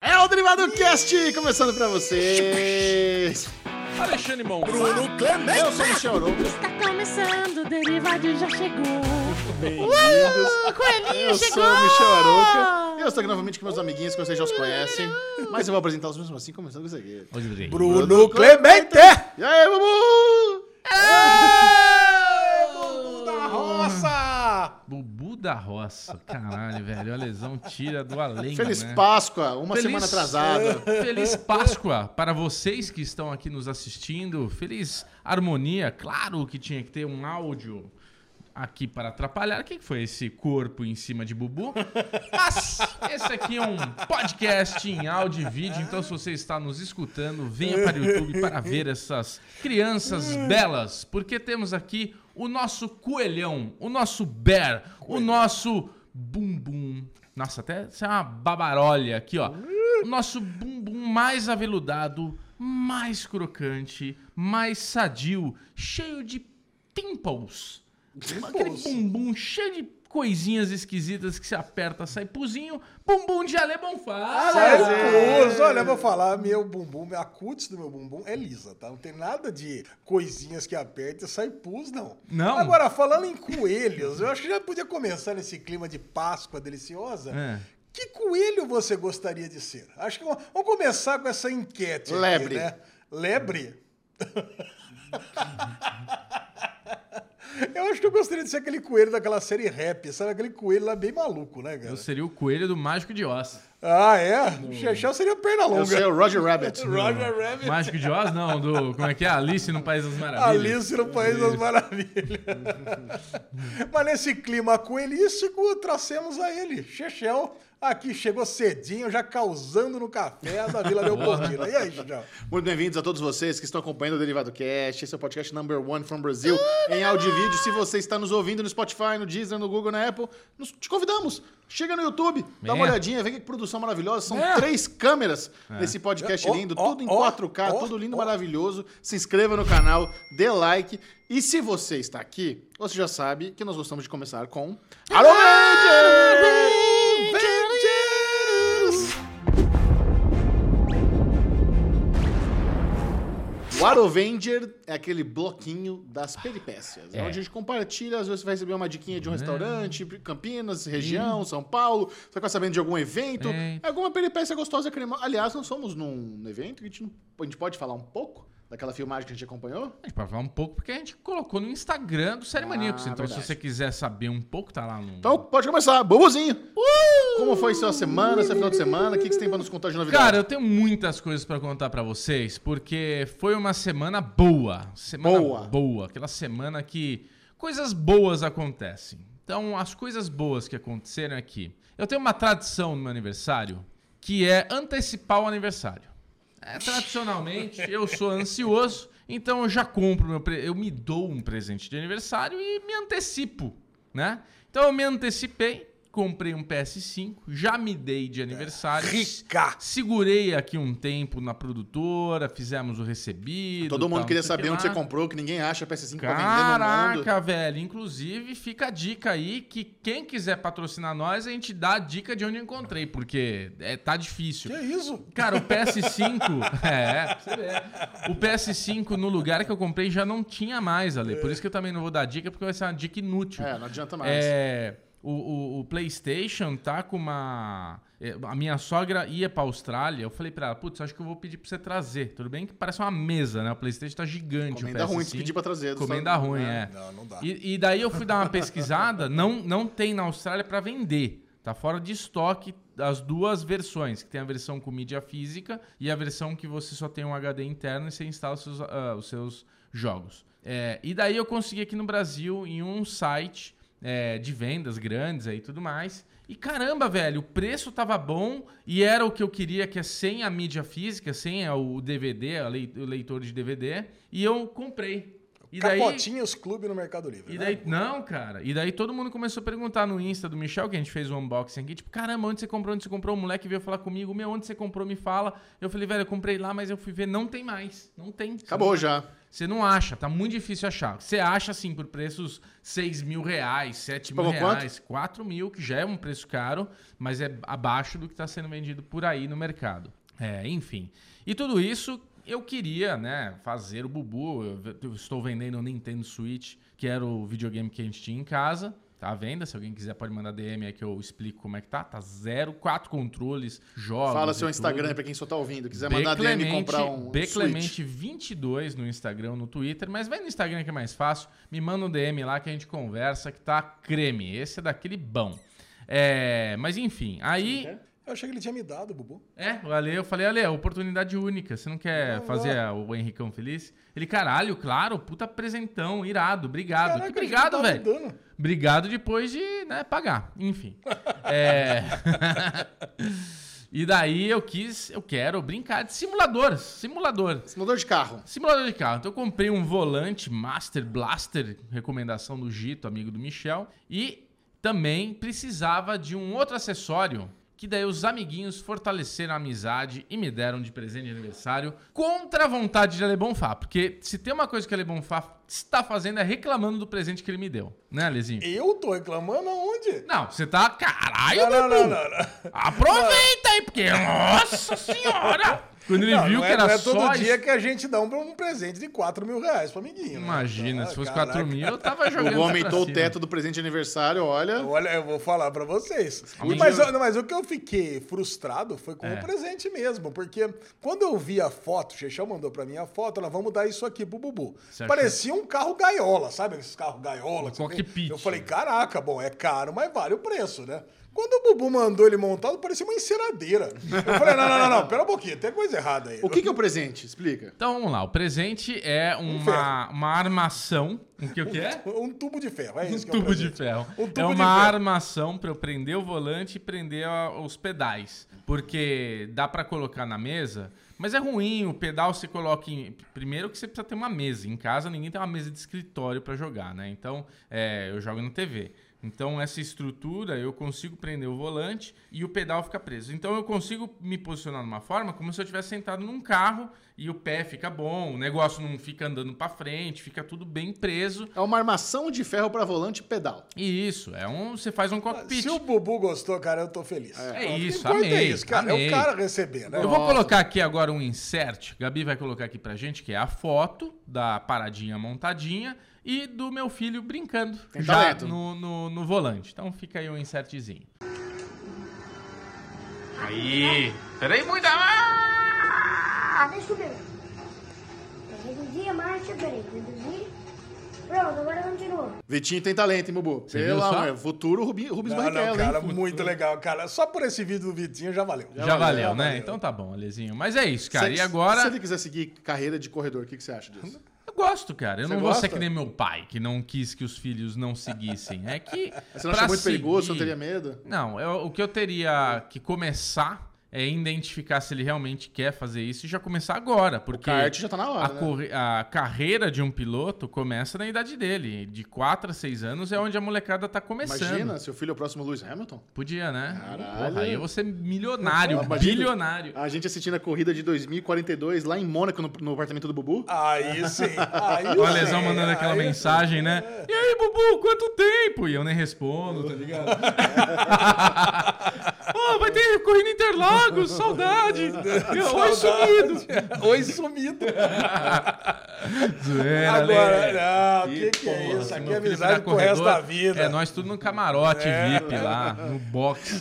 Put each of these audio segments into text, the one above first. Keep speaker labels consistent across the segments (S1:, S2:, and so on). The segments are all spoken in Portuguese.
S1: Pelado É Cast, começando pra vocês.
S2: Alexandre Mão.
S1: Bruno Clemente. Eu sou o Michel Arouca.
S3: Está Tá começando, o Derivado já chegou.
S1: Bem-vindos.
S3: Coelhinho
S1: Eu sou
S3: chegou!
S1: o Michel Arouca. Eu estou aqui novamente com meus amiguinhos que vocês já os conhecem. Mas eu vou apresentá-los mesmo assim, começando com isso aqui.
S2: Bruno Clemente.
S1: E aí, Bubu?
S2: Bubu da roça.
S4: Bubu da roça. Caralho, velho. A lesão tira do além,
S1: Feliz
S4: né?
S1: Páscoa, uma
S4: Feliz- É.
S1: semana atrasada.
S4: Feliz Páscoa para vocês que estão aqui nos assistindo. Feliz harmonia. Claro que tinha que ter um áudio aqui para atrapalhar. O que que foi esse corpo em cima de Bubu? Mas esse aqui é um podcast em áudio e vídeo. Então, se você está nos escutando, venha para o YouTube para ver essas crianças belas. Porque temos aqui o nosso coelhão, o nosso bear, o nosso bumbum. Nossa, até isso é uma babarolha aqui, ó. O nosso bumbum mais aveludado, mais crocante, mais sadio, cheio de pimples. Aquele bumbum cheio de coisinhas esquisitas que se aperta, sai puzinho. Bumbum de Ale Bonfá.
S2: Maravilhoso. Olha, eu vou falar, meu bumbum, a cutis do meu bumbum é lisa, tá? Não tem nada de coisinhas que aperta e sai pus, não.
S4: Não?
S2: Agora, falando em coelhos, eu acho que já podia começar nesse clima de Páscoa deliciosa.
S4: É.
S2: Que coelho você gostaria de ser? Acho que vamos vamos começar com essa enquete. aqui,
S1: Lebre.
S2: né? Lebre? Eu acho que eu gostaria de ser aquele coelho daquela série rap, sabe? Aquele coelho lá bem maluco, né, cara?
S4: Eu seria o coelho do Mágico de Oz.
S2: Ah, é? Xexel seria perna
S1: Eu sou
S2: longa.
S1: o Roger Rabbit.
S2: Roger Rabbit.
S4: Mágico de Oz, não, do. Como é que é? Alice no País das Maravilhas.
S2: Alice no País das Maravilhas. Mas nesse clima coelhístico, tracemos a ele, Chechel. Aqui chegou cedinho, já causando no café da Vila Leopoldina. E aí, Chechel?
S1: Muito bem-vindos a todos vocês que estão acompanhando o Derivado Cast. Esse é o podcast number one from Brazil em áudio e vídeo. Se você está nos ouvindo no Spotify, no Deezer, no Google, na Apple, nos- te convidamos. Chega no YouTube, dá uma
S4: É.
S1: olhadinha, vê que produção maravilhosa. São três câmeras nesse podcast
S2: É. Ó,
S1: lindo,
S2: ó,
S1: tudo em
S2: ó,
S1: 4K,
S2: ó,
S1: tudo lindo,
S2: ó.
S1: maravilhoso. Se inscreva no canal, dê like. E se você está aqui, você já sabe que nós gostamos de começar com... Alô, Rangers! O Arovenger é aquele bloquinho das peripécias. É.
S4: É. Né?
S1: onde a gente compartilha, às vezes você vai receber uma diquinha de um restaurante, Campinas, região, São Paulo, você fica sabendo de algum evento,
S4: É.
S1: alguma peripécia gostosa crema. Aliás, nós fomos num evento que a gente, não- a gente pode falar um pouco daquela filmagem que a gente acompanhou?
S4: A gente pode falar um pouco, porque a gente colocou no Instagram do Série
S1: Ah,
S4: Maníacos. Então,
S1: verdade.
S4: se você quiser saber um pouco, tá lá no.
S1: Então, pode começar, Bubuzinho! Como foi sua semana, seu final de semana? O que, que você tem pra nos contar de novidade?
S4: Uh! Cara, eu tenho muitas coisas pra contar pra vocês, porque foi uma semana boa. Semana
S1: Boa.
S4: boa. Aquela semana que coisas boas acontecem. Então, as coisas boas que aconteceram aqui. Eu tenho uma tradição no meu aniversário, que é antecipar o aniversário. É, tradicionalmente, eu sou ansioso, então eu já compro meu pre... eu me dou um presente de aniversário e me antecipo, né? Então eu me antecipei, comprei um PS5, já me dei de aniversário.
S2: Rica!
S4: Segurei aqui um tempo na produtora, fizemos o recebido.
S1: Todo mundo
S4: tal,
S1: queria
S4: não então, sei o que
S1: saber onde
S4: lá.
S1: você comprou, que ninguém acha PS5 pra vender no mundo.
S4: Caraca, velho. Inclusive, fica a dica aí que quem quiser patrocinar nós, a gente dá a dica de onde eu encontrei, porque é, tá difícil.
S2: Que isso?
S4: Cara, o PS5. é, pra você ver. é, O PS5 no lugar que eu comprei já não tinha mais, Ale. Por isso que eu também não vou dar dica, porque vai ser uma dica inútil.
S1: É, não adianta mais.
S4: É, o, o- o PlayStation tá com uma. é, A minha sogra ia pra Austrália. Eu falei pra ela, putz, acho que eu vou pedir pra você trazer. Tudo bem que parece uma mesa, né? O PlayStation tá gigante.
S1: Comenda
S4: o PS5.
S1: é ruim, se pedir pra trazer.
S4: Comenda ruim,
S1: né?
S4: é.
S2: Não, não dá.
S4: E, e daí eu fui dar uma pesquisada. Não, não tem na Austrália pra vender. Tá fora de estoque as duas versões, que tem a versão com mídia física e a versão que você só tem um HD interno e você instala os seus, ah, os seus jogos. É, e daí eu consegui aqui no Brasil em um site é, de vendas grandes aí e tudo mais. E caramba, velho, o preço tava bom e era o que eu queria, que é sem a mídia física, sem é, o DVD, a lei- o leitor de DVD. E eu comprei. E daí,
S2: Capotinhos Clube no Mercado Livre.
S4: e
S2: né?
S4: daí, não, cara. E daí todo mundo começou a perguntar no Insta do Michel, que a gente fez o unboxing aqui, tipo, caramba, onde você comprou? Onde você comprou? O moleque veio falar comigo, meu, onde você comprou? Me fala. Eu falei, velho, eu comprei lá, mas eu fui ver, não tem mais. Não tem.
S1: Acabou já.
S4: Você não acha, tá muito difícil achar. Você acha, assim, por preços 6 mil reais, 7 mil
S1: Pagou quanto?
S4: reais, 4 mil, que já é um preço caro, mas é abaixo do que tá sendo vendido por aí no mercado. É, enfim. E tudo isso eu queria, né, fazer o Bubu. Eu, eu estou vendendo o Nintendo Switch, que era o videogame que a gente tinha em casa. Tá à venda, se alguém quiser pode mandar DM aí que eu explico como é que tá. Tá zero, quatro controles, jogos.
S1: Fala
S4: e
S1: seu
S4: tudo.
S1: Instagram pra quem só tá ouvindo. Quiser
S4: B
S1: mandar DM e
S4: Clemente-
S1: comprar um
S4: B
S1: Switch.
S4: Clemente 22 no Instagram, no Twitter, mas vai no Instagram que é mais fácil. Me manda um DM lá que a gente conversa que tá creme. Esse é daquele bom. É, mas enfim, aí.
S2: Eu achei que ele tinha me dado, Bubu.
S4: É, o Ale, eu falei, Ale, é oportunidade única. Você não quer
S2: Não,
S4: fazer o Henricão feliz? Ele, caralho, claro, puta presentão, irado, obrigado. Que
S2: Caraca, achei que ele
S4: obrigado,
S2: tava
S4: velho.
S2: me dando.
S4: Obrigado depois de né, pagar. Enfim. É. e daí eu quis, eu quero brincar de simulador. Simulador.
S1: Simulador de carro.
S4: Simulador de carro. Então eu comprei um volante Master Blaster, recomendação do Gito, amigo do Michel. E também precisava de um outro acessório. Que daí os amiguinhos fortaleceram a amizade e me deram de presente de aniversário contra a vontade de Ale Bonfá. Porque se tem uma coisa que o Ale Bonfá está fazendo é reclamando do presente que ele me deu. Né, Alezinho?
S2: Eu tô reclamando aonde?
S4: Não, você tá. Caralho,
S2: Não, não,
S4: Dudu!
S2: não, não, não.
S4: Aproveita aí, porque. Nossa senhora! Quando ele
S2: Não,
S4: viu
S2: não
S4: que
S2: é,
S4: era
S2: não é
S4: só.
S2: todo
S4: isso-
S2: dia que a gente dá um, um presente de 4 mil reais pro amiguinho. né?
S4: Imagina,
S2: Então,
S4: se fosse
S2: caraca.
S4: 4 mil, eu tava jogando.
S1: O
S4: lá
S1: aumentou
S4: pra
S1: o teto do presente de aniversário, olha.
S2: Olha, eu vou falar pra vocês.
S4: Amigo.
S2: Mas, eu- não, mas o que eu fiquei frustrado foi com
S4: É.
S2: o presente mesmo, porque quando eu vi a foto, o Chechel mandou pra mim a foto, ela, vamos dar isso aqui pro Bubu.
S4: Você achou?
S2: Parecia um carro gaiola, sabe? Esses carros gaiola. que você tem?
S4: Um cockpit.
S2: Eu falei, caraca, bom, é caro, mas vale o preço, né? Quando o Bubu mandou ele montado, parecia uma enceradeira. Eu falei, não, não, não, não, pera um pouquinho, tem coisa errada aí.
S1: O que, que é o presente? Explica.
S4: Então vamos lá, o presente é uma, uma armação. O que, o que é?
S2: Um tubo de ferro, é isso que é o
S4: tubo de
S2: presente.
S4: ferro.
S2: Um tubo
S4: é uma
S2: de ferro.
S4: armação pra eu prender o volante e prender a- os pedais. Porque dá pra colocar na mesa, mas é ruim. O pedal você coloca em. Primeiro que você precisa ter uma mesa. Em casa ninguém tem uma mesa de escritório pra jogar, né? Então é, eu jogo na TV. Então essa estrutura eu consigo prender o volante e o pedal fica preso. Então eu consigo me posicionar de uma forma como se eu estivesse sentado num carro e o pé fica bom, o negócio não fica andando pra frente, fica tudo bem preso.
S1: É uma armação de ferro pra volante e pedal.
S4: E isso, é um, você faz um cockpit.
S2: Se o Bubu gostou, cara, eu tô feliz.
S4: É
S2: O que
S4: isso,
S2: importa é
S4: amei,
S2: isso, cara. É
S4: amei.
S2: o cara receber, né?
S4: Eu vou colocar aqui agora um insert. Gabi vai colocar aqui pra gente, que é a foto da paradinha montadinha e do meu filho brincando
S1: Tem
S4: já
S1: talento.
S4: no, no, no volante. Então fica aí um insertzinho. Aí! Peraí, muita.
S5: Ah, deixa eu ver. um Reduzir a marcha, peraí, reduzir. um Pronto, agora continua.
S1: Vitinho tem talento, hein, Bubu?
S4: Você
S1: Pelo
S4: viu só?
S1: amor, futuro Rubi- Rubens
S2: Não, não,
S1: Barrichello,
S2: cara,
S1: hein?
S2: muito legal, cara. Só por esse vídeo do Vitinho já valeu.
S4: Já, valeu, né?
S2: valeu.
S4: Então tá bom, Alezinho. Mas é isso, cara.
S1: Se-
S4: e agora.
S1: Se ele quiser seguir carreira de corredor, o que, que você acha disso?
S4: Eu gosto, cara. Eu
S1: Você
S4: não vou ser
S1: gosta?
S4: que nem meu pai, que não quis que os filhos não seguissem. É que.
S1: Você não
S4: pra
S1: acha muito perigoso? Você não teria
S4: seguir-
S1: medo?
S4: Não, eu- o que eu teria que começar é identificar se ele realmente quer fazer isso e já começar agora,
S1: O
S4: porque
S1: kart já tá na
S4: a,
S1: hora, né?
S4: corre- a carreira de um piloto começa na idade dele, de 4 a 6 anos é onde a molecada tá começando.
S1: Imagina, seu filho é o próximo Lewis Hamilton.
S4: Podia, né?
S1: Caralho. É
S4: Porra, aí eu vou ser milionário,
S1: Imagina.
S4: bilionário.
S1: A gente assistindo a corrida de 2042 lá em Mônaco, no, no apartamento do Bubu.
S4: Ah,
S2: Aí sim, aí sim.
S1: é,
S4: Olha, Lesão mandando aquela
S2: aí-
S4: mensagem, né? E aí, Bubu, quanto tempo? E eu nem respondo, tá ligado? oh, vai ter corrida em Interlagos, saudade. Eu, Oi, sumido.
S2: Oi, sumido.
S4: Zoeira,
S2: Agora,
S4: Ale.
S2: não, o
S1: Que
S2: que, que é
S1: porra,
S2: isso?
S4: Meu
S2: Aqui é
S4: filho
S2: amizade
S4: virar
S2: pro resto da
S4: corredor,
S2: vida. É.
S4: É, nós tudo no camarote VIP lá, no box.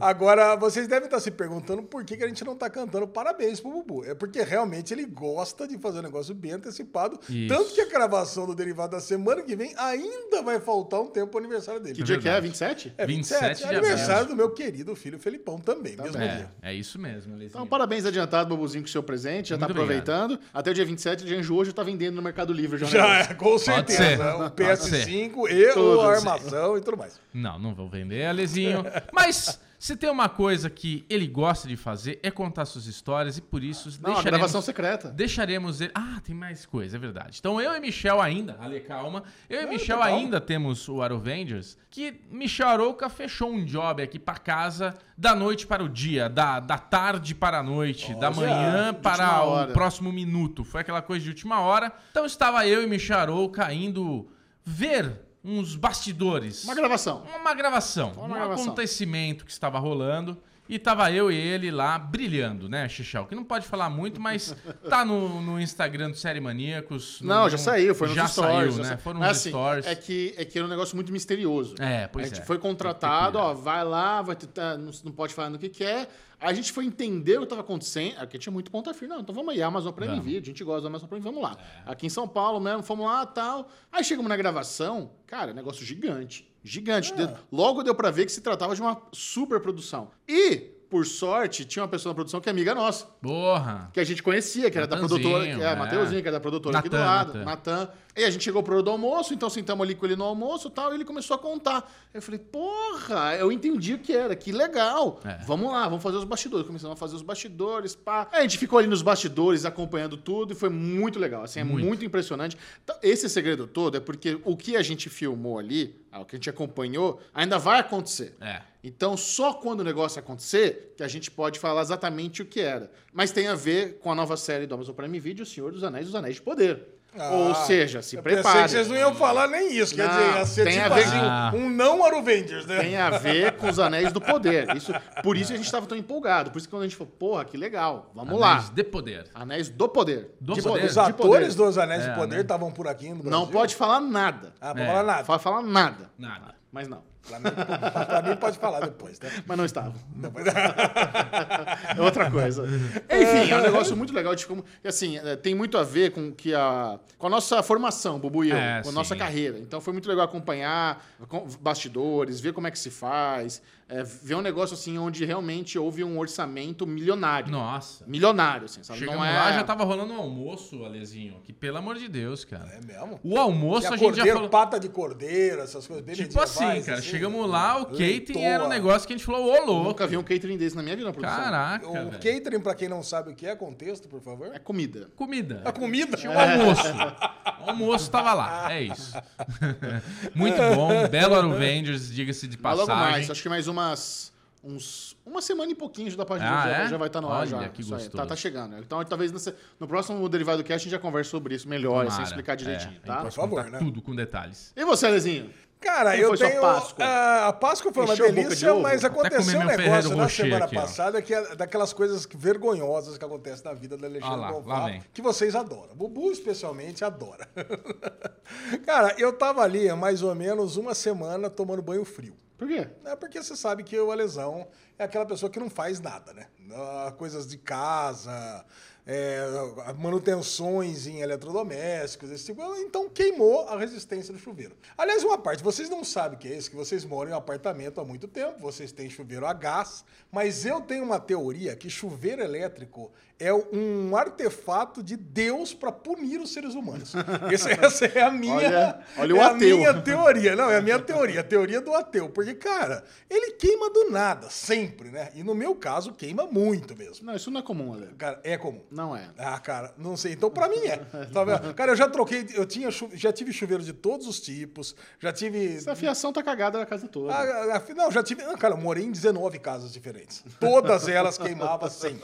S2: Agora, vocês devem estar se perguntando por que, que a gente não tá cantando parabéns pro Bubu. É porque realmente ele gosta de fazer um negócio bem antecipado.
S4: Isso.
S2: Tanto que a gravação do Derivado da semana que vem ainda vai faltar um tempo pro aniversário dele.
S1: Que dia que é?
S4: verdade.
S1: 27?
S2: É
S4: 27
S2: 27,
S4: de
S2: é
S4: abril.
S2: aniversário do meu querido filho Felipão também, mesmo dia.
S4: É, é isso mesmo, Alezinho.
S1: Então, parabéns adiantado, Bubuzinho, com o seu presente. Já tá
S4: Muito obrigado.
S1: aproveitando. Até o dia 27 de anjo hoje tá vendendo no Mercado Livre. Já, o negócio.
S2: Já, é, com
S4: ser.
S2: certeza. O
S4: Pode
S2: PS5 e o
S1: Todos.
S2: armação e tudo mais.
S4: Não, não vou vender, Alezinho. Mas se tem uma coisa que ele gosta de fazer é contar suas histórias e por isso
S1: Não, a
S4: deixaremos...
S1: gravação secreta.
S4: Deixaremos ele. Ah, tem mais coisa, é verdade. Então eu e Michel ainda, Ale, calma. Eu e Michel ainda temos o Arovengers, que Michel Arouca fechou um job aqui pra casa, da noite para o dia, da, da tarde para a noite, da manhã
S1: de
S4: para
S1: última
S4: o
S1: hora.
S4: próximo minuto. Foi aquela coisa de última hora. Então estava eu e Michel Arouca indo ver uns bastidores
S1: Uma gravação.
S4: uma gravação, um
S1: gravação.
S4: acontecimento que estava rolando. E tava eu e ele lá brilhando, né, Xixel? Que não pode falar muito, mas tá no, no Instagram do Série Maníacos. no-
S1: Não, já saiu, foi nos
S4: já
S1: stories.
S4: Saiu,
S1: já
S4: né?
S1: saiu.
S4: Foram
S1: Mas,
S4: nos
S1: assim,
S4: stories.
S1: É que, é que era um negócio muito misterioso.
S4: É, pois
S1: A gente
S4: é.
S1: foi contratado,
S4: Tem que
S1: ó, vai lá, vai tentar, não, não pode falar no que quer. A gente foi entender o que estava acontecendo. Aqui tinha muito ponta firme. Não, então vamos aí, Amazon Prime
S4: Vamos. É.
S1: Video, a gente gosta da Amazon Prime, vamos lá. Aqui em São Paulo mesmo, fomos lá tal. Aí chegamos na gravação, cara, negócio gigante.
S4: É.
S1: Gigante. Deu- Logo deu pra ver que se tratava de uma super produção. E, por sorte, tinha uma pessoa na produção que é amiga nossa
S4: Porra.
S1: que a gente conhecia, que era da
S4: Tá. Natanzinho,
S1: produtora, que é,
S4: é.
S1: Mateuzinho, que era da produtora aqui do
S4: Natan,
S1: lado,
S4: Natan.
S1: Natan. E a gente chegou pro hora do almoço, então sentamos ali com ele no almoço e tal, e ele começou a contar. Eu falei, porra, eu entendi o que era, que legal.
S4: É.
S1: Vamos lá, vamos fazer os bastidores. Começamos a fazer os bastidores, pá. Aí a gente ficou ali nos bastidores acompanhando tudo e foi muito legal, assim, é
S4: Muito.
S1: muito, impressionante. Então, esse segredo todo é porque o que a gente filmou ali, ah, o que a gente acompanhou, ainda vai acontecer.
S4: É.
S1: Então, só quando o negócio acontecer que a gente pode falar exatamente o que era. Mas tem a ver com a nova série do Amazon Prime Video, O Senhor dos Anéis e os Anéis de Poder.
S2: Ah,
S1: Ou seja, se
S2: eu pensei que
S1: prepare.
S2: vocês não iam falar nem isso. Quer
S1: Não,
S2: dizer, ia ser
S1: tem
S2: tipo
S1: a ver
S2: assim,
S4: com-
S2: um não Aruvenders, né?
S1: Tem a ver com os Anéis do Poder. Isso, por isso a gente estava tão empolgado. Por isso que quando a gente falou, porra, que legal, vamos
S4: Anéis
S1: lá.
S4: de poder.
S1: Anéis do Poder.
S4: Do
S1: De
S4: poder.
S2: Os
S1: de
S2: atores dos Anéis
S4: É,
S2: do Poder
S4: né?
S2: estavam por aqui no Brasil.
S1: Não pode falar nada.
S2: Ah, pra
S4: É.
S2: falar nada.
S1: Fala, falar nada.
S4: Nada.
S1: Mas não.
S2: Pra mim, pra mim pode falar depois, né?
S1: Mas não estava. é outra coisa. Enfim, é um negócio muito legal de como. e Assim, é, tem muito a ver com que a. Com a nossa formação, Bubu e eu,
S4: É,
S1: com a nossa
S4: sim.
S1: carreira. Então foi muito legal acompanhar com- bastidores, ver como é que se faz, é, ver um negócio assim onde realmente houve um orçamento milionário.
S4: Nossa.
S1: Milionário, assim, sabe?
S4: Chegamos
S1: não é...
S4: lá, já tava rolando um almoço, Alezinho. Que pelo amor de Deus, cara.
S2: É mesmo?
S4: O almoço
S2: Tinha
S4: a gente já
S2: cordeiro,
S4: falou.
S2: pata de cordeiro, essas coisas bem
S4: Tipo
S2: medievais, né?
S4: assim, cara. Chegamos lá, o catering era um
S2: Leitoa.
S4: negócio que a gente falou, ô
S1: Eu
S4: louco.
S1: né? Nunca vi um catering desse na minha vida na produção.
S4: Caraca.
S2: O
S4: velho.
S2: catering, pra quem não sabe o que é, contexto, por favor.
S1: É comida.
S4: Comida.
S2: A comida. né?
S4: Tinha um almoço. O almoço tava lá. É isso. Muito bom. Belo Aruvengers, diga-se de
S1: Mas logo mais,
S4: passagem.
S1: acho que mais umas. Uns, uma semana e pouquinho já da página
S4: Ah,
S1: já,
S4: é?
S1: já vai estar no ar
S4: Olha,
S1: já.
S4: que
S1: Isso aí,
S4: gostoso.
S1: Tá, tá chegando. Então talvez nessa- no próximo Derivado Cast a gente já conversa sobre isso melhor, sem
S4: Tomara.
S1: explicar direitinho,
S4: É,
S1: tá?
S4: aí pode
S2: Por favor,
S4: contar
S2: né?
S4: Tudo com detalhes.
S1: E você, Lezinho?
S2: Cara,
S1: Como
S2: eu
S1: foi sua
S2: tenho. ah,
S1: Páscoa?
S2: A, a Páscoa foi uma
S1: Encheu a boca de
S2: delícia,
S1: ovo?
S2: mas
S1: Até
S4: comi
S2: aconteceu um
S4: meu Ferrero
S2: negócio na
S4: Rocher
S2: semana
S4: aqui, ó.
S2: passada que é daquelas coisas que- vergonhosas que acontecem na vida da
S4: Ah
S2: Alexandre
S4: lá, lá
S2: Bonfá,
S4: vem.
S2: que vocês adoram. Bubu, especialmente, adora. Cara, eu tava ali há mais ou menos uma semana tomando banho frio.
S1: Por quê?
S2: É porque você sabe que o Alesão é aquela pessoa que não faz nada, né? Ah, Coisas de casa, é, manutenções em eletrodomésticos, esse tipo. Então queimou a resistência do chuveiro. Aliás, uma parte, vocês não sabem o que é isso, que vocês moram em um apartamento há muito tempo, vocês têm chuveiro a gás, mas eu tenho uma teoria que chuveiro elétrico é um artefato de Deus para punir os seres humanos. Essa, essa é a minha,
S1: Olha- olha o
S2: é a
S1: ateu.
S2: minha teoria, não, é a minha teoria, a teoria do ateu. Porque, cara, ele queima do nada, sempre, né? E no meu caso, queima muito mesmo.
S1: Não, isso não é comum, Ale.
S2: Cara, é comum.
S1: Não é.
S2: Ah, cara, não sei. Então, pra mim é. Tá vendo? Cara, eu já troquei, eu tinha, chu- já tive chuveiro de todos os tipos, já tive.
S1: Essa fiação tá cagada na casa toda.
S2: Ah, ah, não, já tive. não, Cara, eu morei em 19 casas diferentes. Todas elas queimavam sempre.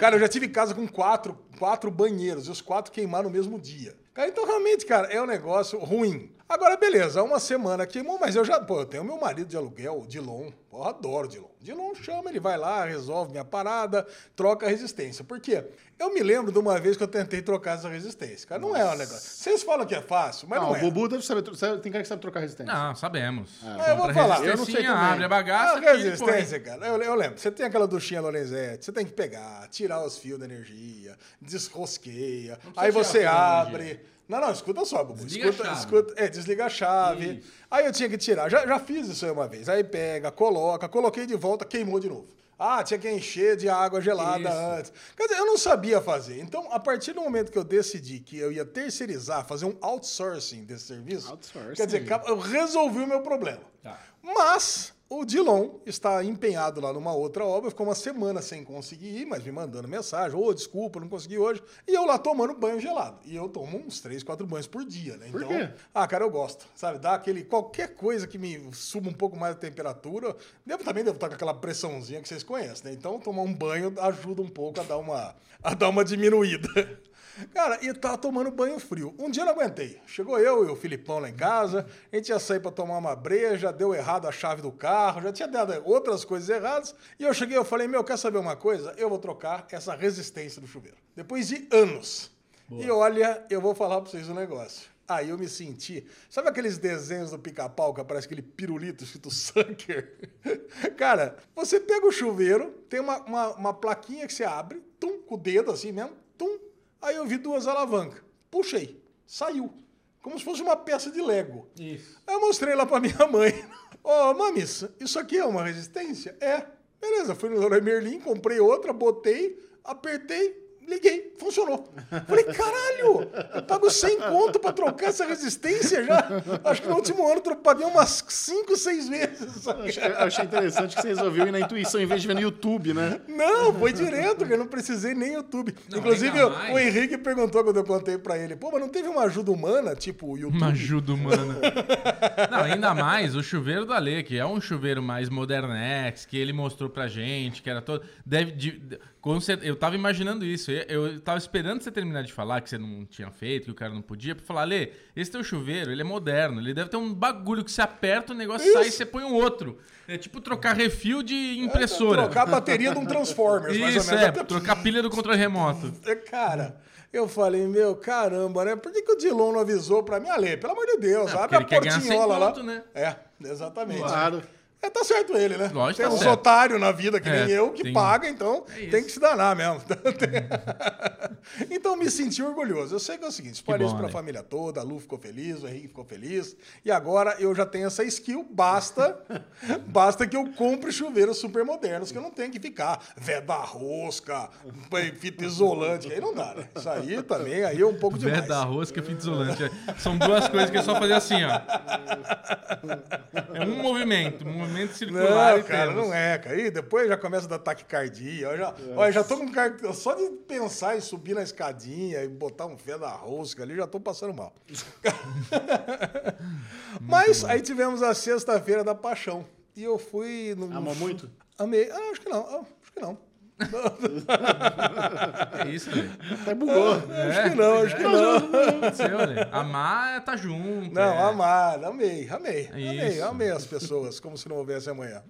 S2: Cara, eu já tive casa com quatro, quatro banheiros e os quatro queimaram no mesmo dia. Cara, então realmente, cara, é um negócio ruim. Agora, beleza, uma semana queimou, mas eu já. Pô, eu tenho meu marido de aluguel, o Dilon. Pô, eu adoro o Dilon. Dilon chama, ele vai lá, resolve minha parada, troca a resistência. Por quê? Eu me lembro de uma vez que eu tentei trocar essa resistência. Cara, não é um negócio. Vocês falam que é fácil, mas
S1: não,
S2: não,
S1: o
S2: é.
S1: Bubu deve saber. tro- sabe- Tem cara que sabe trocar resistência.
S4: Não, sabemos.
S2: Ah, eu vou falar.
S4: Resistência,
S1: É, Eu não sei também.
S4: abre a bagaça.
S2: A
S4: aqui,
S2: resistência, cara. Eu, eu lembro. Você tem aquela duchinha Lorenzetti, você tem que pegar, tirar os fios da energia, desrosqueia,
S4: tirar
S2: aí
S4: o fio
S2: você
S4: da
S2: abre. Não, não, escuta só, Bubu.
S4: Desliga a
S2: escuta,
S4: chave.
S2: escuta- é, desliga a chave.
S4: Isso.
S2: Aí eu tinha que tirar. Já, já fiz isso aí uma vez. Aí pega, coloca, coloquei de volta, queimou de novo. Ah, tinha que encher de água gelada
S4: Isso.
S2: antes. Quer dizer, eu não sabia fazer. Então, a partir do momento que eu decidi que eu ia terceirizar, fazer um outsourcing desse serviço,
S1: Outsourcing.
S2: quer dizer, eu resolvi o meu problema.
S4: Tá.
S2: Mas o Dilon está empenhado lá numa outra obra, ficou uma semana sem conseguir ir, mas me mandando mensagem, ô, desculpa, não consegui hoje. E eu lá tomando banho gelado. E eu tomo uns três, quatro banhos por dia, né?
S1: Por
S2: então,
S1: quê?
S2: ah, cara, eu gosto, sabe? Dá aquele qualquer coisa que me suba um pouco mais a temperatura. Devo também devo estar com aquela pressãozinha que vocês conhecem, né? Então, tomar um banho ajuda um pouco a dar uma a dar uma diminuída. Cara, e tava tomando banho frio. Um dia eu não aguentei. Chegou eu e o Filipão lá em casa, a gente ia sair pra tomar uma breja, deu errado a chave do carro carro, já tinha dado outras coisas erradas. E eu cheguei eu falei, meu, quer saber uma coisa? Eu vou trocar essa resistência do chuveiro. Depois de anos. E olha, eu vou falar pra vocês um negócio. Aí eu me senti. Sabe aqueles desenhos do pica-pau que aparece aquele pirulito escrito Sunker? Cara, você pega o chuveiro, tem uma, uma, uma plaquinha que você abre, tum, com o dedo assim mesmo, tum. Aí eu vi duas alavancas. Puxei, saiu. Como se fosse uma peça de Lego.
S4: Isso.
S2: Aí eu mostrei lá pra minha mãe. Ô, mamis, isso aqui é uma resistência? É. Beleza, fui no Leroy Merlin, comprei outra, botei, apertei, liguei, funcionou. Falei, caralho, eu pago 100 conto pra trocar essa resistência já? Acho que no último ano eu paguei umas 5, 6 vezes.
S1: Eu achei- eu achei interessante que você resolveu ir na intuição em vez de ver no YouTube, né?
S2: Não, foi direto, cara. Não precisei nem YouTube.
S4: Não,
S2: Inclusive,
S4: ainda
S2: o-
S4: mais.
S2: o Henrique perguntou quando eu plantei pra ele: pô, mas não teve uma ajuda humana, tipo o YouTube?
S4: Uma ajuda humana. Não, ainda mais o chuveiro do Ale, que é um chuveiro mais modernex, que ele mostrou pra gente, que era todo. Deve, de, de- com cer- eu tava imaginando isso. Eu, eu tava esperando você terminar de falar que você não tinha feito, que o cara não podia, pra falar, Ale, esse teu chuveiro, ele é moderno. Ele deve ter um bagulho que você aperta, o negócio sai e você põe um outro. É tipo trocar refil de impressora.
S2: É, Trocar a bateria de um Transformers, mais ou
S4: Isso,
S2: menos.
S4: é,
S2: Até-
S4: trocar pilha do controle remoto.
S2: É, Cara, eu falei, meu, caramba, né? Por que, que o Dilon não avisou pra mim? Ale, pelo amor de Deus,
S4: É,
S2: abre
S4: porque
S2: a
S4: ele quer ganhar
S2: portinhola
S4: 100
S2: lá.
S4: conto, né?
S2: É, exatamente.
S1: Claro.
S2: É, tá certo ele, né?
S4: Lógico,
S2: tem
S4: tá
S2: uns
S4: certo.
S2: otários na vida que
S4: É,
S2: nem eu que
S4: tem- É
S2: paga, então
S4: isso. Uhum.
S2: tem que se danar mesmo. então me senti orgulhoso. Eu sei que é o seguinte,
S4: bom,
S2: espalhei isso pra
S4: né?
S2: família toda, a Lu ficou feliz, o Henrique ficou feliz, e agora eu já tenho essa skill, basta basta que eu compre chuveiros super modernos, que eu não tenho que ficar veda rosca, fita isolante, aí não dá, né? Isso aí também, aí é um pouco demais.
S4: Veda, rosca, fita isolante. São duas coisas que é só fazer assim, ó. É um movimento, um movimento circular.
S2: Não,
S4: e
S2: cara,
S4: temos. É.
S2: não é, cara. E depois já começa a dar taquicardia. Eu já, olha, eu já tô com car... Só de pensar em subir na escadinha e botar um fé da rosca ali, já tô passando mal. Mas aí tivemos a sexta-feira da paixão. E eu fui num.
S1: Amou muito?
S2: Amei. Ah, acho que não. Ah, acho que não.
S4: É isso, Ale.
S1: Até bugou.
S4: É?
S2: Acho que não, acho que não.
S4: Aconteceu, Ale. Amar é tá junto. é.
S2: Não, amar, amei, amei, amei,
S4: Isso. É.
S2: amei as pessoas, como se não houvesse amanhã.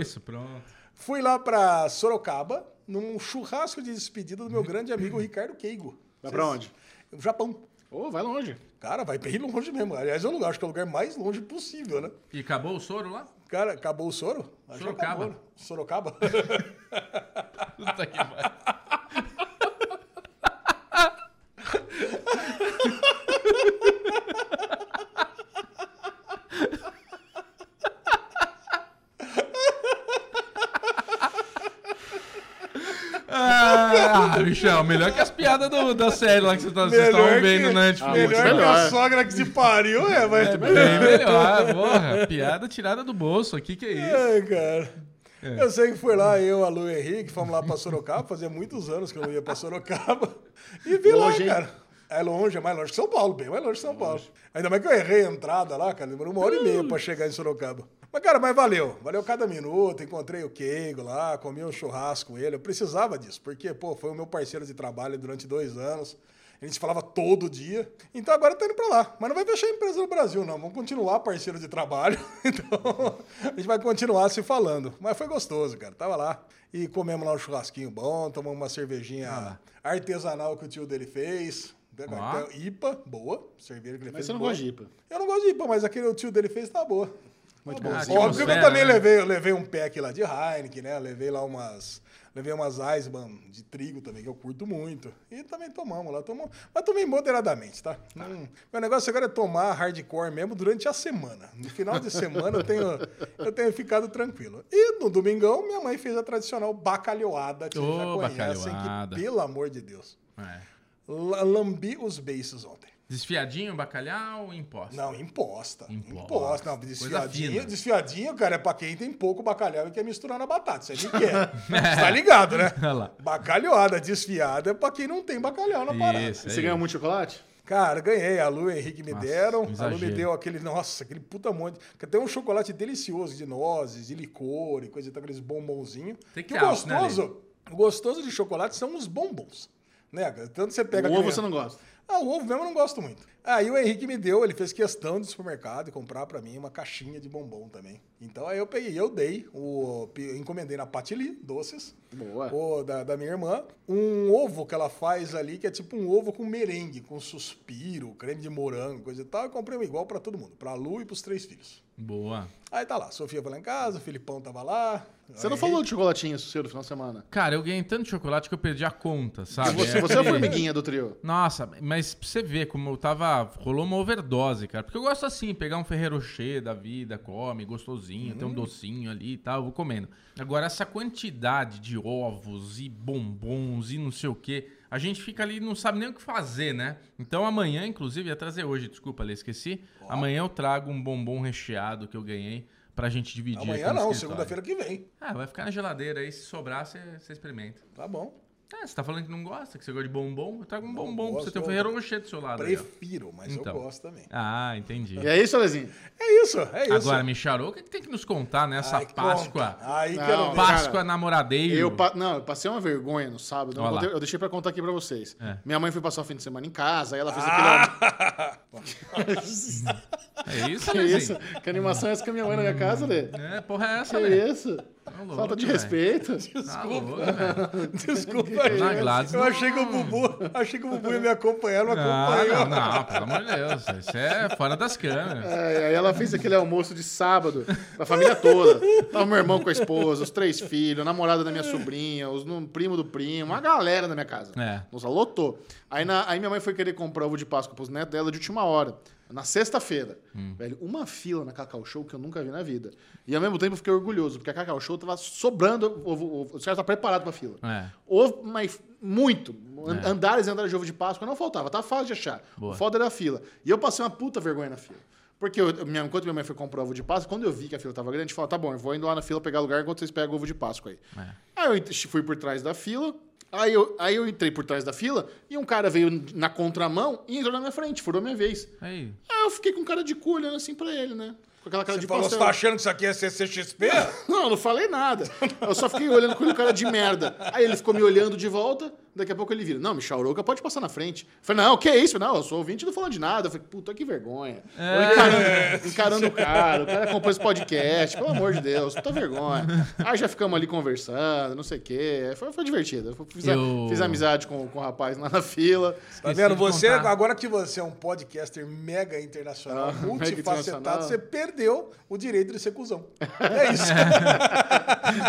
S4: Isso, pronto.
S2: Fui lá pra Sorocaba num churrasco de despedida do meu grande amigo Ricardo Keigo.
S1: Vai pra onde?
S2: O Japão.
S1: Ô, vai longe.
S2: Cara, vai bem longe mesmo. Aliás, é o lugar, acho que é o lugar mais longe possível, né?
S4: E acabou o soro lá?
S2: Cara, acabou o soro? Acho que
S4: Sorocaba.
S2: acabou, né? Sorocaba?
S4: Puta que pariu. Ah, bichão, melhor que as piadas do- da série lá que vocês tá- vocês estavam vendo na Netflix.
S1: né? Tipo, muito
S2: melhor que a
S1: melhor.
S2: sogra que se pariu, é, mas...
S4: É bem melhor, ah, porra. Piada tirada do bolso aqui, que é isso.
S2: Ai, cara. Eu sei que foi lá, eu, a Lu e o Henrique, fomos lá pra Sorocaba. Fazia muitos anos que eu não ia pra Sorocaba. E vi
S1: Longe, hein?
S2: lá, cara. É longe, é mais longe que São Paulo, bem mais longe que São Paulo. Ainda mais que eu errei a entrada lá, cara. Demorou uma hora e meia pra chegar em Sorocaba. Mas, cara, mas valeu. Valeu cada minuto. Encontrei o Keigo lá, comi um churrasco com ele. Eu precisava disso, porque, pô, foi o meu parceiro de trabalho durante dois anos. A gente se falava todo dia. Então agora tá indo pra lá. Mas não vai fechar a empresa no Brasil, não. Vamos continuar parceiro de trabalho. Então a gente vai continuar se falando. Mas foi gostoso, cara. Tava lá. E comemos lá um churrasquinho bom, tomamos uma cervejinha artesanal que o tio dele fez. Então,
S4: Ó.
S2: IPA, boa. Cerveja que ele
S1: Mas
S2: fez.
S1: você não
S2: boa.
S1: gosta de IPA.
S2: Eu não gosto de IPA, mas aquele o tio dele fez tá boa. Muito
S4: bom. Ah,
S2: Óbvio que eu
S4: atmosfera,
S2: também
S4: né?
S2: levei, eu levei um pack lá de Heineken, né? Levei lá umas. Levei umas Eisman de trigo também, que eu curto muito. E também tomamos lá. Tomamos, mas tomei moderadamente, tá? Não- meu negócio agora é tomar hardcore mesmo durante a semana. No final de semana eu tenho, eu tenho ficado tranquilo. E no domingão, minha mãe fez a tradicional bacalhoada, que vocês já
S4: Ô,
S2: conhecem,
S4: bacalhoada.
S2: que, pelo amor de Deus,
S4: É.
S2: la- lambi os beiços ontem.
S4: Desfiadinho, bacalhau, imposto.
S2: Não, imposta.
S4: Imposta.
S2: Imposta. Não,
S4: Coisa
S2: desfiadinho,
S4: fina.
S2: desfiadinho, cara, é pra quem tem pouco bacalhau e quer misturar na batata. Isso aí ninguém quer. Você tá ligado, né?
S4: Olha lá.
S2: Bacalhoada desfiada é pra quem não tem bacalhau na parada.
S4: Isso,
S1: Você
S4: é
S1: ganhou muito chocolate?
S2: Cara, ganhei. A Lu e o Henrique me
S4: Nossa,
S2: deram.
S4: um
S2: A Lu me
S4: exagero.
S2: deu aquele, nossa, aquele puta monte. Que tem um chocolate delicioso de nozes, de licor e coisa e tal, aqueles bombonzinhos.
S4: Tem que
S2: E o
S4: ter alto, né,
S2: gostoso, o gostoso de chocolate são os bombons. Né, cara? Tanto você pega
S1: O
S2: aquele-
S1: ovo você não gosta.
S2: ah, o ovo mesmo eu não gosto muito. Aí o Henrique me deu, ele fez questão de supermercado e comprar pra mim uma caixinha de bombom também. Então aí eu peguei, eu dei, o, pe- encomendei na Patili, doces,
S1: Boa.
S2: o, da, da minha irmã, um ovo que ela faz ali, que é tipo um ovo com merengue, com suspiro, creme de morango, coisa e tal. Eu comprei um igual pra todo mundo, pra Lu e pros três filhos.
S4: Boa.
S2: Aí tá lá, Sofia foi lá em casa, o Filipão tava lá.
S1: Você não
S2: Henrique-
S1: falou de chocolatinho seu do final de semana?
S4: Cara, eu ganhei tanto chocolate que eu perdi a conta, sabe?
S1: Você,
S4: É
S1: você é a
S4: aquele-
S1: formiguinha do trio.
S4: Nossa, mas pra você ver como eu tava. Rolou uma overdose, cara. Porque eu gosto assim, pegar um ferreiro cheio da vida, come, gostosinho,
S2: Hum.
S4: tem um docinho ali e tal, eu vou comendo. Agora, essa quantidade de ovos e bombons e não sei o quê, a gente fica ali e não sabe nem o que fazer, né? Então amanhã, inclusive, ia trazer hoje, desculpa, ali, esqueci. Amanhã eu trago um bombom recheado que eu ganhei pra gente dividir.
S2: Amanhã
S4: aqui no
S2: não,
S4: escritório.
S2: segunda-feira que vem.
S4: Ah, vai ficar na geladeira aí, se sobrar, você você experimenta.
S2: Tá bom.
S4: Ah, você tá falando que não gosta, que você gosta de bombom? Eu trago um
S2: Não
S4: bombom pra você
S2: gosto,
S4: ter um
S2: eu
S4: ferreiro rocher do seu lado. aí, ó.
S2: Prefiro, mas
S4: Então.
S2: eu gosto também.
S4: Ah, entendi.
S1: E aí, Solezinho?
S2: É isso, é isso.
S4: Agora, Micharou, o que, que tem que nos contar nessa
S2: Ai,
S4: Páscoa?
S2: conta. Aí
S1: Não,
S2: quero ver.
S1: pá-
S4: Páscoa
S1: Cara,
S4: namoradeiro.
S1: Eu pa- Não, eu passei uma vergonha no sábado. eu
S4: É. Olha lá.
S1: contei- eu deixei pra contar aqui pra vocês.
S4: É. Ah,
S1: Minha mãe foi passar o fim de semana em casa, aí ela fez
S4: É isso,
S1: aquele.
S4: né,
S1: que isso?
S4: gente?
S1: Que animação é essa que a minha mãe na minha casa, né?
S4: É, porra é essa,
S1: Que
S4: velho? Tá
S1: isso?
S4: louco,
S1: Falta de
S4: velho.
S1: respeito.
S4: Tá louco, velho.
S2: Desculpa,
S4: Dona Gladys
S2: gente. Eu
S4: não-
S2: achei que o Bubu, achei que o Bubu ia me acompanhar, não
S4: Ah,
S2: acompanhou.
S4: não, não, pelo amor de Deus. Isso é fora das câmeras.
S1: É, aí ela fez aquele almoço de sábado pra família toda. Tava meu irmão com a esposa, os três filhos, a namorada da minha sobrinha, os no- primo do primo, uma galera na minha casa.
S4: É.
S1: Nossa, lotou. Aí, na- aí minha mãe foi querer comprar ovo de Páscoa pros netos dela de última hora. Na sexta-feira. Velho, uma fila na Cacau Show que eu nunca vi na vida. E ao mesmo tempo eu fiquei orgulhoso, porque a Cacau Show tava sobrando ovo. ovo. O senhor tá preparado pra fila.
S4: É.
S1: Ovo, mas muito. An- Andares e andares de ovo de Páscoa não faltava, tá fácil de achar.
S4: Boa.
S1: O foda era a fila. E eu passei uma puta vergonha na fila. Porque eu- eu- minha- enquanto minha mãe foi comprar ovo de Páscoa, quando eu vi que a fila tava grande, eu falei, tá bom, eu vou indo lá na fila pegar lugar enquanto vocês pegam o ovo de Páscoa aí.
S4: É.
S1: Aí eu ent- fui por trás da fila, aí eu, aí eu entrei por trás da fila e um cara veio na contramão e entrou na minha frente, furou minha vez.
S4: Aí.
S1: Aí eu fiquei com cara de cu olhando assim pra ele, né? Com aquela cara
S2: Você
S1: de
S2: falou, você
S1: pastel.
S2: tá achando que isso aqui é CCXP?
S1: Não, eu não falei nada. Eu só fiquei olhando com ele, cara de merda. Aí ele ficou me olhando de volta, daqui a pouco ele vira. Não, Michel Arouca pode passar na frente. Eu falei, não, que é isso? Não, eu sou ouvinte e não falando de nada. Eu falei, puta que vergonha. Eu encarando, encarando o cara, o cara acompanha esse podcast, pelo amor de Deus, puta vergonha. Aí já ficamos ali conversando, não sei o quê. Foi, foi divertido. Eu Fiz, a-
S4: Eu-
S1: fiz amizade com, com o rapaz lá na fila.
S2: Tá
S4: Esqueci
S2: vendo?
S4: de
S2: Você,
S4: contar.
S2: agora que você é um podcaster mega internacional,
S1: Ah, mega
S2: multifacetado,
S1: internacional.
S2: você perdeu o direito de ser cuzão. É isso.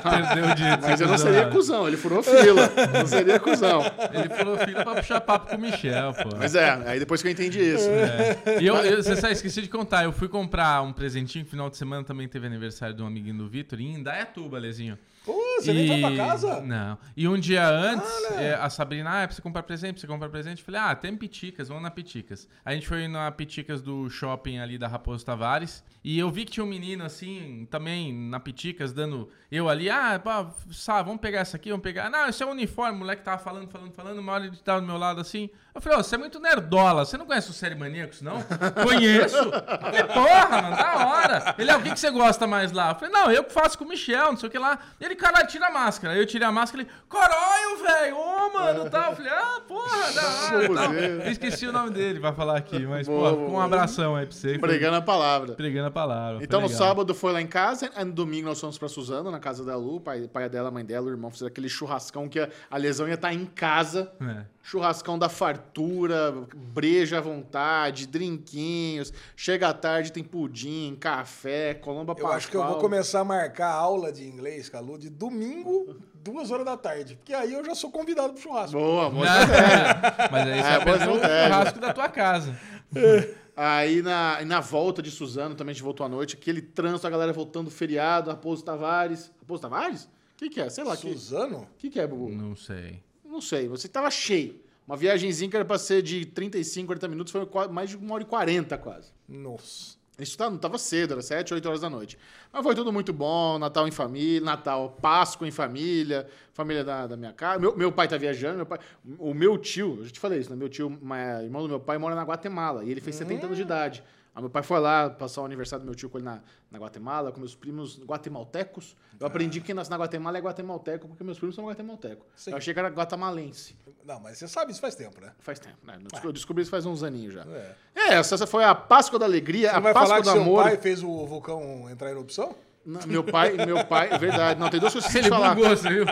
S4: Perdeu o direito. de
S1: Mas
S4: ser
S1: eu não
S4: cuzão,
S1: seria
S4: né?
S1: cuzão, ele furou fila. Não seria cuzão.
S4: Ele falou filho pra puxar papo com o Michel, pô.
S1: Mas é, aí depois que eu entendi isso.
S4: É. E eu, eu- você sabe, esqueci de contar. Eu fui comprar um presentinho. Final de semana também teve aniversário de um amiguinho do Vitor. E em Indaiatuba, Lezinho.
S2: Pô, você nem foi pra casa?
S4: Não. E um dia antes, é, a Sabrina, ah, é pra você comprar presente, pra você comprar presente. Eu falei, ah, tem Piticas, vamos na Piticas. A gente foi na Piticas do shopping ali da Raposo Tavares. E eu vi que tinha um menino assim, também na Piticas, dando. Eu ali, ah, pá, Sá, vamos pegar essa aqui, vamos pegar. Não, isso é um uniforme, o moleque tava falando, falando, falando. Uma hora ele tava do meu lado assim. Eu falei, ô, você é muito nerdola, você não conhece o Série Maníacos, não? Conheço. Eu falei, porra, mano, da hora. Ele, ah, o que, que você gosta mais lá? Eu falei, não, eu que faço com o Michel, não sei o que lá. Ele, caralho, tira a máscara. Aí eu tirei a máscara, ele, coróio, velho, ô, mano, tal. Eu falei, ah, porra, da hora. tal. Eu esqueci o nome dele pra falar aqui, mas,
S1: Boa,
S4: porra, um
S1: boa.
S4: abração aí pra você.
S1: Pregando a palavra.
S4: Pregando a palavra. foi
S1: Então no
S4: legal.
S1: sábado foi lá em casa, e no domingo nós fomos pra Suzano, na casa da Lu, pai, pai dela, mãe dela, o irmão fizeram aquele churrascão que a, a lesão ia estar em casa.
S4: É.
S1: Churrascão da fartura, breja à vontade, drinquinhos. Chega à tarde, tem pudim, café, colomba
S2: Eu acho que eu vou
S1: pascal.
S2: começar a marcar aula de inglês, Calu, de domingo, duas horas da tarde. Porque aí eu já sou convidado pro churrasco.
S1: Boa, boa.
S4: Mas aí você
S1: É,
S4: é,
S1: boas
S4: apenas o
S1: ideias.
S4: churrasco da tua casa.
S1: Aí na, e na volta de Suzano também a gente voltou à noite, aquele trânsito, a galera voltando do feriado, Raposo Tavares. Raposo Tavares? O que, que é? Sei lá. O que,
S2: Suzano?
S1: que, que é, Bubu?
S4: Não sei.
S1: Não sei, você tava cheio. Uma viagemzinha que era pra ser de 35, 40 minutos, foi qua- mais de uma hora e 40 quase.
S2: Nossa.
S1: Isso tá- não tava cedo, era 7, 8 horas da noite. Mas foi tudo muito bom, Natal em família, Natal, Páscoa em família, família da, da minha casa. Meu, meu pai tá viajando, meu pai, o meu tio, eu já te falei isso, né? Meu tio, ma- irmão do meu pai, mora na Guatemala e ele fez 70 anos de idade. Aí meu pai foi lá passar o aniversário do meu tio com ele na, na Guatemala, com meus primos guatemaltecos. Eu aprendi que quem nasce na Guatemala é guatemalteco, porque meus primos são guatemaltecos.
S2: Sim.
S1: Eu achei que era guatemalense.
S2: Não, mas você sabe isso faz tempo, né?
S1: Faz tempo, né? Eu descobri isso faz uns aninhos já.
S2: É.
S1: É, essa essa foi a Páscoa da Alegria,
S2: Você não
S1: a
S2: vai falar
S1: Páscoa
S2: que
S1: do
S2: seu
S1: Amor.
S2: pai fez o vulcão entrar em erupção?
S1: Não, meu pai, meu pai, é verdade. Não, tem duas coisas que eu
S4: Ele
S1: preciso falar.
S4: bugou, você viu?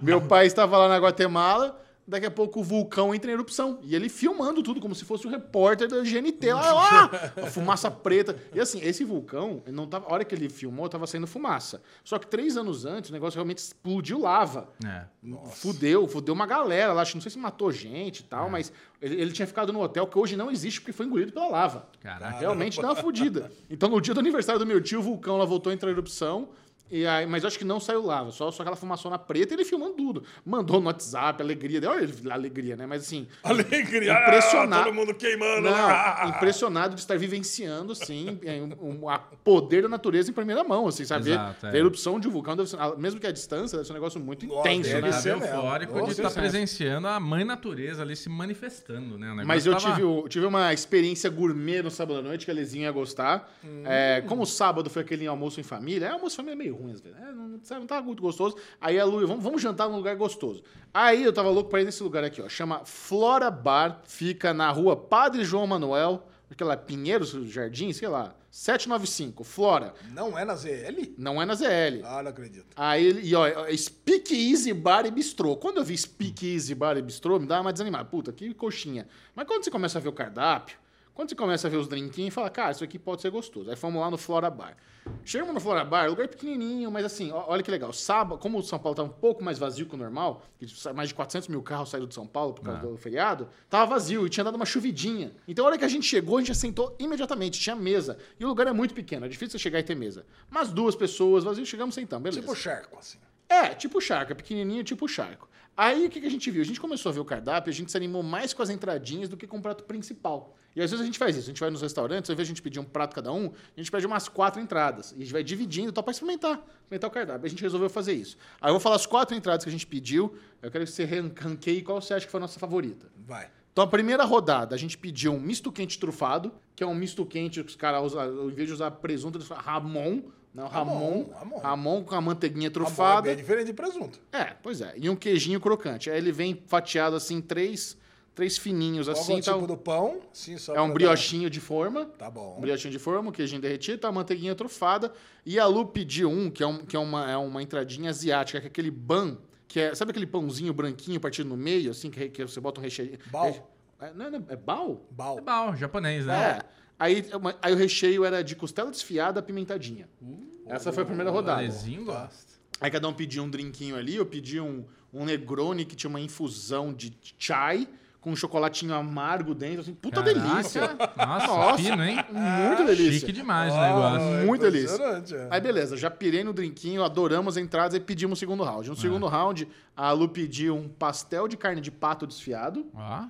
S1: Meu pai estava lá na Guatemala, daqui a pouco o vulcão entra em erupção. E ele filmando tudo, como se fosse o repórter da GNT lá, lá a fumaça preta. E assim, esse vulcão, ele não tava, a hora que ele filmou, tava saindo fumaça. Só que três anos antes, o negócio realmente explodiu lava.
S4: É.
S1: Fudeu, fudeu uma galera lá. acho- Não sei se matou gente e
S2: É.
S1: tal, mas ele, ele tinha ficado no hotel que hoje não existe porque foi engolido pela lava.
S4: Caraca.
S1: Realmente dá uma fudida. Então, no dia do aniversário do meu tio, o vulcão lá voltou a entrar em erupção. E aí, mas eu acho que não saiu lava, só, só aquela fumaçona preta e ele filmando tudo. Mandou no WhatsApp, alegria. dele. Olha ele, alegria, né? Mas assim,
S2: Alegria!
S1: Impressionado.
S2: Ah, Todo mundo queimando!
S1: não,
S2: Ah!
S1: impressionado de estar vivenciando, assim, é, um, um- a poder da natureza em primeira mão, assim, sabe?
S4: Exato, é.
S1: A erupção de um vulcão, deve ser- a- mesmo que a distância, deve ser um negócio muito
S2: Nossa,
S1: intenso,
S2: deve
S1: né?
S2: ser.
S4: Nada
S2: mesmo.
S4: eufórico de
S1: Nossa,
S4: estar
S1: isso é.
S4: presenciando a mãe natureza ali se manifestando, né? O negócio
S1: Mas eu
S4: tava-
S1: tive, o- tive uma experiência gourmet no sábado à noite que a Lezinha ia gostar. É, como o sábado foi aquele almoço em família, é almoço em família é meio ruim às vezes. né? não, sabe, não tava muito gostoso. Aí a Lu, vamos, vamos jantar num lugar gostoso. Aí eu tava louco pra ir nesse lugar aqui, ó. Chama Flora Bar, fica na rua Padre João Manuel, aquela Pinheiros Jardim, sei lá, 795, Flora.
S2: Não é na ZL?
S1: Não é na ZL.
S2: Ah, não acredito.
S1: Aí ele, e ó, Speak Easy Bar e Bistrô. Quando eu vi Speak Easy Bar e Bistrô, me dava uma desanimada. Puta, que coxinha. Mas quando você começa a ver o cardápio, quando você começa a ver os drinquinhos, fala, cara, isso aqui pode ser gostoso. Aí fomos lá no Flora Bar. Chegamos no Flora Bar, lugar pequenininho, mas assim, ó, olha que legal. Sábado, como o São Paulo tá um pouco mais vazio que o normal, que mais de 400 mil carros saíram de São Paulo por causa
S4: Ah.
S1: do feriado, tava vazio e tinha dado uma chuvidinha. Então, a hora que a gente chegou, a gente assentou imediatamente, tinha mesa. E o lugar é muito pequeno, é difícil você chegar e ter mesa. Mas duas pessoas, vazio, chegamos sentamos, beleza.
S2: Tipo charco, assim.
S1: É, tipo charco, é pequenininho, tipo charco. Aí o que, que a gente viu? A gente começou a ver o cardápio, a gente se animou mais com as entradinhas do que com o prato principal. E às vezes a gente faz isso, a gente vai nos restaurantes, ao invés de a gente pedir um prato cada um, a gente pede umas quatro entradas. E a gente vai dividindo e tal, pra experimentar, experimentar o cardápio. A gente resolveu fazer isso. Aí eu vou falar as quatro entradas que a gente pediu, eu quero que você ran- ranqueie qual você acha que foi a nossa favorita.
S2: Vai.
S1: Então, a primeira rodada, a gente pediu um misto quente trufado, que é um misto quente que os caras usam, ao invés de usar presunto, eles falam ramon, né? O
S2: Ramon,
S1: Ramon,
S2: ramon.
S1: ramon, com a manteiguinha
S2: Trufado. É
S1: trufada.
S2: bem diferente de presunto.
S1: É, pois é. E um queijinho crocante. Aí ele vem fatiado assim, três, três fininhos
S2: Qual
S1: assim.
S2: é o tipo
S1: Tá,
S2: do pão? Sim, só
S1: é um
S2: pra-
S1: briochinho de forma.
S2: Tá bom.
S1: Um briochinho de forma, um queijinho derretido, tá, a manteiguinha trufada. E a Lu pediu um, que é, um, que é, uma, é uma entradinha asiática, que é aquele ban, que é. Sabe aquele pãozinho branquinho partido no meio, assim, que, que você bota um recheio.
S2: Bal.
S1: É, não, não, é bal?
S2: Bal.
S4: É bom, japonês, né?
S1: É. Aí, aí o recheio era de costela desfiada apimentadinha.
S2: Hum.
S1: Essa foi a primeira rodada.
S4: Alezinho gosta.
S1: Aí cada um pedia um drinquinho ali, eu pedi um, um Negroni que tinha uma infusão de chai com um chocolatinho amargo dentro, assim, puta
S4: Caraca.
S1: delícia.
S4: Nossa, fino, hein?
S1: Muito delícia.
S4: Chique demais o
S2: Ah,
S4: um negócio.
S2: é
S1: Muito delícia.
S2: impressionante, é.
S1: Aí beleza, já pirei no drinquinho, adoramos as entradas e pedimos o segundo round. No
S4: É.
S1: segundo round, a Lu pediu um pastel de carne de pato desfiado.
S4: Ó,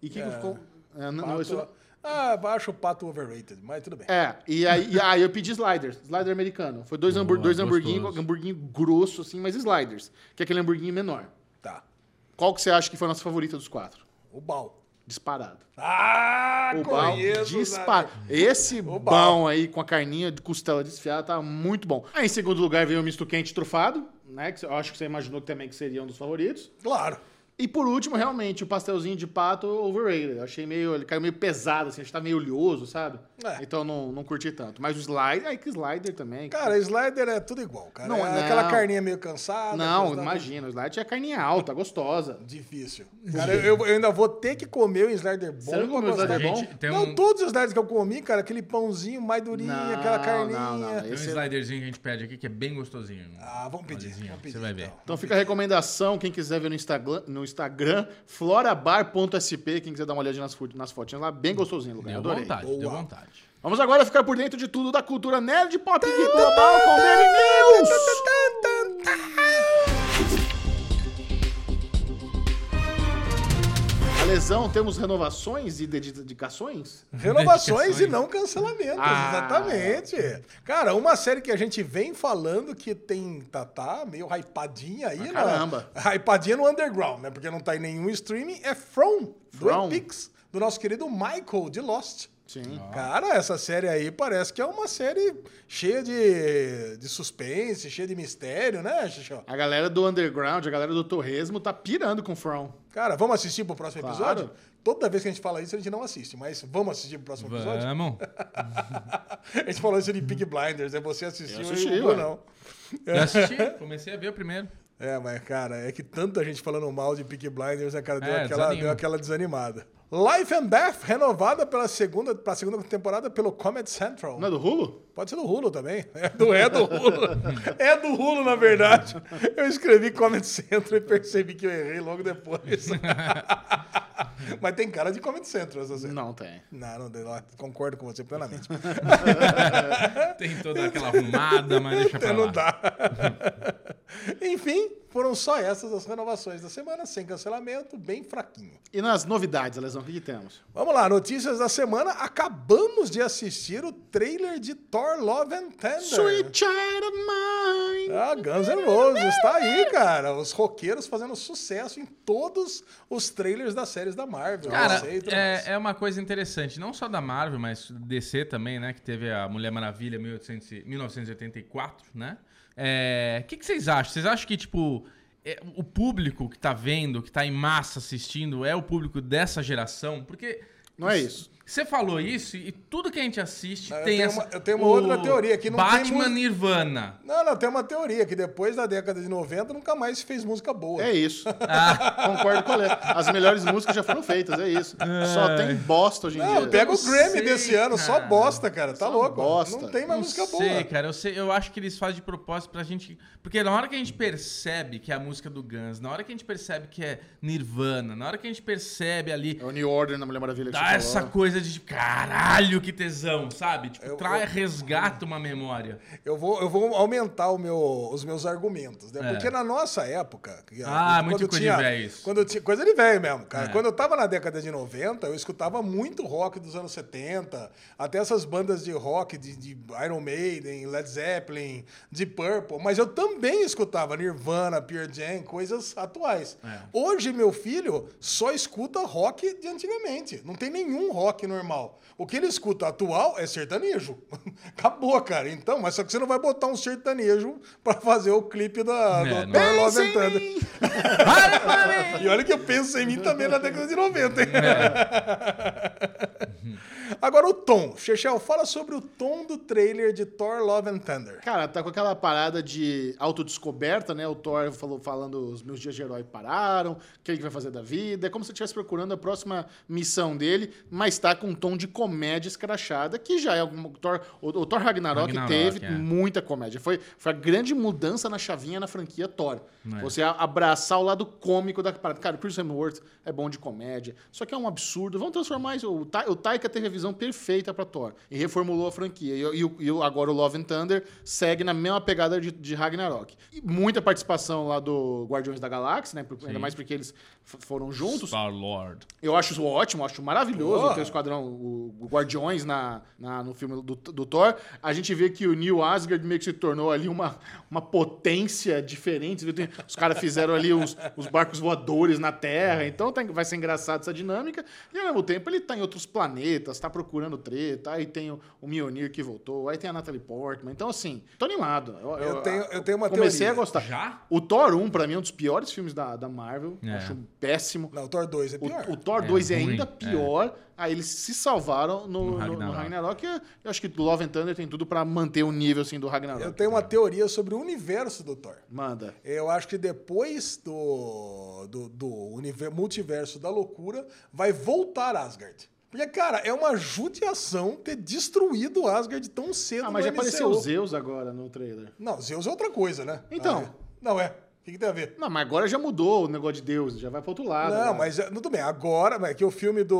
S1: E o que, que ficou? É, não,
S2: Pato-
S1: não, isso-
S2: Ah, eu acho o pato overrated, mas tudo bem.
S1: É, e aí, e aí eu pedi sliders, slider americano. Foi dois,
S4: Boa,
S1: hambur dois
S4: gostoso.
S1: hamburguinhos, hamburguinho grosso, assim, mas sliders, que é aquele hamburguinho menor.
S2: Tá.
S1: Qual que você acha que foi a nossa favorita dos quatro?
S2: O bal.
S1: Disparado.
S2: Ah,
S1: O bal
S2: conheço.
S1: dispara.
S2: sabe?
S1: Esse
S2: O bal.
S1: bão aí com a carninha de costela desfiada tá muito bom. Aí em segundo lugar veio o misto quente trufado, né? Que eu acho que você imaginou que também que seria um dos favoritos.
S2: Claro.
S1: E por último, realmente, o pastelzinho de pato overrated. Eu achei meio. Ele caiu meio pesado, assim, acho que tá meio oleoso, sabe?
S2: É.
S1: Então não, não curti tanto. Mas o slider. Aí que slider também.
S2: Cara, slider é tudo igual, cara.
S1: Não,
S2: é
S1: não.
S2: aquela carninha meio cansada.
S1: não,
S2: coisa da-
S1: imagina, o slider é carninha alta, gostosa.
S2: Difícil. Cara, eu, eu ainda vou ter que comer o slider bom.
S1: Você não
S2: pra
S1: comeu o
S2: gostar.
S1: slider
S4: Gente,
S1: É bom?
S4: tem
S2: não,
S4: um,
S2: todos os sliders que eu comi, cara, aquele pãozinho mais durinho,
S1: Não,
S2: aquela carninha.
S1: não, não,
S4: tem um
S1: esse- é-
S4: sliderzinho que a gente pede aqui que é bem gostosinho.
S2: Ah, vamos pedir.
S4: Olhazinho,
S2: vamos pedir,
S4: você vai ver.
S2: então.
S1: Então fica a recomendação, quem quiser ver no Instagram, no Instagram florabar.sp, quem quiser dar uma olhadinha nas, fo- nas fotinhas lá, bem gostosinho o lugar.
S4: Deu
S1: Adorei.
S4: vontade, deu
S2: Boa.
S4: vontade.
S1: Vamos agora ficar por dentro de tudo da cultura nerd pop geek global com Baby News. A lesão, temos renovações e dedicações?
S2: Renovações
S4: Dedicações.
S2: e não cancelamentos,
S1: Ah.
S2: exatamente. Cara, uma série que a gente vem falando que tem. Tá, tá meio hypadinha aí, né?
S1: Pra caramba.
S2: Hypadinha no underground, né? Porque não tá em nenhum streaming. É From, do
S1: From.
S2: Epix, do nosso querido Michael de Lost.
S1: Sim.
S2: Cara, essa série aí parece que é uma série cheia de, de suspense, cheia de mistério, né, Xixó?
S1: A galera do underground, a galera do torresmo tá pirando com From.
S2: Cara, vamos assistir pro próximo
S1: Claro.
S2: episódio? Toda vez que a gente fala isso, a gente não assiste, mas vamos assistir pro próximo episódio?
S4: Vamos.
S2: a gente falou isso de Peak Blinders, né? Você assistiu
S1: Eu assisti,
S2: e o Hugo
S1: ué.
S2: não.
S4: Eu assisti, comecei a ver o primeiro.
S2: É, mas, cara, é que tanta gente falando mal de Peak Blinders, né, cara? Deu,
S4: É,
S2: aquela,
S4: desanima.
S2: deu aquela desanimada. Life and Death, renovada pela segunda, pra segunda temporada pelo Comet Central.
S1: Não é do Hulu?
S2: Pode ser do Rulo também. É do, é do Rulo. É do Rulo, na verdade. Eu escrevi Comedy Central e percebi que eu errei logo depois. Mas tem cara de Comedy Central essa série.
S1: Não tem.
S2: Não, não, dei lá. concordo com você plenamente.
S4: Tem toda aquela arrumada, mas deixa pra
S2: Até
S4: lá.
S2: não dá. Enfim, foram só essas as renovações da semana, sem cancelamento, bem fraquinho.
S1: E nas novidades, Alesão, o que, que temos?
S2: Vamos lá, notícias da semana. Acabamos de assistir o trailer de Thor Love and Thunder.
S1: Sweet Child of Mine!
S2: Ah, Guns N' Roses tá aí, cara. Os roqueiros fazendo sucesso em todos os trailers das séries da Marvel.
S4: Cara,
S2: Eu sei, tudo mais.
S4: é, é uma coisa interessante, não só da Marvel, mas DC também, né? Que teve a Mulher Maravilha 1800 e- 1984, né? É, O que, que vocês acham? Vocês acham que, tipo, é, o público que tá vendo, que tá em massa assistindo, é o público dessa geração? Porque.
S1: Não é isso.
S4: Você falou isso e tudo que a gente assiste
S2: Ah, eu
S4: tem
S2: tenho
S4: essa.
S2: uma- eu tenho uma
S4: o
S2: outra teoria, que não tem
S4: Batman
S2: muito-
S4: Nirvana.
S2: Não, não, tem uma teoria que depois da década de 90 nunca mais se fez música boa.
S1: É isso. Concordo com o Alesão. As melhores músicas já foram feitas, é isso. Só tem bosta hoje em
S2: Não,
S1: dia.
S2: pega
S4: não
S2: o Grammy
S4: sei,
S2: desse ano, só
S4: cara.
S2: bosta, cara. Tá
S1: Só
S2: louco.
S1: bosta.
S2: Não tem mais
S4: não
S2: música
S4: sei,
S2: boa.
S4: cara. Eu, sei- eu acho que eles fazem de propósito pra gente. Porque na hora que a gente percebe que é a música do Guns, na hora que a gente percebe que é Nirvana, na hora que a gente percebe ali.
S1: É o New Order na Mulher Maravilha que
S4: Dá
S1: você
S4: essa
S1: falou.
S4: coisa de tipo, caralho, que tesão, sabe? Tipo,
S2: Eu-
S4: trai,
S2: eu-
S4: resgata uma memória.
S2: Eu vou, eu vou aumentar o meu- os meus argumentos, né?
S4: É.
S2: Porque na nossa época.
S4: Ah,
S2: quando
S4: muito coisa de velho isso.
S2: Quando eu tinha, coisa de velho mesmo, cara.
S4: É.
S2: Quando eu tava na década de 90, eu escutava muito rock dos anos 70, até essas bandas de rock de, de Iron Maiden, Led Zeppelin, Deep Purple, mas eu também escutava Nirvana, Pearl Jam, coisas atuais.
S4: É.
S2: Hoje, meu filho só escuta rock de antigamente. Não tem nenhum rock normal. O que ele escuta atual é sertanejo. Acabou, cara. Então, mas só que você não vai botar um sertanejo pra fazer o clipe da,
S4: É,
S2: do
S4: não.
S2: Thor Love
S1: Pensa
S2: and
S1: em
S2: Thunder.
S1: mim.
S2: E olha que eu penso em mim também na década de 90, hein? É. Agora o tom. Chechel, fala sobre o tom do trailer de Thor Love and Thunder.
S1: Cara, tá com aquela parada de autodescoberta, né? O Thor falou, falando os meus dias de herói pararam, o que ele vai fazer da vida. É como se ele estivesse procurando a próxima missão dele, mas tá com um tom de comédia escrachada, que já é algum. O Thor, o, o Thor Ragnarok,
S4: Ragnarok,
S1: teve
S4: é.
S1: muita comédia. Foi, foi a grande mudança na chavinha na franquia Thor.
S4: É.
S1: Você a- abraçar o lado cômico da parada. Cara, o Chris Hemsworth é bom de comédia, só que é um absurdo. Vamos transformar isso. O, Ta- o Taika teve a visão perfeita pra Thor e reformulou a franquia. E, o- e o- e o- agora o Love and Thunder segue na mesma pegada de, de Ragnarok. E muita participação lá do Guardiões da Galáxia, né? Por- ainda mais porque eles f- foram juntos.
S4: Star Lord.
S1: Eu acho isso ótimo, acho maravilhoso
S2: Boa.
S1: ter o esquadrão, o, o Guardiões na, na- no filme do, do Thor. A gente vê que o Neil Asgard meio que se tornou ali uma, uma potência diferente. viu? Tem- Os caras fizeram ali os, os barcos voadores na
S2: É.
S1: Terra, então tem- vai ser engraçado essa dinâmica. E ao mesmo tempo ele tá em outros planetas, tá procurando treta, aí tem o, o Mjolnir que voltou, aí tem a Natalie Portman. Então, assim, tô animado. Eu,
S2: Eu tenho- eu tenho uma
S1: comecei
S2: teoria.
S1: a gostar.
S4: Já?
S1: O Thor 1, pra mim, é um dos piores filmes da, da Marvel.
S4: É.
S1: Acho um péssimo.
S2: Não, o Thor 2 é pior.
S1: O, o Thor
S4: É,
S1: 2 é
S4: ruim,
S1: ainda
S4: é.
S1: pior. Aí eles se salvaram no,
S4: No
S1: no- no Ragnarok.
S4: Ragnarok.
S1: Eu, eu acho que do Love and Thunder tem tudo pra manter o nível assim do Ragnarok.
S2: Eu tenho uma teoria sobre o universo do Thor.
S1: Manda.
S2: Eu acho que depois do, do, do univer- multiverso da loucura, vai voltar Asgard. Porque, cara, é uma judiação ter destruído Asgard tão cedo
S1: Ah, mas
S2: no
S1: já apareceu
S2: MCU.
S1: o Zeus agora no trailer.
S2: Não, Zeus é outra coisa, né?
S1: Então.
S2: Ah, é. Não é. O que, que tem a ver?
S1: Não, mas agora já mudou o negócio de Deus, já vai pro outro lado.
S2: Não,
S1: né?
S2: mas é- não, tudo bem. Agora, mas é que o filme do.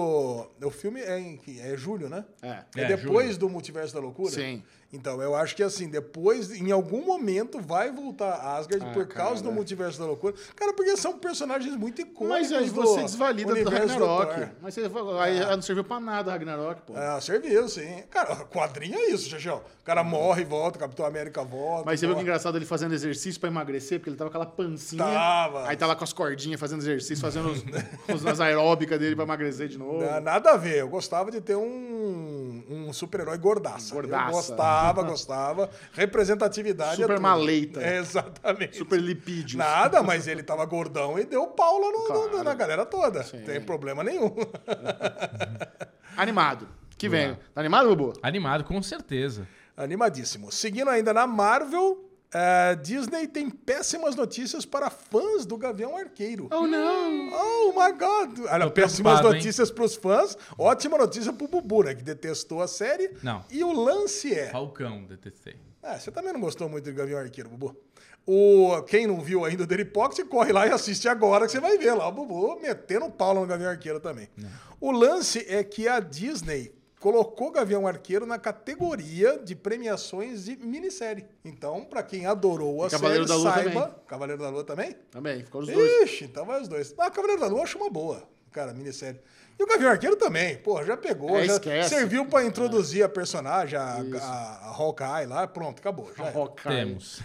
S2: O filme é em que- é julho, né?
S1: É.
S2: É,
S4: É,
S2: depois
S4: julho.
S2: do Multiverso da Loucura?
S1: Sim.
S2: Então, eu acho que assim, depois, em algum momento, vai voltar Asgard
S1: Ah,
S2: por causa
S1: cara.
S2: do Multiverso da Loucura. Cara, porque são personagens muito icônicos.
S1: Mas aí
S2: do
S1: você desvalida do
S2: universo
S1: Ragnarok.
S2: Thor. É.
S1: mas você, aí não serviu pra nada o Ragnarok, pô.
S2: Ah, serviu, sim. Cara, quadrinho é isso, Xaxão. O cara morre e volta, Capitão América volta.
S1: Uhum. Mas você viu que
S2: morre.
S1: engraçado ele fazendo exercício pra emagrecer, porque ele tava com aquela pancinha.
S2: Tava.
S1: Aí tava com as cordinhas fazendo exercício, fazendo os, os- as aeróbicas dele pra emagrecer de novo.
S2: Na- Nada a ver. Eu gostava de ter um um super-herói gordaça.
S1: Gordaça.
S2: Eu gostava, gostava. Representatividade
S1: Super
S2: é tudo.
S1: maleita.
S2: É, exatamente.
S1: Super lipídios.
S2: Nada, mas ele tava gordão e deu pau lá no- no-
S1: Claro.
S2: na galera toda. Não tem problema nenhum.
S1: Animado. Que vem. Tá animado, Bubu?
S4: Animado, com certeza.
S2: Animadíssimo. Seguindo ainda na Marvel, a Disney tem péssimas notícias para fãs do Gavião Arqueiro.
S1: Oh, não.
S2: Oh my god! Olha,
S4: Tô
S2: péssimas
S4: preocupado, hein?
S2: notícias pros fãs, ótima notícia pro Bubu, né? Que detestou a série.
S4: Não.
S2: E o lance é.
S4: Falcão, detestei.
S2: Ah, você também não gostou muito do Gavião Arqueiro, Bubu. O, quem não viu ainda o Deripox, corre lá e assiste agora que você vai ver lá o Bubu metendo o pau lá no Gavião Arqueiro também.
S1: É.
S2: O lance é que a Disney colocou o Gavião Arqueiro na categoria de premiações de minissérie. Então, pra quem adorou a
S1: E Cavaleiro
S2: série,
S1: da Lua
S2: saiba...
S1: também.
S2: Cavaleiro da Lua também?
S1: Também, ficou os dois.
S2: Ixi, então vai os dois. Ah, Cavaleiro da Lua eu acho uma boa, cara, minissérie. E o Gavião Arqueiro também, porra, já pegou,
S1: É,
S2: já
S1: esquece.
S2: serviu pra introduzir a personagem, a, a, a Hawkeye lá, pronto, acabou. Já era.
S1: Hawkeye.
S4: Temos.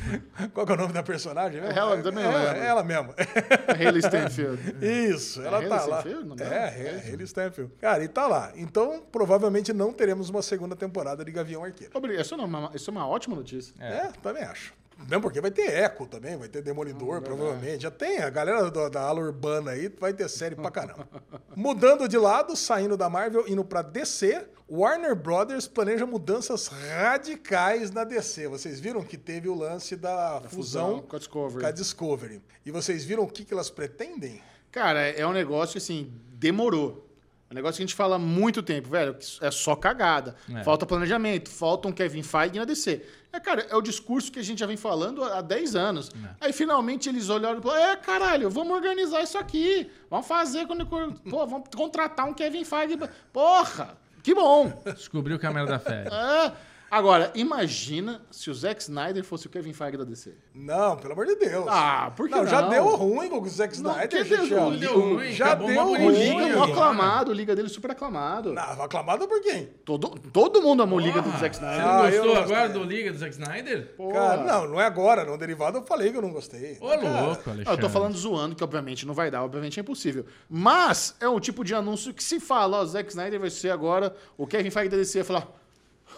S2: Qual que é o nome da personagem mesmo?
S1: Ela também
S2: é,
S1: não lembra.
S2: é ela mesmo.
S1: Haley Stenfield.
S2: Isso, ela
S1: Haley
S2: tá lá.
S1: Steinfeld, não é?
S2: É, é, ele Stanfield. Cara, e tá lá. Então, provavelmente não teremos uma segunda temporada de Gavião Arqueiro.
S1: Obrigado. Isso é uma, isso é uma ótima notícia.
S2: É, também acho. Mesmo porque vai ter Echo também, vai ter
S1: Hum, é
S2: Demolidor, provavelmente. Já tem, a galera do- da ala urbana aí vai ter série pra caramba. Mudando de lado, saindo da Marvel, indo pra DC, Warner Brothers planeja mudanças radicais na DC. Vocês viram que teve o lance da, É, fusão,
S1: com a Discovery.
S2: com a Discovery. E vocês viram o que, que elas pretendem?
S1: Cara, é um negócio que, assim, demorou. É um negócio que a gente fala há muito tempo, velho. que É só cagada.
S4: É.
S1: Falta planejamento, falta um Kevin Feige na DC. É, cara, é o discurso que a gente já vem falando há há 10 anos.
S2: É.
S1: Aí finalmente eles olharam e falaram: é, caralho, vamos organizar isso aqui. Vamos fazer quando. Pô, vamos contratar um Kevin Feige. Porra! Que bom!
S4: Descobriu o Câmera da Fé.
S1: É. Agora, imagina se o Zack Snyder fosse o Kevin Feige da DC.
S2: Não, pelo amor de Deus.
S1: Ah, por que
S2: não, já
S1: não?
S2: deu ruim com o Zack
S1: Não, que
S2: Snyder, gente,
S1: deu
S2: ó.
S1: ruim,
S4: deu ruim,
S2: Já
S4: acabou
S2: deu
S4: mó
S1: O
S4: Liga,
S1: Liga
S2: ruim.
S1: mó
S4: Liga.
S1: aclamado, o Liga dele super aclamado.
S2: Não, aclamado por quem?
S1: Todo, todo mundo amou Liga do Zack
S4: Você
S1: Snyder.
S4: não
S2: Ah, eu
S4: gostou
S2: não
S4: agora
S2: gostei.
S4: do Liga do Zack Snyder? Ô,
S2: Cara, não, não é agora. No derivado eu falei que eu não gostei.
S4: louco, Alexandre.
S1: Ah, Eu tô falando zoando, que obviamente não vai dar, obviamente é impossível. Mas é um tipo de anúncio que se fala, ó, Zack Snyder vai ser agora, o Kevin Feige da DC vai falar,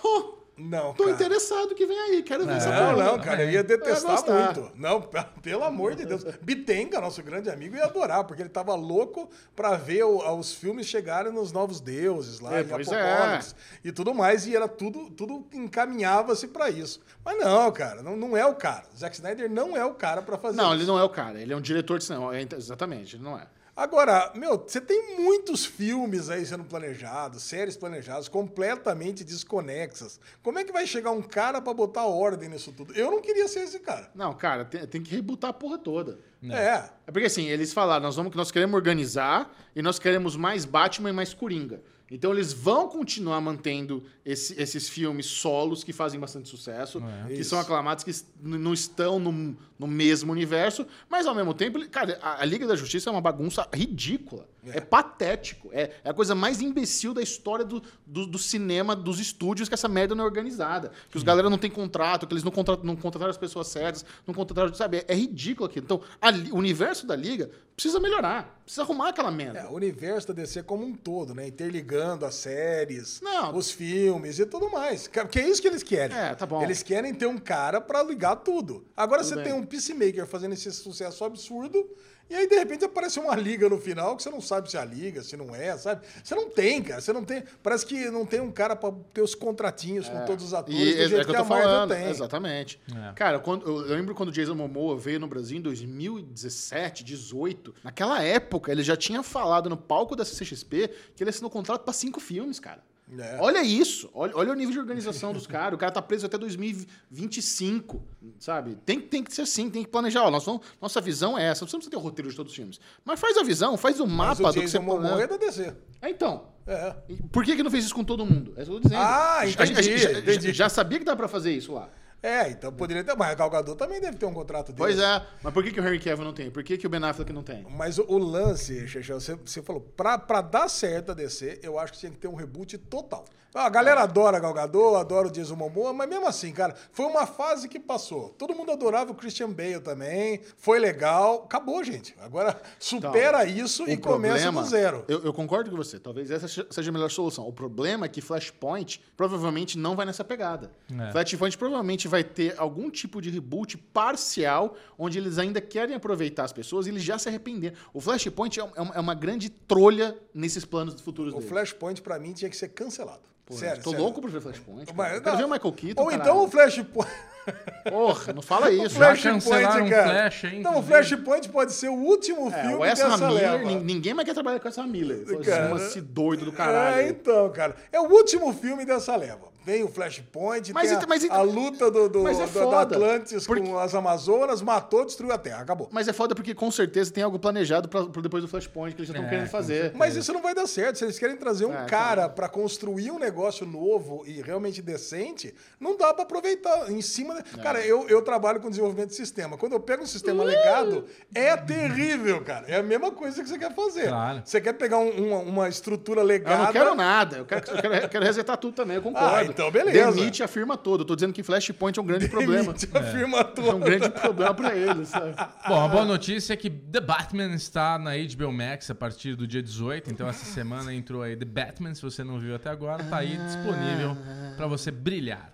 S1: "Oh,
S2: Não,
S1: tô
S2: cara.
S1: interessado que vem aí, quero ver essa
S2: Não,
S1: porra.
S2: não, cara, eu ia
S1: Eu ia
S2: detestar
S1: gostar.
S2: muito. Não, pe- pelo amor de Deus. Bitenga, nosso grande amigo, ia adorar, porque ele tava louco pra ver o- os filmes chegarem nos Novos Deuses lá,
S1: É,
S2: em
S1: pois
S2: Apocalipse e tudo mais, e era tudo, tudo encaminhava-se pra isso. Mas não, cara, não, não é o cara. Zack Snyder não é o cara pra fazer
S1: Não,
S2: isso.
S1: ele não é o cara, ele é um diretor de cinema, é, exatamente, ele não é.
S2: Agora, meu, você tem muitos filmes aí sendo planejados, séries planejadas, completamente desconexas. Como é que vai chegar um cara pra botar ordem nisso tudo? Eu não queria ser esse cara.
S1: Não, cara, tem, tem que rebutar a porra toda.
S2: É.
S1: É porque assim, eles falaram, nós vamos que nós queremos organizar e nós queremos mais Batman e mais Coringa. Então eles vão continuar mantendo esse- esses filmes solos que fazem bastante sucesso, que
S2: Isso.
S1: são aclamados, que s- n- não estão no, no mesmo universo, mas ao mesmo tempo, ele- cara, a, a Liga da Justiça é uma bagunça ridícula. É, patético. É, é a coisa mais imbecil da história do, do, do cinema, dos estúdios, que essa merda não é organizada. Que os galera não tem contrato, que eles não, contra, não contrataram as pessoas certas, não contrataram, sabe? É, é ridículo aquilo. Então, a li- o universo da Liga precisa melhorar. Precisa arrumar aquela merda.
S2: É, o universo da DC como um todo, né? Interligando as séries,
S1: Não.
S2: os filmes e tudo mais. Ca- Porque é isso que eles querem.
S1: É, tá bom.
S2: Eles querem ter um cara pra ligar tudo. Agora você
S1: bem.
S2: tem um Peacemaker fazendo esse sucesso absurdo, e aí de repente aparece uma liga no final que você não sabe se é a liga, se não é, sabe? Você não tem, cara. Você não tem. Parece que não tem um cara pra ter os contratinhos com todos os
S1: E
S2: atores do jeito
S1: é, é que eu tô
S2: a Marvel
S1: falando.
S2: tem.
S1: Exatamente.
S4: É.
S1: Cara, quando, eu lembro quando o Jason Momoa veio no Brasil em 2017, 18. Naquela época, ele já tinha falado no palco da CCXP que ele assinou contrato pra cinco filmes, cara.
S2: É.
S1: Olha isso, olha, olha o nível de organização dos caras. O cara tá preso até 2025, sabe? Tem, tem que ser assim, tem que planejar. Ó, nós vamos- nossa visão é essa. Você não precisa ter o roteiro de todos os filmes. Mas faz a visão, faz o
S2: Mas
S1: mapa
S2: o
S1: do que você tá
S2: Jason Momoa
S1: planeja.
S2: é da DC.
S1: É, então,
S2: É.
S1: e Por que, que não fez isso com todo mundo? É isso que eu tô dizendo.
S2: Ah,
S1: A gente- a gente
S2: entendi,
S1: já-
S2: entendi.
S1: Já, já sabia que dá pra fazer isso lá.
S2: É, então poderia ter. Mas a Gal Gadot também deve ter um contrato dele.
S1: Pois é, mas por que, que o Henry Cavill não tem? Por que, que o Ben Affleck não tem?
S2: Mas o, o lance, Xexel, você, você falou, pra, pra dar certo a DC, eu acho que tinha que ter um reboot total. Ah, A
S1: É.
S2: galera adora a Gal Gadot, adora o Jason Momoa, mas mesmo assim, cara, foi uma fase que passou. Todo mundo adorava o Christian Bale também, foi legal, acabou, gente. Agora supera isso e
S1: Então, O é
S2: começa do zero.
S1: Eu, eu concordo com você. Talvez essa seja a melhor solução. O problema é que Flashpoint provavelmente não vai nessa pegada.
S4: É.
S1: Flashpoint provavelmente vai ter algum tipo de reboot parcial, onde eles ainda querem aproveitar as pessoas e eles já se arrependeram. O Flashpoint é, um- é uma- é uma grande trolha nesses planos futuros
S2: O
S1: dele.
S2: Flashpoint, pra mim, tinha que ser cancelado.
S1: Pô,
S2: sério,
S1: tô
S2: sério.
S1: louco por ver Flashpoint.
S2: Mas-
S1: Mas, eu quero
S2: não.
S1: ver o Michael Keaton,
S2: Ou então
S1: caralho.
S2: o Flashpoint.
S1: Porra, não fala isso.
S4: Flash-
S1: Já-
S4: cancelaram o Flash, hein,
S2: Então o
S4: inclusive.
S2: Flashpoint pode ser o último
S1: É,
S2: filme
S1: o Ezra
S2: dessa
S1: Miller,
S2: leva.
S1: nin- ninguém mais quer trabalhar com essa Miller. Pô,
S2: Cara.
S1: esse doido do caralho.
S2: É, então, cara. É o último filme dessa leva. Tem o Flashpoint,
S1: Mas
S2: tem
S1: então-
S2: a,
S1: mas então-
S2: a luta do, do,
S1: mas é
S2: do- da
S1: foda,
S2: Atlantis
S1: porque-
S2: com as Amazonas, matou, destruiu a Terra, acabou.
S1: Mas é foda porque com certeza tem algo planejado pra, pra depois do Flashpoint que eles já estão
S4: É,
S1: querendo
S4: com
S1: fazer.
S2: Mas isso não vai dar certo. Se eles querem trazer um
S1: É,
S2: cara pra construir um negócio novo e realmente decente, não dá pra aproveitar em cima. da-
S1: É.
S2: Cara, eu, eu trabalho com desenvolvimento de sistema. Quando eu pego um sistema legado, é
S1: Uh!
S2: terrível, cara. É a mesma coisa que você quer fazer.
S4: Claro.
S2: Você quer pegar um- uma, uma estrutura
S1: Eu
S2: legada.
S1: não quero nada, eu quero, eu quero, eu quero resetar tudo também, eu concordo.
S2: Ah, então beleza.
S1: Demite afirma todo. Eu tô dizendo que Flashpoint é um grande problema.
S2: Demite a firma
S1: É um
S2: toda.
S1: grande problema pra eles, sabe?
S4: Bom, a
S2: Ah.
S4: boa notícia é que The Batman está na HBO Max a partir do dia 18, então essa semana entrou aí The Batman, se você não viu até agora, tá aí disponível pra você brilhar.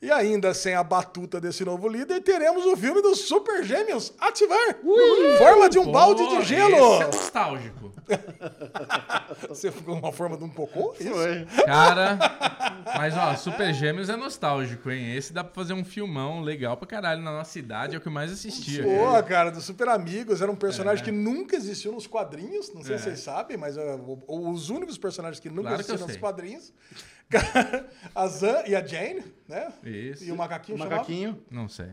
S2: E ainda sem a batuta desse novo líder, teremos o filme dos Super Gêmeos Ativar. Forma de um balde
S4: Porra,
S2: de gelo.
S4: esse é nostálgico.
S2: Você ficou uma forma de um cocô? Isso.
S1: Foi.
S4: Cara, mas ó, Super Gêmeos é nostálgico, hein? Esse dá pra fazer um filmão legal pra caralho na nossa idade, é o que eu mais assistia.
S2: Pô, cara, dos Super Amigos. Era um
S4: É.
S2: personagem que nunca existiu nos quadrinhos. Não sei se vocês sabem, mas é, o- o- os únicos personagens que nunca
S4: Claro que
S2: existiram
S4: eu
S2: nos
S4: sei.
S2: quadrinhos. Cara, a Zan e a Jane, né?
S4: Isso.
S2: E o macaquinho chamava?
S1: Macaquinho,
S4: Não sei.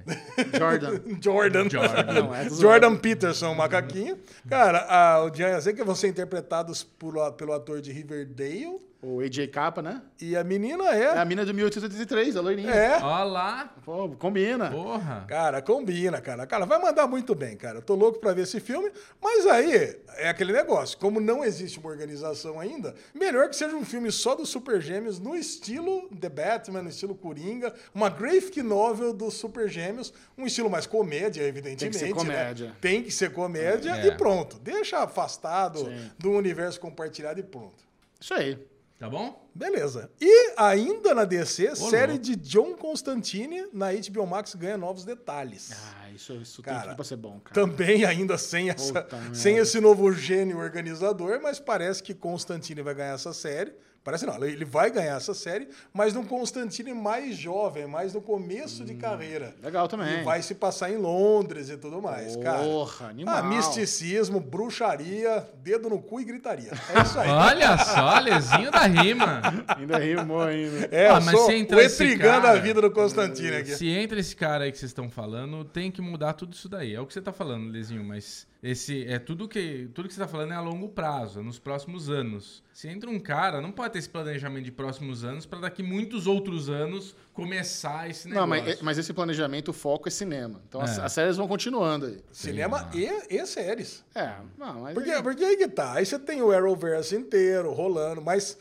S1: Jordan.
S2: Jordan.
S4: Jordan.
S1: Não, é zoado.
S2: Jordan Peterson, o macaquinho. Cara, a, o Jane e a Zan que vão ser interpretados por- pelo ator de Riverdale.
S1: O AJ Capa, né?
S2: E a menina
S1: É
S2: é.
S1: a mina do 1883, a loirinha.
S2: É.
S4: Ó lá,
S1: Pô, combina.
S4: porra.
S2: Cara, combina, cara. Cara, vai mandar muito bem, cara. Eu Tô louco pra ver esse filme. Mas aí, é aquele negócio. Como não existe uma organização ainda, melhor que seja um filme só dos Super Gêmeos, no estilo The Batman, no estilo Coringa. Uma graphic novel dos Super Gêmeos. Um estilo mais comédia, evidentemente. né?
S1: comédia.
S2: Tem que ser comédia
S4: É.
S2: e pronto. Deixa afastado do universo compartilhado e pronto.
S1: Isso aí.
S4: Tá bom?
S2: Beleza. E ainda na DC, série
S4: louco.
S2: de John Constantine na HBO Max ganha novos detalhes.
S1: Ah, isso, isso
S2: Cara,
S1: tem tudo pra ser bom, cara.
S2: Também ainda sem, essa-
S1: Puta merda.
S2: sem esse novo gênio organizador, mas parece que Constantine vai ganhar essa série. Parece não, ele vai ganhar essa série, mas num Constantine mais jovem, mais no começo
S1: Hum,
S2: de carreira.
S1: Legal também.
S2: E vai se passar em Londres e tudo mais, cara.
S1: Porra, animal.
S2: Ah, misticismo, bruxaria, dedo no cu e gritaria. É isso aí.
S4: Olha só, lesinho da rima.
S1: Ainda rimou ainda.
S2: É,
S4: Ah,
S2: eu
S4: mas
S2: sou
S4: se entrar
S2: o
S4: esse
S2: etrigando
S4: cara-
S2: a vida do Constantine aqui.
S4: Se entra esse cara aí que vocês estão falando, tem que mudar tudo isso daí. É o que você tá falando, Lezinho, mas esse é tudo que tudo que você tá falando é a longo prazo, é nos próximos anos. Se entra um cara, não pode ter esse planejamento de próximos anos pra daqui muitos outros anos começar esse
S1: Não,
S4: negócio.
S1: mas, mas esse planejamento, o foco é cinema. Então as,
S4: É.
S1: as séries vão continuando aí.
S2: Cinema e, e séries.
S1: É, não, mas.
S2: Porque, porque aí que tá. Aí você tem o Arrowverse inteiro rolando, mas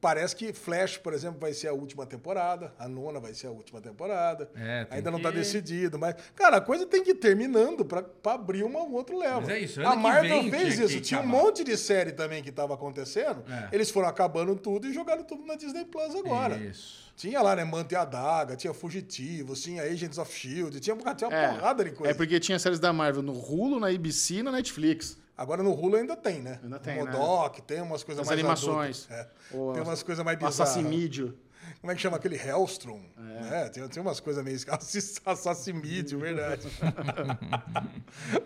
S2: parece que Flash, por exemplo, vai ser a última temporada. A nona vai ser a última temporada.
S4: É, tem
S2: Ainda não tá
S4: que-
S2: decidido, mas... Cara, a coisa tem que ir terminando pra, pra abrir uma ou outro level.
S4: Mas é isso, ano
S2: A
S4: que
S2: Marvel
S4: vem
S2: fez
S4: tinha
S2: isso.
S4: que
S2: Tinha um
S4: acabar.
S2: monte de série também que tava acontecendo.
S4: É.
S2: Eles foram acabando tudo e jogaram tudo na Disney Plus agora.
S4: Isso.
S2: Tinha lá, né, Manta e a Daga, tinha Fugitivos, tinha Agents of S.H.I.E.L.D., tinha, tinha uma porrada de coisa.
S1: É porque tinha séries da Marvel no Hulu, na ABC e na Netflix.
S2: Agora no Hulu ainda tem, né?
S1: Ainda tem,
S2: O Modok, tem umas coisas
S1: As
S2: mais
S1: animações.
S2: adultas. É.
S1: O
S2: Tem umas coisas mais bizarras.
S1: Assassinídio.
S2: Como é que chama aquele Hellstrom?
S1: É.
S2: né? Tem, tem umas coisas meio assass- assassinídeo, verdade.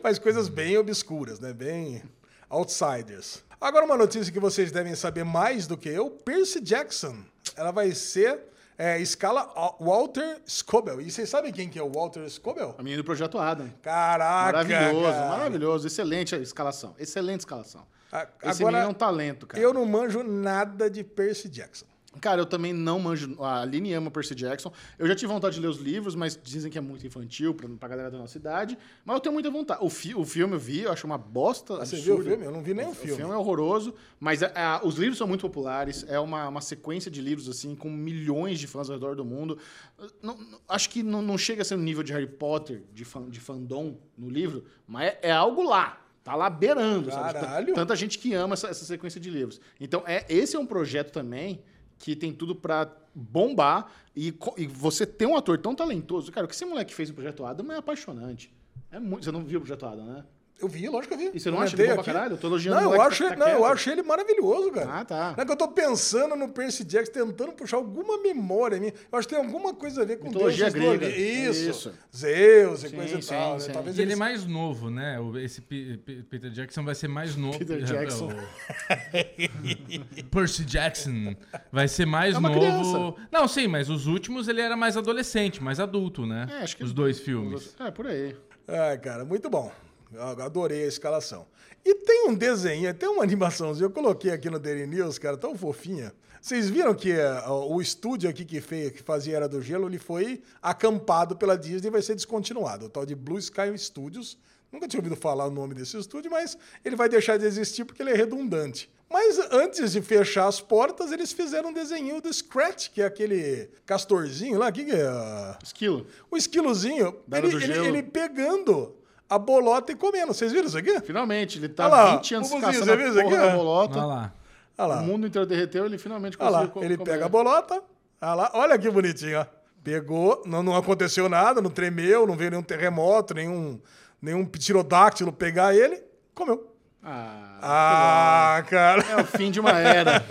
S2: Mas coisas bem obscuras, né? Bem outsiders. Agora uma notícia que vocês devem saber mais do que eu. Percy Jackson. Ela vai ser é, escala Wa- Walter Scobell. E vocês sabem quem que é o Walter Scobell?
S1: A menina do Projeto Adam.
S2: Caraca!
S1: Maravilhoso,
S2: cara.
S1: maravilhoso. Excelente a escalação. Excelente escalação.
S2: A-
S1: Esse é um
S2: agora-
S1: menino é um talento, cara.
S2: Eu não manjo nada de Percy Jackson.
S1: Cara, eu também não manjo. A Aline ama Percy Jackson. Eu já tive vontade de ler os livros, mas dizem que é muito infantil pra, pra galera da nossa idade. Mas eu tenho muita vontade. O, fi- o filme eu vi, eu acho uma bosta.
S2: Ah, Você
S1: absurda.
S2: viu o filme? Eu não vi nem o
S1: O filme
S2: filme.
S1: é horroroso, mas a- a- os livros são muito populares. É uma, uma sequência de livros, assim, com milhões de fãs ao redor do mundo. Não- não- acho que não, não chega a ser um nível de Harry Potter, de, fan- de fandom no livro, mas é, é algo lá. Tá lá beirando, sabe?
S2: Caralho.
S1: Tan- Tanta gente que ama essa, essa sequência de livros. Então, é, esse é um projeto também que tem tudo pra bombar. E, co- e você ter um ator tão talentoso. Cara, o que esse moleque fez no Projeto Adam é apaixonante. É muito, você não viu o Projeto Adam, né?
S2: Eu vi, lógico que eu vi.
S1: E você não
S2: Eu
S1: acha ele bom
S2: entrei
S1: pra
S2: aqui.
S1: caralho? Eu tô elogiando
S2: Não,
S1: o
S2: eu
S1: moleque
S2: acho,
S1: que tá
S2: não, eu
S1: quieto.
S2: acho ele maravilhoso, cara.
S1: Ah, tá.
S2: Não é que eu tô pensando no Percy Jackson, tentando puxar alguma memória em mim. Eu acho que tem alguma coisa a ver com
S1: Mitologia
S2: deuses do
S1: grega.
S2: Olimpo. Isso.
S1: Isso.
S2: Zeus e
S1: Sim,
S2: coisa e
S1: sim,
S2: tal.
S1: sim.
S2: Né? Talvez
S4: E ele é
S2: eles-
S4: mais novo, né? O- Esse P- P- Peter Jackson vai ser mais novo. É,
S1: Peter Jackson.
S4: O- Percy Jackson vai ser mais
S1: É uma
S4: novo.
S1: criança.
S4: Não, sim, mas os últimos ele era mais adolescente, mais adulto, né?
S1: É, acho que-
S4: Os dois filmes.
S1: É, por aí.
S2: Ai, cara, muito bom. Eu adorei a escalação. E tem um desenho, tem uma animaçãozinha, eu coloquei aqui no Daily News, cara, tão fofinha. Vocês viram que eh, o estúdio aqui que, fez, que fazia Era do Gelo, ele foi acampado pela Disney e vai ser descontinuado. O tal de Blue Sky Studios. Nunca tinha ouvido falar o nome desse estúdio, mas ele vai deixar de existir porque ele é redundante. Mas antes de fechar as portas, eles fizeram um desenho do Scratch, que é aquele castorzinho lá. que, que é? ah,
S1: Esquilo.
S2: o esquilozinho,
S1: Da Era
S2: ele,
S1: do
S2: ele-
S1: Gelo.
S2: ele pegando a bolota e comendo. Vocês viram isso aqui?
S1: Finalmente, ele tá
S2: Olha lá,
S1: 20 anos
S2: o Buzinho,
S1: caçando
S2: você viu
S1: a
S2: isso
S1: porra
S2: aqui,
S1: da
S2: ó?
S1: bolota.
S4: Olha lá.
S2: Olha lá.
S1: O mundo inteiro derreteu, ele finalmente
S2: Olha
S1: conseguiu
S2: lá.
S1: co-
S2: Ele
S1: comer.
S2: pega a bolota. Olha lá. Olha que bonitinho, ó. Pegou, não, não aconteceu nada, não tremeu, não veio nenhum terremoto, nenhum, nenhum pterodáctilo pegar ele. Comeu.
S1: Ah,
S2: Ah,
S1: é
S2: cara.
S1: o fim de uma era.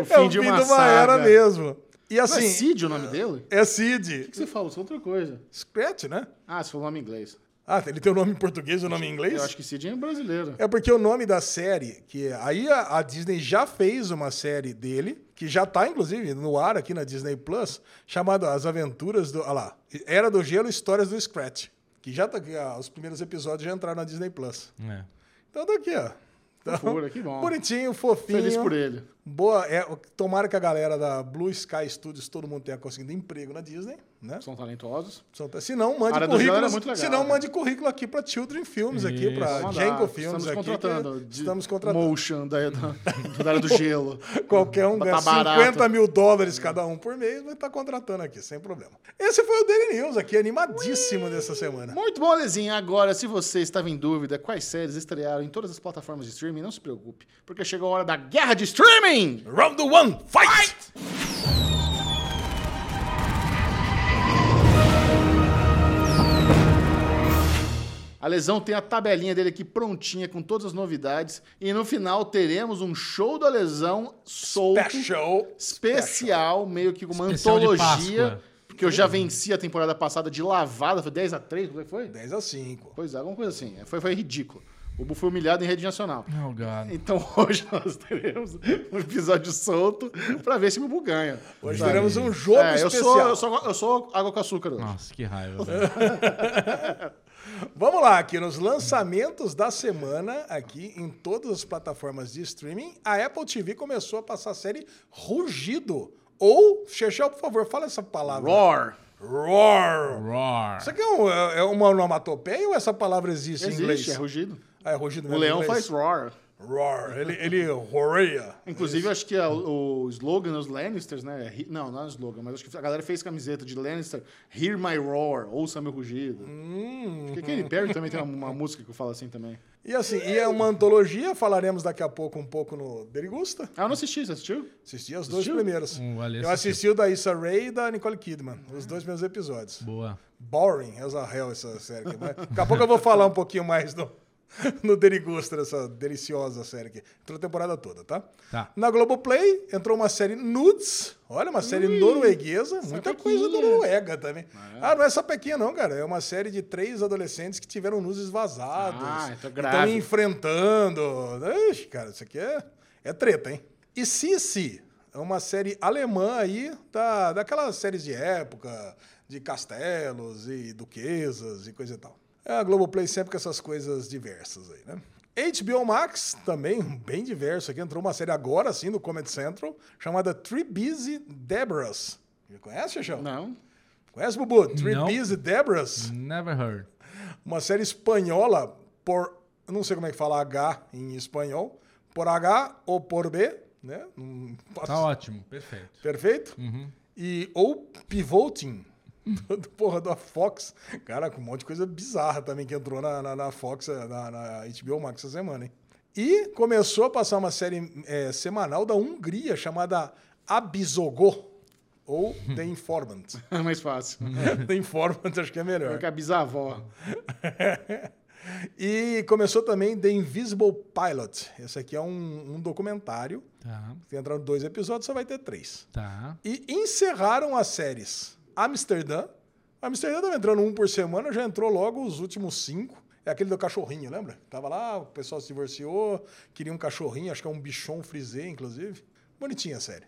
S1: o fim,
S2: É o
S1: de,
S2: fim
S1: uma
S2: de uma
S1: saga.
S2: era mesmo. E
S1: Não é
S2: assim,
S1: Cid o nome dele? O
S2: é Cid.
S1: que você falou? Isso é outra coisa.
S2: Scratch, né?
S1: Ah, você falou nome em inglês.
S2: Ah, ele tem o nome em português e o nome em inglês?
S1: Eu acho que Cid é brasileiro.
S2: É porque o nome da série, que aí a, a Disney já fez uma série dele, que já tá, inclusive, no ar aqui na Disney Plus, chamada As Aventuras do. Olha lá. Era do Gelo Histórias do Scratch. Que já tá aqui, ó, os primeiros episódios já entraram na Disney Plus.
S4: É.
S2: Então tá aqui, ó. Então,
S1: Fofura, que bom.
S2: Bonitinho, fofinho.
S1: Feliz por ele.
S2: Boa, é, tomara que a galera da Blue Sky Studios, todo mundo tenha conseguido emprego na Disney, né?
S1: São talentosos.
S2: São- Se não,
S1: A
S2: mande
S1: área do gelo era
S2: currículo.
S1: muito legal,
S2: se não,
S1: né?
S2: mande currículo aqui para Children Films, aqui, para
S1: Vamos mandar.
S2: Jenko Films
S1: Estamos
S2: aqui. que
S1: contratando. de
S2: Estamos contratando.
S1: Motion da, da, da área do gelo.
S2: Qualquer um
S1: Tá
S2: ganha
S1: barato.
S2: 50 mil dólares cada um por mês, mas tá contratando aqui, sem problema. Esse foi o Daily News aqui, animadíssimo dessa semana.
S1: Muito bom, Alezinha. Agora, se você estava em dúvida quais séries estrearam em todas as plataformas de streaming, não se preocupe, porque chegou a hora da guerra de streaming!
S2: Round one, fight!
S1: A Lesão tem a tabelinha dele aqui prontinha com todas as novidades e no final teremos um show da Lesão solto,
S2: Special.
S1: especial, meio que uma
S4: Especial de
S1: antologia,
S4: Páscoa.
S1: porque eu já venci a temporada passada de lavada, foi 10 a 3, como é que foi?
S2: 10 a 5.
S1: Pois é, alguma coisa assim. Foi, foi ridículo. O Bu foi humilhado em rede nacional.
S4: Oh, God.
S1: Então hoje nós teremos um episódio solto pra ver se o Bubu ganha.
S2: Hoje
S1: sabe?
S2: teremos um jogo
S1: É, eu
S2: especial.
S1: sou, eu, sou, eu sou água com açúcar hoje.
S4: Nossa, que raiva. velho.
S2: Vamos lá, aqui nos lançamentos da semana, aqui em todas as plataformas de streaming, a Apple TV começou a passar a série Rugido. Ou, Chechel, por favor, fala essa palavra.
S1: Roar.
S2: Roar.
S4: Roar.
S2: Isso aqui é, um- é- é uma onomatopeia ou essa palavra existe, em inglês?
S1: Existe, é rugido.
S2: Ah, é rugido
S1: O
S2: mesmo em
S1: leão
S2: inglês?
S1: faz roar.
S2: Roar. Ele, ele roareia.
S1: Inclusive, eu acho que a- o slogan dos Lannisters, né? é he- Não, não é slogan, mas acho que a galera fez camiseta de Lannister, Hear My Roar, ouça meu rugido.
S2: Hum.
S1: Porque Katy Perry também tem uma, uma música que fala assim também.
S2: E assim, e é uma antologia, falaremos daqui a pouco um pouco no Derigusta.
S1: Ah, eu não assisti, você assistiu?
S2: Assisti os dois
S1: Assistiu?
S2: primeiros.
S4: Hum, olha,
S2: eu assisti o da Issa Rae e da Nicole Kidman, os dois primeiros episódios.
S4: Boa.
S2: Boring as a hell essa série aqui. Mas daqui a pouco eu vou falar um pouquinho mais no, no Derigusta, dessa deliciosa série aqui. Entrou a temporada toda, tá?
S4: Tá.
S2: Na Globoplay entrou uma série Nudes. Olha, uma série norueguesa. Muita coisa da Noruega também. Ah, não é sapequinha não, cara. É uma série de três adolescentes que tiveram nudes vazados.
S1: Ah, então
S2: Estão
S1: grave.
S2: enfrentando. Ixi, cara, isso aqui é, é treta, hein? E Sissi é uma série alemã aí, da, daquelas séries de época, de castelos e duquesas e coisa e tal. É a Globoplay sempre com essas coisas diversas aí, né? HBO Max, também bem diverso aqui, entrou uma série agora, sim, do Comedy Central, chamada Three Busy Debras. Já conhece, Xixão?
S1: Não.
S2: Conhece, Bubu? Three
S4: Não.
S2: Busy Debras?
S4: Never heard.
S2: Uma série espanhola por... eu Não sei como é que fala H em espanhol. Por H ou por B, né? Não posso-
S4: Tá ótimo, Uhum. perfeito.
S2: Perfeito? E ou Pivoting, do, porra, da Fox. Cara, com um monte de coisa bizarra também que entrou na, na, na Fox, eh, na, na HBO Max essa semana, hein? E começou a passar uma série eh, semanal da Hungria chamada Abizogó, ou The Informant.
S1: É mais fácil.
S2: The Informant acho que é melhor.
S1: Porque a bisavó.
S2: e começou também The Invisible Pilot. Esse aqui é um, um documentário.
S4: Tá,
S2: Tem entrando dois episódios, só vai ter três.
S4: tá.
S2: E encerraram as séries Amsterdã. Amsterdã tava entrando um por semana, já entrou logo os últimos cinco. É aquele do cachorrinho, lembra? Tava lá, o pessoal se divorciou, queria um cachorrinho, acho que é um bichon frisé, inclusive. Bonitinha a série.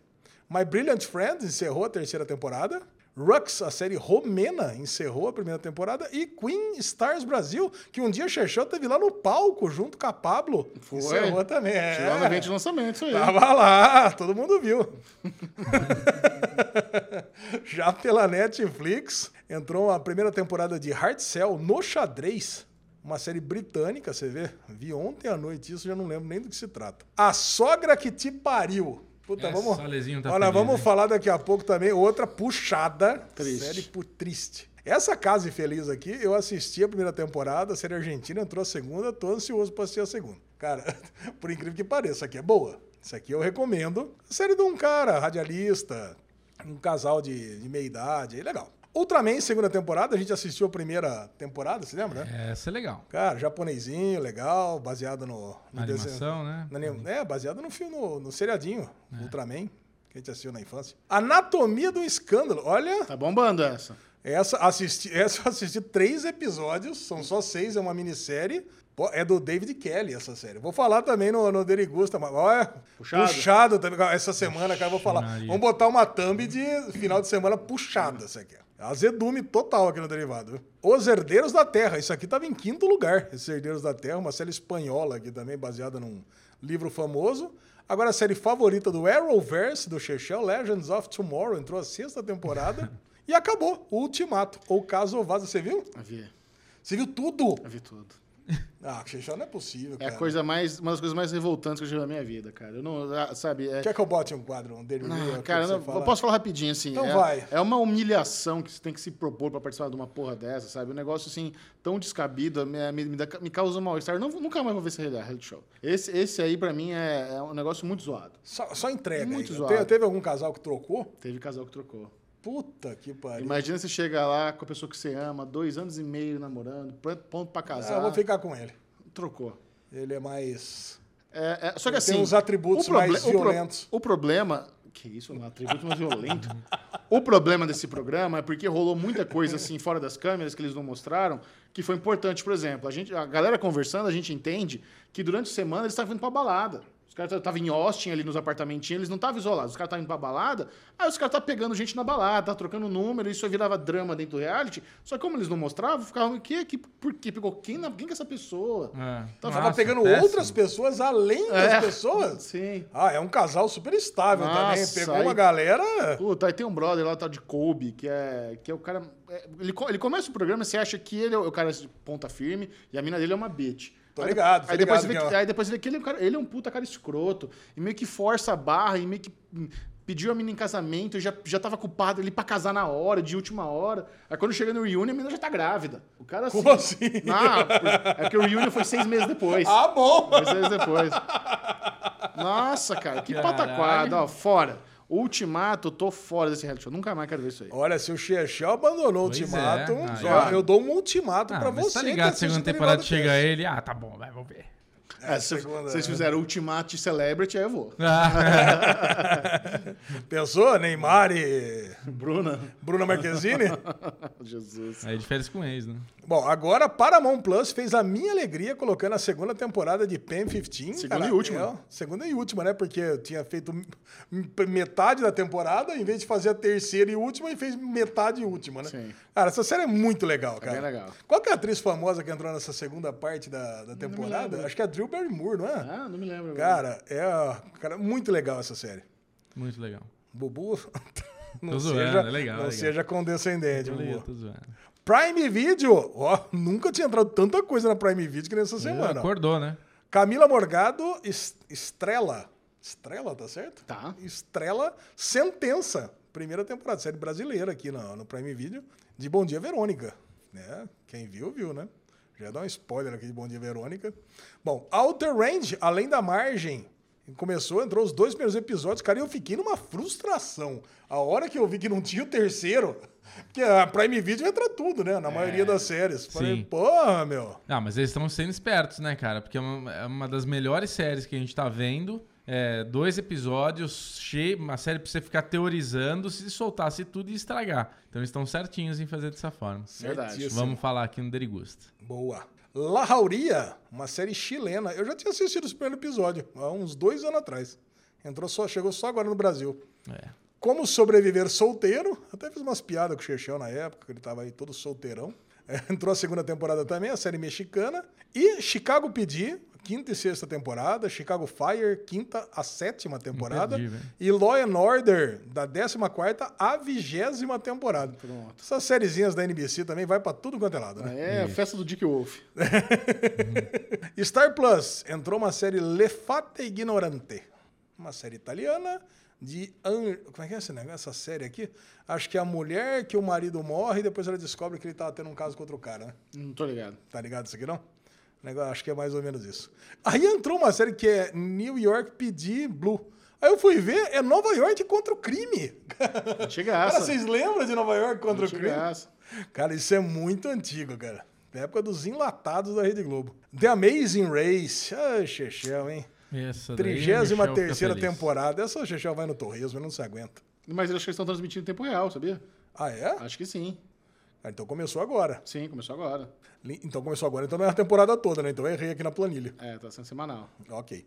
S2: My Brilliant Friend encerrou a terceira temporada. Rux, a série romena, encerrou a primeira temporada. E Queen Stars Brasil, que um dia o Xexão teve lá no palco junto com a Pablo.
S1: Foi.
S2: Encerrou também. é. Tá
S1: Chegou no evento de lançamento, isso aí.
S2: Tava lá, todo mundo viu. Já pela Netflix, entrou a primeira temporada de Hard Cell no xadrez. Uma série britânica, você vê? Vi ontem à noite isso, já não lembro nem do que se trata. A sogra que te pariu. Puta,
S4: É,
S2: vamos.
S4: Salezinho tá
S2: olha,
S4: feliz,
S2: vamos
S4: hein?
S2: falar daqui a pouco também outra puxada.
S1: Triste.
S2: Série por triste. Essa Casa Infeliz aqui, eu assisti a primeira temporada, a série argentina entrou a segunda, tô ansioso pra assistir a segunda. Cara, por incrível que pareça, isso aqui é boa. Isso aqui eu recomendo. Série de um cara, radialista, um casal de, de meia-idade, é legal. Ultraman, segunda temporada, a gente assistiu a primeira temporada, você lembra, né?
S4: Essa é legal.
S2: Cara, japonesinho, legal, baseado no... no
S4: Na animação, né? É.
S2: na anim- É, baseado no filme, no, no seriadinho, Ultraman, que a gente assistiu na infância. Anatomia do Escândalo, olha...
S1: Tá bombando essa.
S2: Essa, assisti, essa eu assisti três episódios, são só seis, é uma minissérie. Pô, É do David Kelly essa série. Vou falar também no, no Derigusta, mas é, olha,
S1: Puxado.
S2: puxado. também. tá Essa semana, cara, eu vou falar.
S4: Maria.
S2: Vamos botar uma thumb de final de semana puxada, essa aqui. Azedume total aqui no Derivado. viu? Os Herdeiros da Terra. Isso aqui estava em quinto lugar. Esses Herdeiros da Terra, uma série espanhola aqui também, baseada num livro famoso. Agora, a série favorita do Arrowverse, do Chechel, Legends of Tomorrow, entrou a sexta temporada. e acabou. O Ultimato. Ou Caso Vaza. Você viu?
S1: Eu vi,
S2: Você viu tudo?
S1: eu vi tudo.
S2: Ah, Chechel não é possível,
S1: É
S2: cara.
S1: a coisa mais, uma das coisas mais revoltantes que eu já vi na minha vida, cara. Eu não, ah, sabe, é...
S2: Quer que eu bote um quadro, um dele?
S1: Ah, cara, eu, não- eu posso falar rapidinho, assim.
S2: Então
S1: é,
S2: vai.
S1: é uma humilhação que você tem que se propor pra participar de uma porra dessa, sabe? Um negócio, assim, tão descabido, me, me, me dá- me causa um mal-estar. Eu não- Nunca mais vou ver esse reality show. Esse, esse aí, pra mim, é, é um negócio muito zoado.
S2: Só, só entrega.
S1: Muito
S2: aí.
S1: zoado.
S2: Te- Teve algum casal que trocou?
S1: Teve casal que trocou.
S2: Puta que pariu.
S1: Imagina você chegar lá com a pessoa que você ama, dois anos e meio namorando, pr- ponto pra
S2: Ah,
S1: casar.
S2: eu vou ficar com ele.
S1: Trocou.
S2: Ele é mais.
S1: É, é, só que
S2: Ele
S1: assim.
S2: tem uns atributos
S1: proble-
S2: mais
S1: o pro-
S2: violentos.
S1: O problema. Que isso, um atributo mais violento. O problema desse programa é porque rolou muita coisa assim fora das câmeras que eles não mostraram, que foi importante. Por exemplo, a, gente, a galera conversando, a gente entende que durante a semana eles estavam indo pra balada. Os caras estavam em Austin ali nos apartamentinhos, eles não estavam isolados. Os caras estavam indo pra balada, aí os caras estavam pegando gente na balada, tá trocando número, isso virava drama dentro do reality. Só que como eles não mostravam, ficavam, o quê? Que, por quê? Pegou quem, na, quem que é essa pessoa?
S4: É.
S1: Tava
S2: Tava pegando
S4: péssimo.
S2: outras pessoas além das
S1: É.
S2: pessoas?
S1: Sim.
S2: Ah, é um casal super estável também.
S1: Nossa,
S2: Pegou
S1: aí-
S2: uma galera.
S1: Puta, aí tem um brother lá, tá de Kobe, que é, que é o cara. é, ele, co- ele começa o programa, você acha que ele é o cara de ponta firme e a mina dele é uma bitch.
S2: Tô
S1: Aí
S2: ligado,
S1: de-
S2: tô
S1: aí, depois
S2: ligado
S1: você vê
S2: que
S1: que,
S2: é.
S1: aí depois você vê que ele é um, cara, ele é um puta cara escroto. E meio que força a barra, e meio que hum, pediu a mina em casamento, e já, já tava culpado ele pra casar na hora, de última hora. Aí quando chega no reunion, a mina já tá grávida. O cara assim.
S2: Como assim?
S1: Ah, é. por- é que o reunion foi seis meses depois.
S2: Ah, bom!
S1: Dois anos depois. Nossa, cara, que
S4: Caralho.
S1: pataquada. Ó, fora. Ultimato, tô fora desse reality show. Nunca mais quero ver isso aí.
S2: Olha, se o Chechel abandonou o
S4: Pois
S2: ultimato,
S4: é, aí,
S2: já-
S1: ó.
S2: eu dou um ultimato
S4: Ah,
S2: pra
S4: mas
S2: você.
S4: tá
S1: então,
S2: que
S4: ligado,
S2: assiste
S4: segunda
S2: o
S4: temporada
S2: Derivado
S4: chega
S2: Cast.
S4: ele. Ah, tá bom, vai, vamos ver.
S1: É, se
S2: segunda,
S1: vocês
S2: né?
S1: fizeram Ultimato e Celebrity, aí eu vou.
S2: Pensou? Neymar e
S1: Bruna.
S2: Bruna Marquezine?
S1: Jesus.
S4: Aí de férias é com ex, né?
S2: Bom, agora a Paramount Plus fez a minha alegria colocando a segunda temporada de Pen 15.
S1: Segunda e última.
S2: é, segunda e última, né? Porque eu tinha feito m- metade da temporada, em vez de fazer a terceira e última, e fez metade e última, né?
S1: Sim.
S2: Cara, essa série é muito legal, cara.
S1: bem legal.
S2: Qual que é a atriz famosa que entrou nessa segunda parte da, da temporada?
S1: lembro.
S2: Acho que é a Drew Barrymore, não é?
S1: Ah, não me lembro. agora.
S2: Cara, é cara, muito legal essa série.
S4: Muito legal.
S2: Bubu, não,
S4: Tô zoando,
S2: seja,
S4: é legal,
S2: não
S4: legal.
S2: seja condescendente,
S4: Eu
S2: Bubu.
S4: leio, tô zoando.
S2: Prime Video, ó, nunca tinha entrado tanta coisa na Prime Video que nessa semana. ó.
S4: Acordou, né?
S2: Camila Morgado es- estrela, estrela, tá certo?
S1: Tá.
S2: Estrela Sentença, primeira temporada, série brasileira aqui no, no Prime Video, de Bom Dia Verônica, né? Quem viu, viu, né? Já dá um spoiler aqui de Bom Dia Verônica. Bom, Outer Range, Além da Margem, começou, entrou os dois primeiros episódios, cara, e eu fiquei numa frustração. A hora que eu vi que não tinha o terceiro, porque a Prime Video entra tudo, né? Na maioria das séries. Falei,
S4: sim.
S2: porra, meu...
S4: Ah, mas eles estão sendo espertos, né, cara? Porque é uma, é uma das melhores séries que a gente tá vendo. É, dois episódios, cheio, uma série pra você ficar teorizando se soltasse tudo e estragar. Então eles estão certinhos em fazer dessa forma.
S1: Verdade.
S2: Certíssimo.
S4: Vamos falar aqui no Derigusta.
S2: Boa. La Jauría, uma série chilena. Eu já tinha assistido esse primeiro episódio, há uns dois anos atrás. Entrou só, chegou só agora no Brasil.
S4: É.
S2: Como sobreviver solteiro. Até fiz umas piadas com o Chechão na época, que ele tava aí todo solteirão. É, Entrou a segunda temporada também, a série mexicana. E Chicago PD, quinta e sexta temporada. Chicago Fire, quinta a sétima temporada.
S4: perdi, velho.
S2: e Law and Order, da 14 quarta à vigésima temporada.
S1: Pronto.
S2: Essas sériezinhas da NBC também vai pra tudo quanto é lado, né?
S1: É a festa do Dick Wolf.
S2: Star Plus entrou uma série Le Fate Ignorante, uma série italiana de an- como é que é esse negócio? Essa série aqui, acho que é a mulher que o marido morre e depois ela descobre que ele tava tendo um caso com outro cara, né?
S1: Não tô ligado.
S2: Tá ligado isso aqui não? O Negócio, acho que é mais ou menos isso. Aí entrou uma série que é New York PD Blue. Aí eu fui ver, é Nova York contra o crime. Cara,
S1: Chegaça.
S2: vocês lembram de Nova York contra o crime?
S1: Chegaça.
S2: Cara, isso é muito antigo, cara. Da época dos enlatados da Rede Globo. The Amazing Race. Ah, Chechel, hein?
S4: Essa daí, Michel fica
S2: 33
S4: feliz.
S2: temporada. Essa Chechel vai no torresmo, ele não se aguenta.
S1: Mas eu acho que eles estão transmitindo em tempo real, sabia?
S2: Ah, é?
S1: Acho que sim.
S2: Ah, então começou agora.
S1: Sim, começou agora.
S2: Li- Então começou agora, então não é a temporada toda, né? Então eu errei aqui na planilha.
S1: É, tá sendo semanal.
S2: Ok.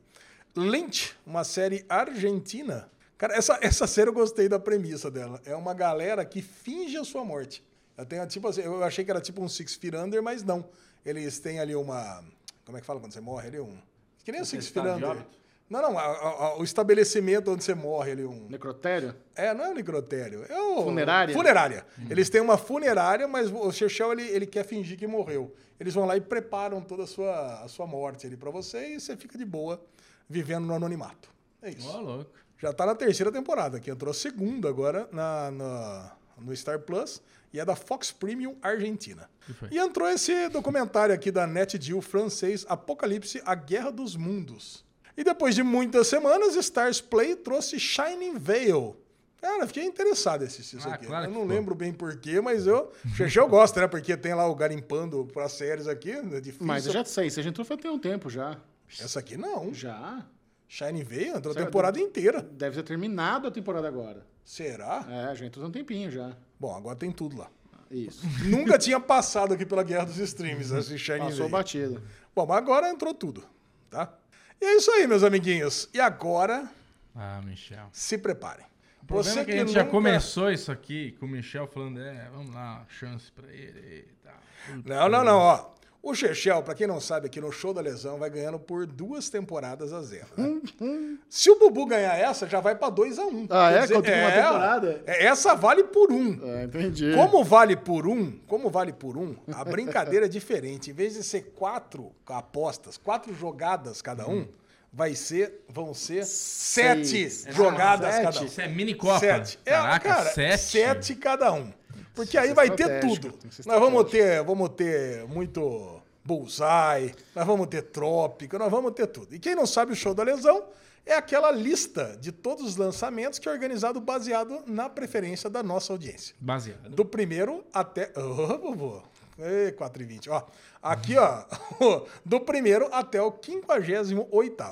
S2: Lynch, uma série argentina. Cara, essa, essa série eu gostei da premissa dela. É uma galera que finge a sua morte. Eu, tenho, tipo, assim, eu achei que era tipo um Six Feet Under, mas não. Eles têm ali uma... Como é que fala quando você morre? Ali um... Que nem o Six Feet
S4: estado de
S2: Under.
S4: óbito?
S2: Não, não. a- a- a- o estabelecimento onde você morre ali um...
S1: Necrotério?
S2: É, não é um necrotério. É o...
S1: Funerária?
S2: Funerária. Eles têm uma funerária, mas o Chechel, ele, ele quer fingir que morreu. Eles vão lá e preparam toda a sua, a sua morte ali pra você e você fica de boa vivendo no anonimato. É isso.
S4: Ó, louco.
S2: Já tá na terceira temporada, que entrou a segunda agora na, na- no Star Plus e é da Fox Premium Argentina.
S4: foi?
S2: E entrou esse documentário aqui da NetGeo francês, Apocalipse, A Guerra dos Mundos. E depois de muitas semanas, Stars Play trouxe Shining Veil. Cara, fiquei interessado em assistir isso
S4: Ah,
S2: aqui.
S4: claro
S2: eu
S4: que
S2: não
S4: ficou.
S2: lembro bem porquê, mas eu... Xexel gosta, né? Porque tem lá o garimpando pras séries aqui, é difícil.
S1: Mas eu já sei, você já entrou faz tem um tempo já.
S2: Essa aqui não.
S1: Já?
S2: Shining Veil entrou a
S1: Será?
S2: temporada inteira.
S1: Deve ter terminado a temporada agora.
S2: Será?
S1: É, já entrou há um tempinho já.
S2: Bom, agora tem tudo lá.
S1: Isso.
S2: Nunca tinha passado aqui pela guerra dos
S4: Uhum.
S2: streams, esse Shining
S1: Passou
S2: Veil.
S1: batido.
S2: Bom, mas agora entrou tudo, tá? E é isso aí, meus amiguinhos. E agora,
S4: Ah, Michel.
S2: se preparem.
S4: O problema
S2: Você
S4: é que a gente já
S2: nunca-
S4: começou isso aqui com o Michel falando, é, vamos lá, chance pra ele e tal.
S2: Não, não, não, ó. O Chechel, pra quem não sabe, aqui no show da lesão vai ganhando por duas temporadas a zero. né?
S4: Hum,
S2: Se o Bubu ganhar essa, já vai pra 2 a 1 Um.
S1: Ah,
S2: Quer
S1: é? Conta com uma temporada?
S2: é, Essa vale por um.
S1: É, entendi.
S2: Como vale por um, como vale por um, a brincadeira é diferente. Em vez de ser quatro apostas, quatro jogadas cada um, vai ser, vão ser
S1: Seis.
S2: sete jogadas
S1: sete?
S2: cada um.
S4: Isso é mini Ah, Copa.
S2: Sete. É,
S4: Caraca,
S2: cara,
S4: sete.
S2: sete cada um. Porque aí
S1: ser
S2: vai ter
S1: estratégico,
S2: tudo.
S1: tem que ser
S2: Nós vamos ter, vamos ter muito bullseye, nós vamos ter trópico, nós vamos ter tudo. E quem não sabe o show da lesão é aquela lista de todos os lançamentos que é organizado baseado na preferência da nossa audiência.
S4: Baseado.
S2: Do primeiro até. Ô, vovô. Ê, 4 e 20. Ó, aqui, ó. Do primeiro até o 58.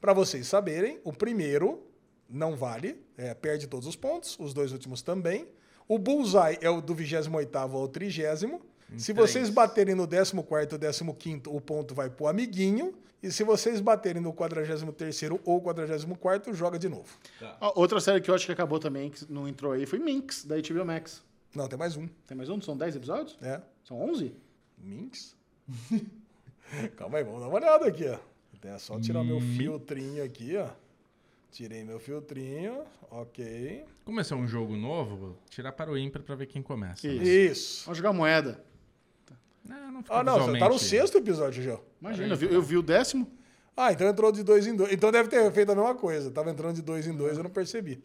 S2: Para vocês saberem, o primeiro não vale, é, perde todos os pontos, os dois últimos também. O bullseye é o do 28 ao 30. Se vocês baterem no 14 ou 15, o ponto vai pro amiguinho. E se vocês baterem no 43 ou 44, joga de novo.
S1: Ó, Outra série que eu acho que acabou também, que não entrou aí, foi Minx, da HBO Max.
S2: Não, tem mais um.
S1: Tem mais um? São 10 episódios?
S2: É.
S1: São 11?
S2: Minx? Calma aí, vamos dar uma olhada aqui, ó. É só tirar meu filtrinho aqui, ó. Tirei meu filtrinho, ok.
S4: Começar um jogo novo, vou tirar para o ímpar para ver quem começa. né?
S1: Isso.
S2: Isso.
S1: Vamos jogar moeda.
S4: Não, não fica
S2: Ah, não, você tá no
S4: visualmente-
S2: sexto episódio já.
S1: Imagina, eu vi, eu vi o décimo.
S2: Ah, então entrou de dois em dois. Então deve ter feito a mesma coisa. Tava entrando de dois em dois, eu não percebi.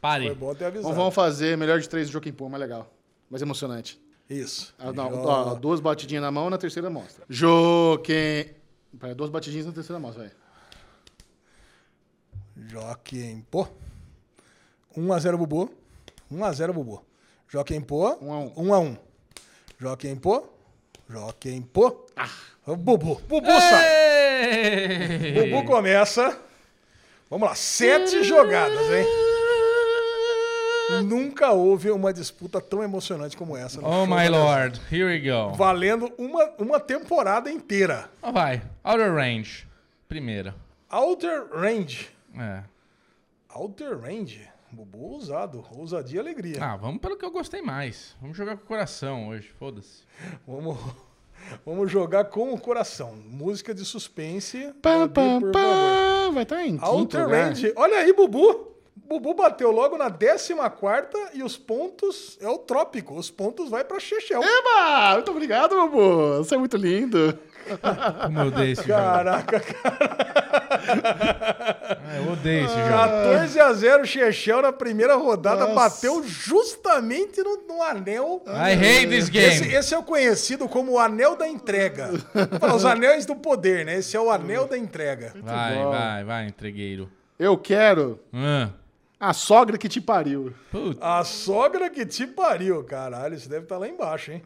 S4: Pare.
S2: Foi bom ter
S1: Vamos,
S2: avisado.
S1: vamos fazer melhor de três do Joaquim Pô, mais legal. Mais emocionante.
S2: Isso.
S1: Ah, não,
S2: Joga.
S1: ó, duas batidinhas na mão, na terceira mostra. Joaquim... Pera, duas batidinhas na terceira mostra, vai.
S2: Joaquim Pô. 1x0 Bubu. 1x0 Bubu. Joaquim Pô.
S1: Um a um.
S2: 1x1. Joaquim Pô. Joaquim Pô. Ah. Bubu. Bubu sai.
S4: Ei!
S2: Bubu começa. Vamos lá. Sete jogadas, hein? Nunca houve uma disputa tão emocionante como essa. no
S4: Oh
S2: show
S4: my
S2: da-
S4: lord, here we go.
S2: Valendo uma, uma temporada inteira.
S4: Ó, vai. Outer Range. Primeira.
S2: Outer Range.
S4: É.
S2: Outer Range. Bubu ousado. Ousadia e alegria.
S4: Ah, vamos pelo que eu gostei mais. Vamos jogar com o coração hoje, foda-se.
S2: Vamos, vamos jogar com o coração. Música de suspense.
S1: Pá,
S2: Alder,
S1: pá,
S2: por favor.
S1: pá. Vai estar em quinto
S2: Outer
S1: lugar.
S2: Range. Olha aí, Bubu. Bubu bateu logo na 14 e os pontos é o trópico. Os pontos vai pra Chechel.
S1: Ah. Eba! Muito obrigado, meu amor. Você é muito lindo.
S4: Como eu odeio esse jogo.
S2: Caraca, cara.
S4: Ah, eu odeio esse jogo.
S2: 14 a 0 Chechel na primeira rodada.
S1: Nossa. Ah,
S2: Bateu justamente no, no anel.
S4: I hate this
S2: Ah, Esse,
S4: game.
S2: esse é o conhecido como o anel da entrega. Fala, Os anéis do poder, né? Esse é o anel da entrega.
S4: Vai,
S1: bom.
S4: vai, vai, entregueiro.
S1: Eu quero
S4: Ah,
S1: a sogra que te pariu.
S4: putz,
S2: A sogra que te pariu, caralho. Isso deve estar lá embaixo, hein?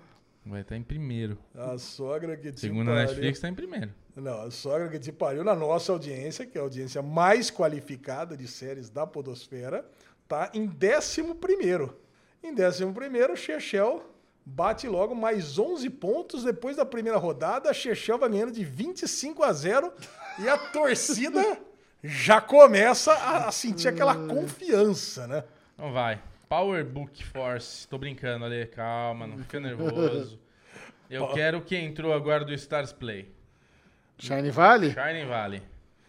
S4: vai estar em primeiro.
S2: A sogra que te
S4: Segundo a
S2: pariu.
S4: Netflix, tá em primeiro.
S2: Não, a sogra que te pariu na nossa audiência, que é a audiência mais qualificada de séries da Podosfera, tá em 11 primeiro. Em 11 primeiro, Chechel bate logo mais 11 pontos depois da primeira rodada. Chechel vai ganhando de 25 a 0 e a torcida já começa a a sentir aquela
S4: Hum.
S2: confiança, né?
S4: Então vai. Power Book Force. Tô brincando ali, calma, não fica nervoso. Eu quero que entrou agora do Stars Play.
S1: Shine Valley?
S2: É.
S4: Shining Valley.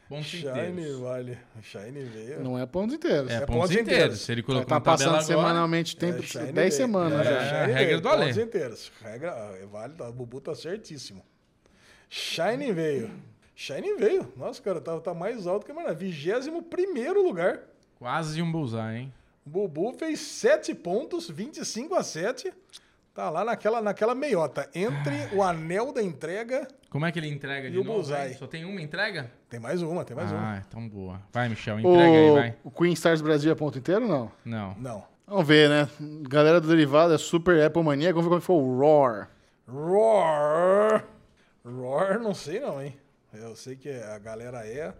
S4: Pontos
S2: Shine
S4: inteiros.
S2: vale. Shine veio.
S1: Não é ponto inteiro.
S4: É,
S1: É,
S4: pontos,
S2: pontos
S4: inteiros.
S2: inteiros.
S4: Se ele
S1: tá
S4: colocou na
S1: passando
S4: tabela agora...
S1: semanalmente, tem
S2: É, Shine
S1: 10
S2: Day.
S1: semanas
S4: É,
S1: já.
S4: é
S2: Shine
S4: a
S2: Day,
S4: regra do Alê.
S2: pontos inteiros. Regra, é válida, o Bubu tá certíssimo. Shine veio. Shine veio. Nossa, cara, tá, tá mais alto que a Maravilha. Vigésimo primeiro lugar.
S4: Quase um bullseye, hein?
S2: Bubu fez 7 pontos, 25 a 7. Tá lá naquela, naquela meiota. Entre o anel da entrega.
S4: Como é que ele entrega de
S2: o
S4: novo?
S2: bullseye.
S4: hein? Só tem uma entrega?
S2: Tem mais uma, tem mais um. uma.
S4: ah, então boa. Vai, Michel,
S1: O,
S4: entrega aí, vai.
S1: o Queen Stars Brasil é ponto inteiro ou não?
S4: Não.
S2: Não.
S1: Vamos ver, né? Galera do Derivado é super Apple Mania. Vamos ver como ficou o Roar.
S2: Roar. Roar, não sei não, hein? Eu sei que a galera é.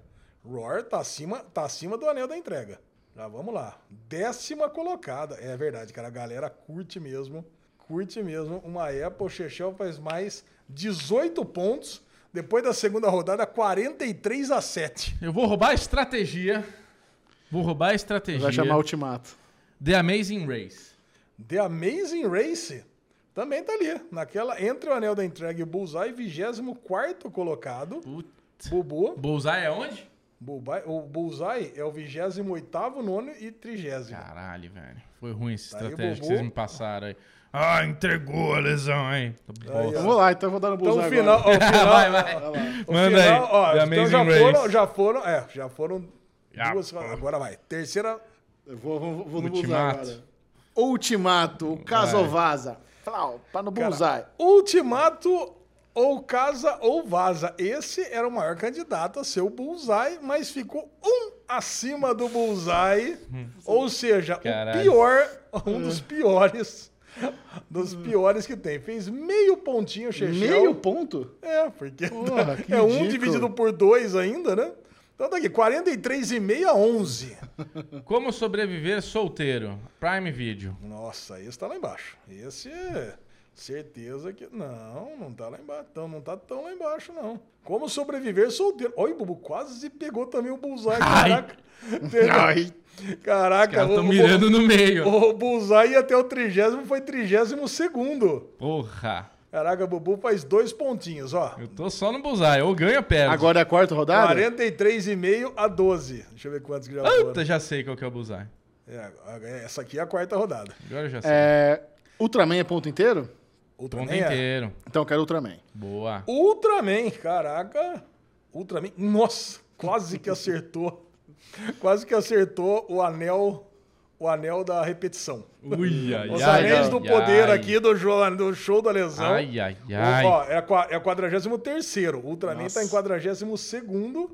S2: Roar tá acima, tá acima do anel da entrega. Já vamos lá. Décima colocada. É verdade, cara. A galera curte mesmo. Curte mesmo. Uma Apple Chechel faz mais 18 pontos. Depois da segunda rodada, 43 a 7.
S4: Eu vou roubar a estratégia. Vou roubar a estratégia.
S1: Vai chamar Ultimato.
S4: The Amazing Race.
S2: The Amazing Race também tá ali. Naquela, entre o anel da entrega e o Bullseye, 24 colocado.
S4: Puta.
S2: Bubu.
S4: Bullseye é onde?
S2: Bullseye, o Bullseye é o 28º, 9 e 30
S4: Caralho, velho. Foi ruim essa
S2: Tá Aí,
S4: estratégia que
S2: Bubu.
S4: vocês me passaram aí. Ah, entregou a lesão, hein? Tá bosta.
S1: Vamos lá, então eu vou dar no
S2: Então
S1: Bullseye
S2: o final,
S1: agora.
S2: ó, o final,
S4: vai, vai.
S2: o
S4: Manda
S2: final,
S4: aí.
S2: ó,
S4: The
S2: então
S4: Amazing
S2: já foram,
S4: Race.
S2: já foram, é, já foram
S4: Já
S2: duas,
S4: foram.
S2: agora vai. Terceira,
S1: Eu vou, vou, vou no
S4: Ultimato.
S1: Bullseye agora. Ultimato, o caso
S4: Vai.
S1: vaza. Flau, pra no Bullseye.
S2: ultimato ou casa ou vaza. Esse era o maior candidato a ser o Bullseye, mas ficou um acima do Bullseye, ou seja,
S4: Caralho.
S2: o pior, um dos piores, dos piores que tem. Fez meio pontinho, Chechel.
S1: Meio ponto?
S2: É, porque
S1: Porra,
S2: dá-
S1: que
S2: é um
S1: ridículo.
S2: dividido por dois ainda, né? Então tá aqui, 43,5 a 11.
S4: Como sobreviver solteiro? Prime Video.
S2: Nossa, esse tá lá embaixo. Esse é Certeza que. Não, não tá lá embaixo. Então, não tá tão lá embaixo, não. Como sobreviver solteiro. Olha, o Bubu quase pegou também o Bullseye. Caraca. Teve-
S1: Ai.
S2: Caraca,
S4: Os caras
S2: o-
S4: estão
S2: o-
S4: mirando no meio.
S2: O Bullseye ia até o trigésimo, foi trigésimo segundo.
S4: Porra.
S2: Caraca, o Bubu faz dois pontinhos, ó.
S4: Eu tô só no bullseye. Ou ganha ou perde.
S1: Agora é a quarta rodada?
S2: 43,5 a 12. Deixa eu ver quantos que já
S4: Puta,
S2: foram.
S4: já sei qual que é o bullseye.
S2: É, agora- essa aqui é a quarta rodada.
S4: Agora eu já sei.
S1: É, Ultraman é ponto inteiro?
S2: Ultraman
S4: Ponto
S2: é-
S4: inteiro.
S1: Então eu quero Ultraman.
S4: Boa.
S2: Ultraman, caraca. Ultraman, nossa, quase que acertou. quase que acertou o anel, o anel da repetição.
S4: Ui, ai,
S2: Os
S4: ai,
S2: anéis
S4: ai,
S2: do poder
S4: ai.
S2: aqui do show, do show da lesão.
S4: Ai, ai, ai.
S2: Ó, é qua- é 43 o Ultraman tá em 42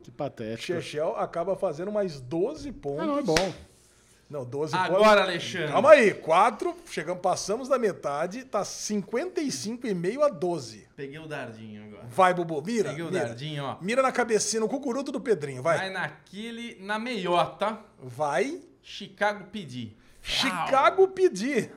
S1: Que patético.
S2: Chechel acaba fazendo mais 12 pontos.
S1: Ah, não, é bom.
S2: Não, 12
S4: Agora,
S2: pontos.
S4: Alexandre.
S2: Calma aí, 4, chegamos, passamos da metade, tá 55,5 a 12.
S4: Peguei o dardinho agora.
S2: Vai, Bubu, mira.
S4: Peguei o
S2: mira.
S4: dardinho, ó.
S2: Mira na cabecinha, no cucuruto do Pedrinho,
S4: Vai
S2: vai.
S4: naquele, na meiota. tá?
S2: Vai.
S4: Chicago pedir.
S2: Chicago pedir.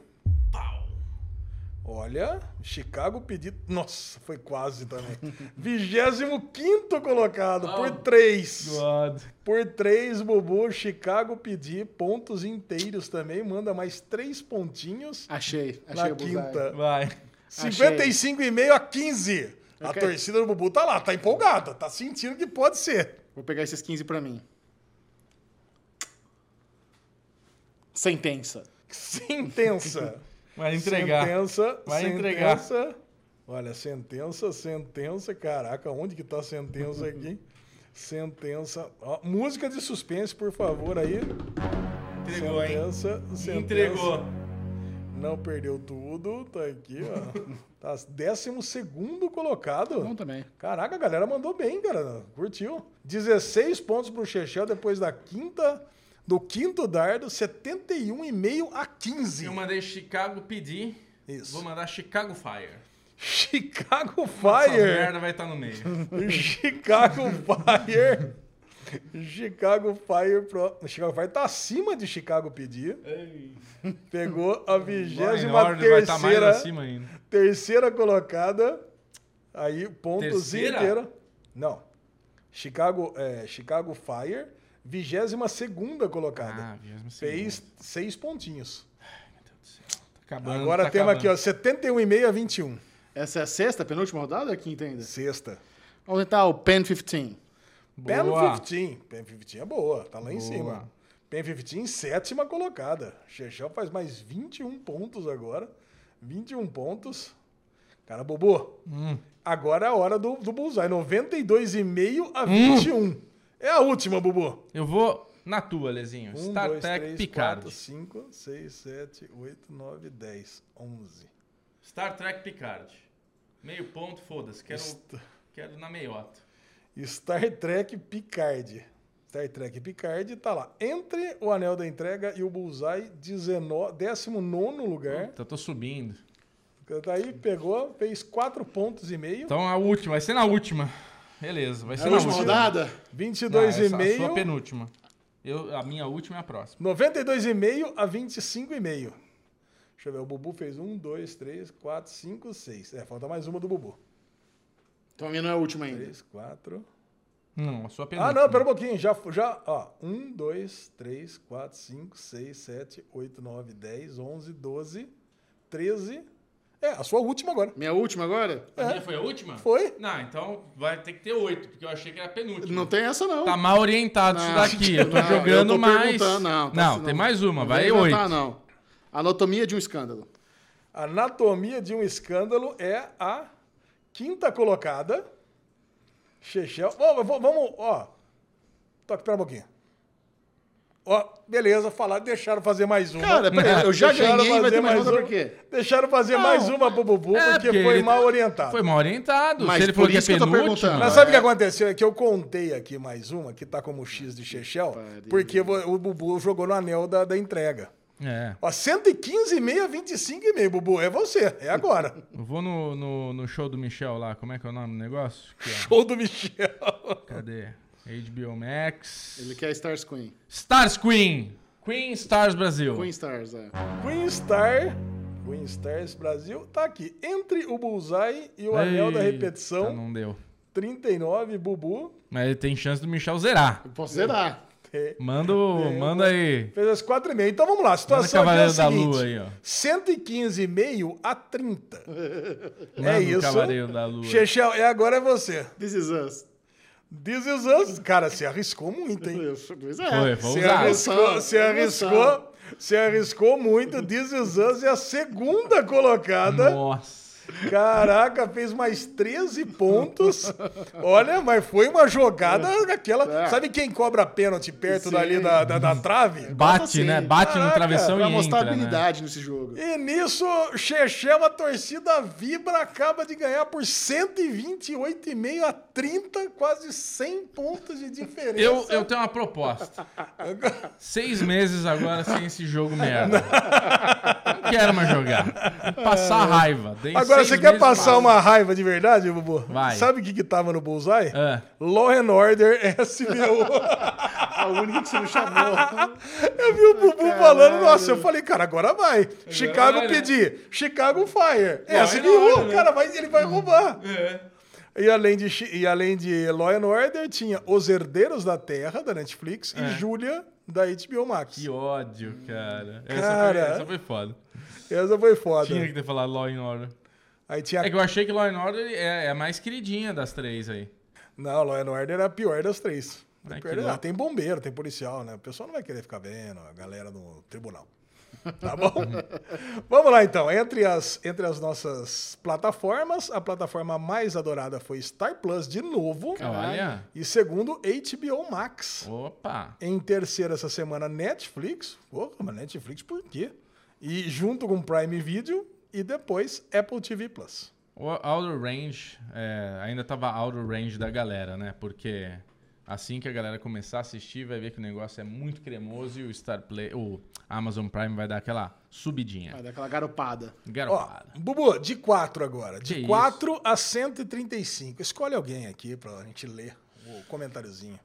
S2: Olha, Chicago pedir. Nossa, foi quase também. 25 colocado, por 3.
S4: God.
S2: Por 3, Bubu, Chicago pedir pontos inteiros também, manda mais 3 pontinhos
S1: Achei. Achei
S2: na
S1: o Bullseye.
S2: quinta.
S4: Vai.
S2: 55,5 a 15. A
S1: Ok.
S2: torcida do Bubu tá lá, tá empolgada, tá sentindo que pode ser.
S1: Vou pegar esses 15 pra mim. Sentença.
S2: Sentença.
S4: Vai entregar.
S2: Sentença,
S4: Vai entregar.
S2: sentença. Olha, sentença, sentença. Caraca, onde que tá a sentença aqui? sentença. Ó, música de suspense, por favor, aí.
S4: Entregou, hein?
S2: sentença, sentença.
S4: Entregou.
S2: Não perdeu tudo. Tá aqui, ó. Tá décimo segundo colocado.
S1: Bom também.
S2: Caraca, a galera mandou bem, cara. Curtiu. 16 pontos pro Chechel depois da quinta. Do quinto dardo, 71,5 a 15.
S4: Eu mandei Chicago pedir.
S2: Isso.
S4: Vou mandar Chicago Fire.
S2: Chicago
S4: Essa
S2: Fire.
S4: merda vai estar no meio.
S2: Chicago Fire. Chicago Fire pro... Chicago Fire tá acima de Chicago pedir. Pegou a
S4: Vai, em
S2: 23
S4: ordem, vai estar mais
S2: terceira,
S4: acima ainda.
S2: terceira colocada. Aí, pontos
S4: Terceira?
S2: inteira. Não. Chicago, é, Chicago Fire, 22 segunda colocada.
S4: Ah, 22ª.
S2: Fez seis pontinhos.
S4: Tá acabando,
S2: Agora
S4: tá
S2: temos aqui, ó,
S4: acabando.
S2: 71,5 a 21.
S1: Essa é a sexta, penúltima rodada ou é a quinta ainda?
S2: Sexta.
S1: Vamos tentar o Pen 15.
S2: Pen
S4: Boa.
S2: 15. Pen 15 é boa, tá lá em cima. Pen 15, sétima colocada. Xexão faz mais 21 pontos agora. 21 pontos. Cara, Bobo,
S4: Hum.
S2: agora é a hora do, do Bullseye. 92,5 a 21. É a última, Um, Bubu.
S4: Eu vou na tua, Lezinho.
S2: 1,
S4: Star
S2: 2,
S4: Trek
S2: 3,
S4: Picard.
S2: 4, 5, 6, 7, 8, 9, 10, 11.
S4: Star Trek Picard. Meio ponto, foda-se. Quero,
S2: Esta-
S4: quero na meiota.
S2: Star Trek Picard. Star Trek Picard tá lá. Entre o Anel da Entrega e o Bullseye, 19, 19 lugar.
S4: Então eu tô subindo.
S1: Hum.
S2: Daí pegou, fez 4 pontos e meio.
S1: Ah,
S4: Então a última, vai ser na última. Beleza, vai ser
S1: É a
S4: na
S1: última
S4: última.
S1: rodada?
S4: Não,
S2: 22 e
S4: essa- A sua
S2: meio.
S4: penúltima. Eu, a minha última é a próxima.
S2: 92 e meio a 25 e meio. Deixa eu ver, o Bubu fez 1, 2, 3, 4, 5, 6. É, falta mais uma do Bubu.
S1: Então a minha não é a última ainda.
S2: 3, 4...
S4: Não, a sua penúltima.
S2: Ah, não, pera um pouquinho. Já, já, ó. 1, 2, 3, 4, 5, 6, 7, 8, 9, 10, 11, 12, 13. É, a sua última agora.
S1: Minha última agora?
S4: A minha foi a última?
S2: É. Foi.
S4: Não, então vai ter que ter oito, porque eu achei que era a penúltima.
S1: Não tem essa, não.
S4: Tá mal orientado isso
S1: Não,
S4: daqui. Eu tô
S1: não,
S4: jogando
S1: eu tô
S4: mais.
S1: perguntando, Não, tá-
S4: tem mais uma.
S1: não
S4: Vai
S1: vou
S4: oito.
S1: inventar, não. Anatomia de um escândalo.
S2: Anatomia de um Escândalo é a quinta colocada. Chechel. Ó, v- vamos, ó. Toque, pera um pouquinho. Ó, beleza, falaram, deixaram fazer mais uma.
S1: Cara, peraí, eu já
S2: Deixaram
S1: ganhei, vai
S2: fazer
S1: ter mais outra
S2: uma.
S1: por quê?
S2: Deixaram fazer mais uma pro Bubu,
S4: É,
S2: porque,
S4: porque
S2: foi
S4: ele-
S1: tá-
S2: mal orientado.
S4: Foi mal orientado.
S1: Mas
S4: Se ele
S1: por
S4: falou que é
S1: isso que eu tô
S4: penúltima.
S1: perguntando.
S2: Mas sabe o que aconteceu? É que eu contei aqui mais uma, que tá como X de Chechel, porque vo- o Bubu jogou no anel da, da entrega.
S4: É.
S2: Ó, 115,6, 25,5, Bubu, é você, é agora.
S4: Eu vou no, no, no show do Michel lá. Como é que é o nome do negócio? Que é-
S2: Show do Michel.
S4: Cadê? HBO Max.
S1: Ele quer Stars Queen.
S4: Stars Queen. Queen Stars Brasil.
S1: Queen Stars, é.
S2: Queen Star, Green Stars Brasil tá aqui. Entre o Bullseye e o Anel da
S4: Eita,
S2: Repetição,
S4: Não deu.
S2: 39, Bubu.
S4: Mas tem chance do Michel zerar.
S1: Eu posso zerar.
S2: É,
S4: Manda, o- manda aí.
S2: Fez as 4,5. Então vamos lá, a situação aqui é a
S4: Cavaleiro da
S2: seguinte.
S4: Lua aí, ó.
S2: 115,5 a 30.
S4: Manda
S2: é
S4: o
S2: isso.
S4: Cavaleiro da Lua.
S2: Chechel, é agora é você.
S1: This is us.
S2: This is us. Cara, você arriscou muito, hein?
S1: Pois é.
S4: Foi, foi
S2: Você
S4: usado.
S2: arriscou, você arriscou, você arriscou muito. This is us é a segunda colocada.
S4: Nossa.
S2: Caraca, fez mais 13 pontos. Olha, mas foi uma jogada aquela.
S1: É.
S2: Sabe quem cobra pênalti perto
S1: Sim.
S2: dali da, da, da trave?
S4: Bate,
S1: assim.
S4: né? Bate no
S2: Caraca,
S4: travessão e
S1: Pra
S4: entra,
S1: mostrar
S4: né?
S1: habilidade nesse jogo.
S2: E nisso, Chechel, a torcida vibra, acaba de ganhar por 128,5 a 30, quase 100 pontos de diferença.
S4: Eu, eu tenho uma proposta. Seis meses agora sem esse jogo merda. Não quero mais jogar. Passar raiva. Dei
S2: É. Agora,
S4: seis
S2: você quer
S4: meses,
S2: passar
S4: passa.
S2: uma raiva de verdade, Bubu?
S4: Vai.
S2: Sabe o que, que tava no Bullseye?
S4: Ah.
S2: Law and Order SBO.
S1: A única que você não chamou.
S2: eu vi o Bubu falando, nossa, eu falei, cara, agora vai. Chicago
S4: vai, né?
S2: pedir, Chicago Fire. É,
S4: and
S2: SBO,
S4: Order, né?
S2: cara, vai, ele vai roubar. E além, de, Chi- e além de Law and Order, tinha Os Herdeiros da Terra, da Netflix,
S4: É.
S2: e Júlia, da HBO Max.
S4: Que ódio, cara.
S2: Cara.
S4: Essa, foi, essa foi foda.
S2: Essa foi foda.
S4: Tinha que ter falado Law and Order.
S2: Aí tinha...
S4: É que eu achei que Law and Order é, é a mais queridinha das três aí.
S2: Não, Law and Order era a pior das três. A
S4: Ai,
S2: pior
S4: que
S2: era-
S4: louco.
S2: tem bombeiro, tem policial, né? O pessoal não vai querer ficar vendo a galera no tribunal. Tá bom? Vamos lá, então. Entre as, entre as nossas plataformas, a plataforma mais adorada foi Star Plus, de novo.
S4: Olha.
S2: E segundo, HBO Max.
S4: Opa.
S2: Em terceiro essa semana, Netflix. Porra, mas Netflix por quê? E junto com Prime Video e depois Apple TV Plus.
S4: O Outer Range, é, ainda tava Outer Range da galera, né? Porque assim que a galera começar a assistir, vai ver que o negócio é muito cremoso e o Star Play, o Amazon Prime vai dar aquela subidinha.
S1: Vai dar aquela garopada.
S2: Ó,
S4: Garotada.
S2: Bubu, de 4 agora. De
S4: Que
S2: 4 a 135. Escolhe alguém aqui pra gente ler o comentáriozinho.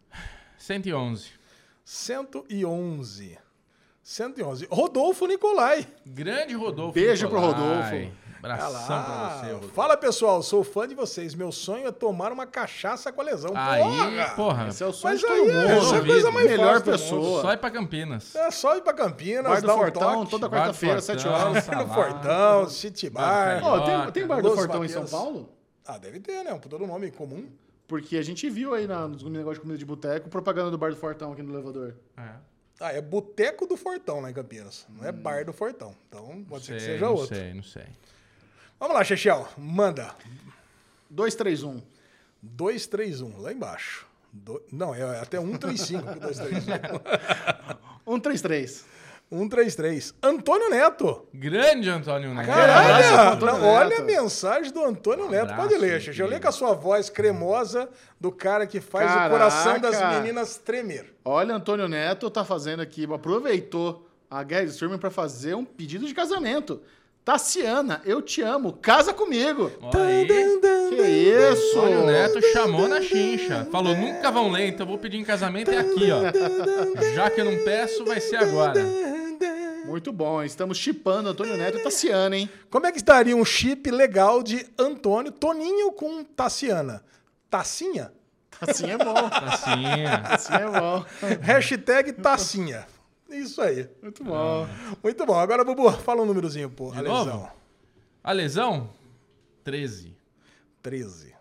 S4: 111.
S2: 111. 111. Rodolfo Nicolai.
S4: Grande Rodolfo.
S1: Beijo pro
S4: Nicolai.
S1: Rodolfo.
S4: Abração pra você, Rodolfo.
S2: Fala pessoal, sou fã de vocês. Meu sonho é tomar uma cachaça com a lesão.
S4: Aí, porra.
S1: Esse é o sonho
S2: Mas
S1: de todo
S2: aí, é, essa é a
S1: mundo.
S2: coisa mais
S1: Melhor
S2: fácil do
S1: pessoa.
S4: Ah, Só ir pra Campinas.
S2: É só ir pra Campinas,
S1: Bar do
S2: dar um
S1: Fortão,
S2: toque.
S1: toda
S4: Bar do
S1: quarta-feira,
S4: Fortão,
S1: 7 horas.
S2: Bar do
S4: salada.
S2: Fortão, City
S4: Bar do
S2: Bar.
S4: Carioca.
S1: Ó, tem, tem bar do
S2: Los
S1: Fortão em São
S2: Babias.
S1: Paulo?
S2: Ah, deve ter, né? Um puta do nome comum.
S1: Porque a gente viu aí na, nos negócios de comida de boteco propaganda do bar do Fortão aqui no elevador.
S4: É.
S2: Ah, é Boteco do Fortão lá em Campinas. Não é Bar do Fortão. Então pode ser que
S4: Hum. Sei,
S2: seja
S4: não
S2: outro.
S4: sei, não sei.
S2: Vamos lá, Chechel. Manda.
S1: 231.
S2: 231, lá embaixo. Do- Não, é até 135. 231.
S1: 133.
S2: 133. Antônio Neto.
S4: Grande Antônio Neto.
S1: abraço pro
S2: Caralho!
S1: Antônio Neto.
S2: olha a mensagem do Antônio Neto.
S4: abraço,
S2: Pode ler,
S4: meu
S2: Xixi. Eu
S4: querido.
S2: leio com a sua voz cremosa do cara que faz o
S1: Caraca.
S2: coração das meninas tremer.
S1: Olha, Antônio Neto tá fazendo aqui, aproveitou a guerra de streaming pra fazer um pedido de casamento. Tassiana, eu te amo, casa comigo.
S4: Olha aí.
S1: Que isso?
S4: Antônio Neto chamou na chincha. Falou, nunca vão ler, então vou pedir em casamento é aqui, ó. Já que eu não peço, vai ser agora.
S1: Muito bom, estamos chipando Antônio Neto e Tassiana, hein?
S2: Como é que estaria um chip legal de Antônio Toninho com Tassiana? Tacinha?
S1: Tassinha é bom,
S4: Assim, Tacinha.
S1: Tassinha é bom.
S2: Hashtag Tacinha. Isso aí.
S1: Muito bom.
S2: Muito bom. Agora, Bubu, fala um númerozinho, pô.
S4: De
S2: Alesão.
S4: novo? A lesão? 13.
S2: 13.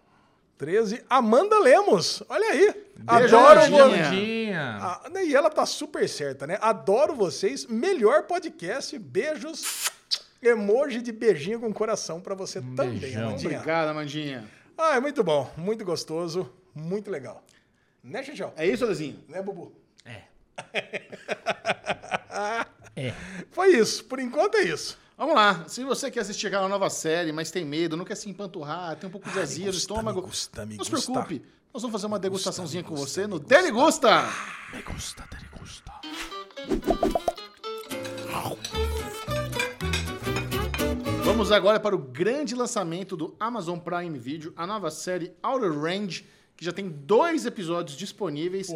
S2: 13. Amanda Lemos. Olha aí.
S1: Beijo,
S2: Adoro
S1: Amandinha.
S2: vo-
S4: Gordinha.
S2: Ah, e ela tá super certa, né? Adoro vocês. Melhor podcast. Beijos. Emoji de beijinho com coração pra você também,
S4: Um beijão.
S2: Amandinha.
S1: Obrigado, Amandinha.
S2: Ah, é muito bom. Muito gostoso. Muito legal. Né, Xixão?
S1: É isso, Alezinho?
S2: Né, Bubu?
S4: É.
S2: Foi isso. Por enquanto é isso.
S1: Vamos lá. Se você quer assistir aquela nova série, mas tem medo, não quer se empanturrar, tem um pouco de azia no
S2: gusta,
S1: estômago,
S2: Ah, me gusta, me
S1: não se
S2: gusta.
S1: preocupe. Nós vamos fazer uma degustaçãozinha com
S2: gusta,
S1: você
S2: me
S1: no
S2: gusta.
S1: Dele Gusta.
S4: Me gusta, te gusta.
S1: Vamos agora para o grande lançamento do Amazon Prime Video, a nova série Outer Range, que já tem dois episódios disponíveis.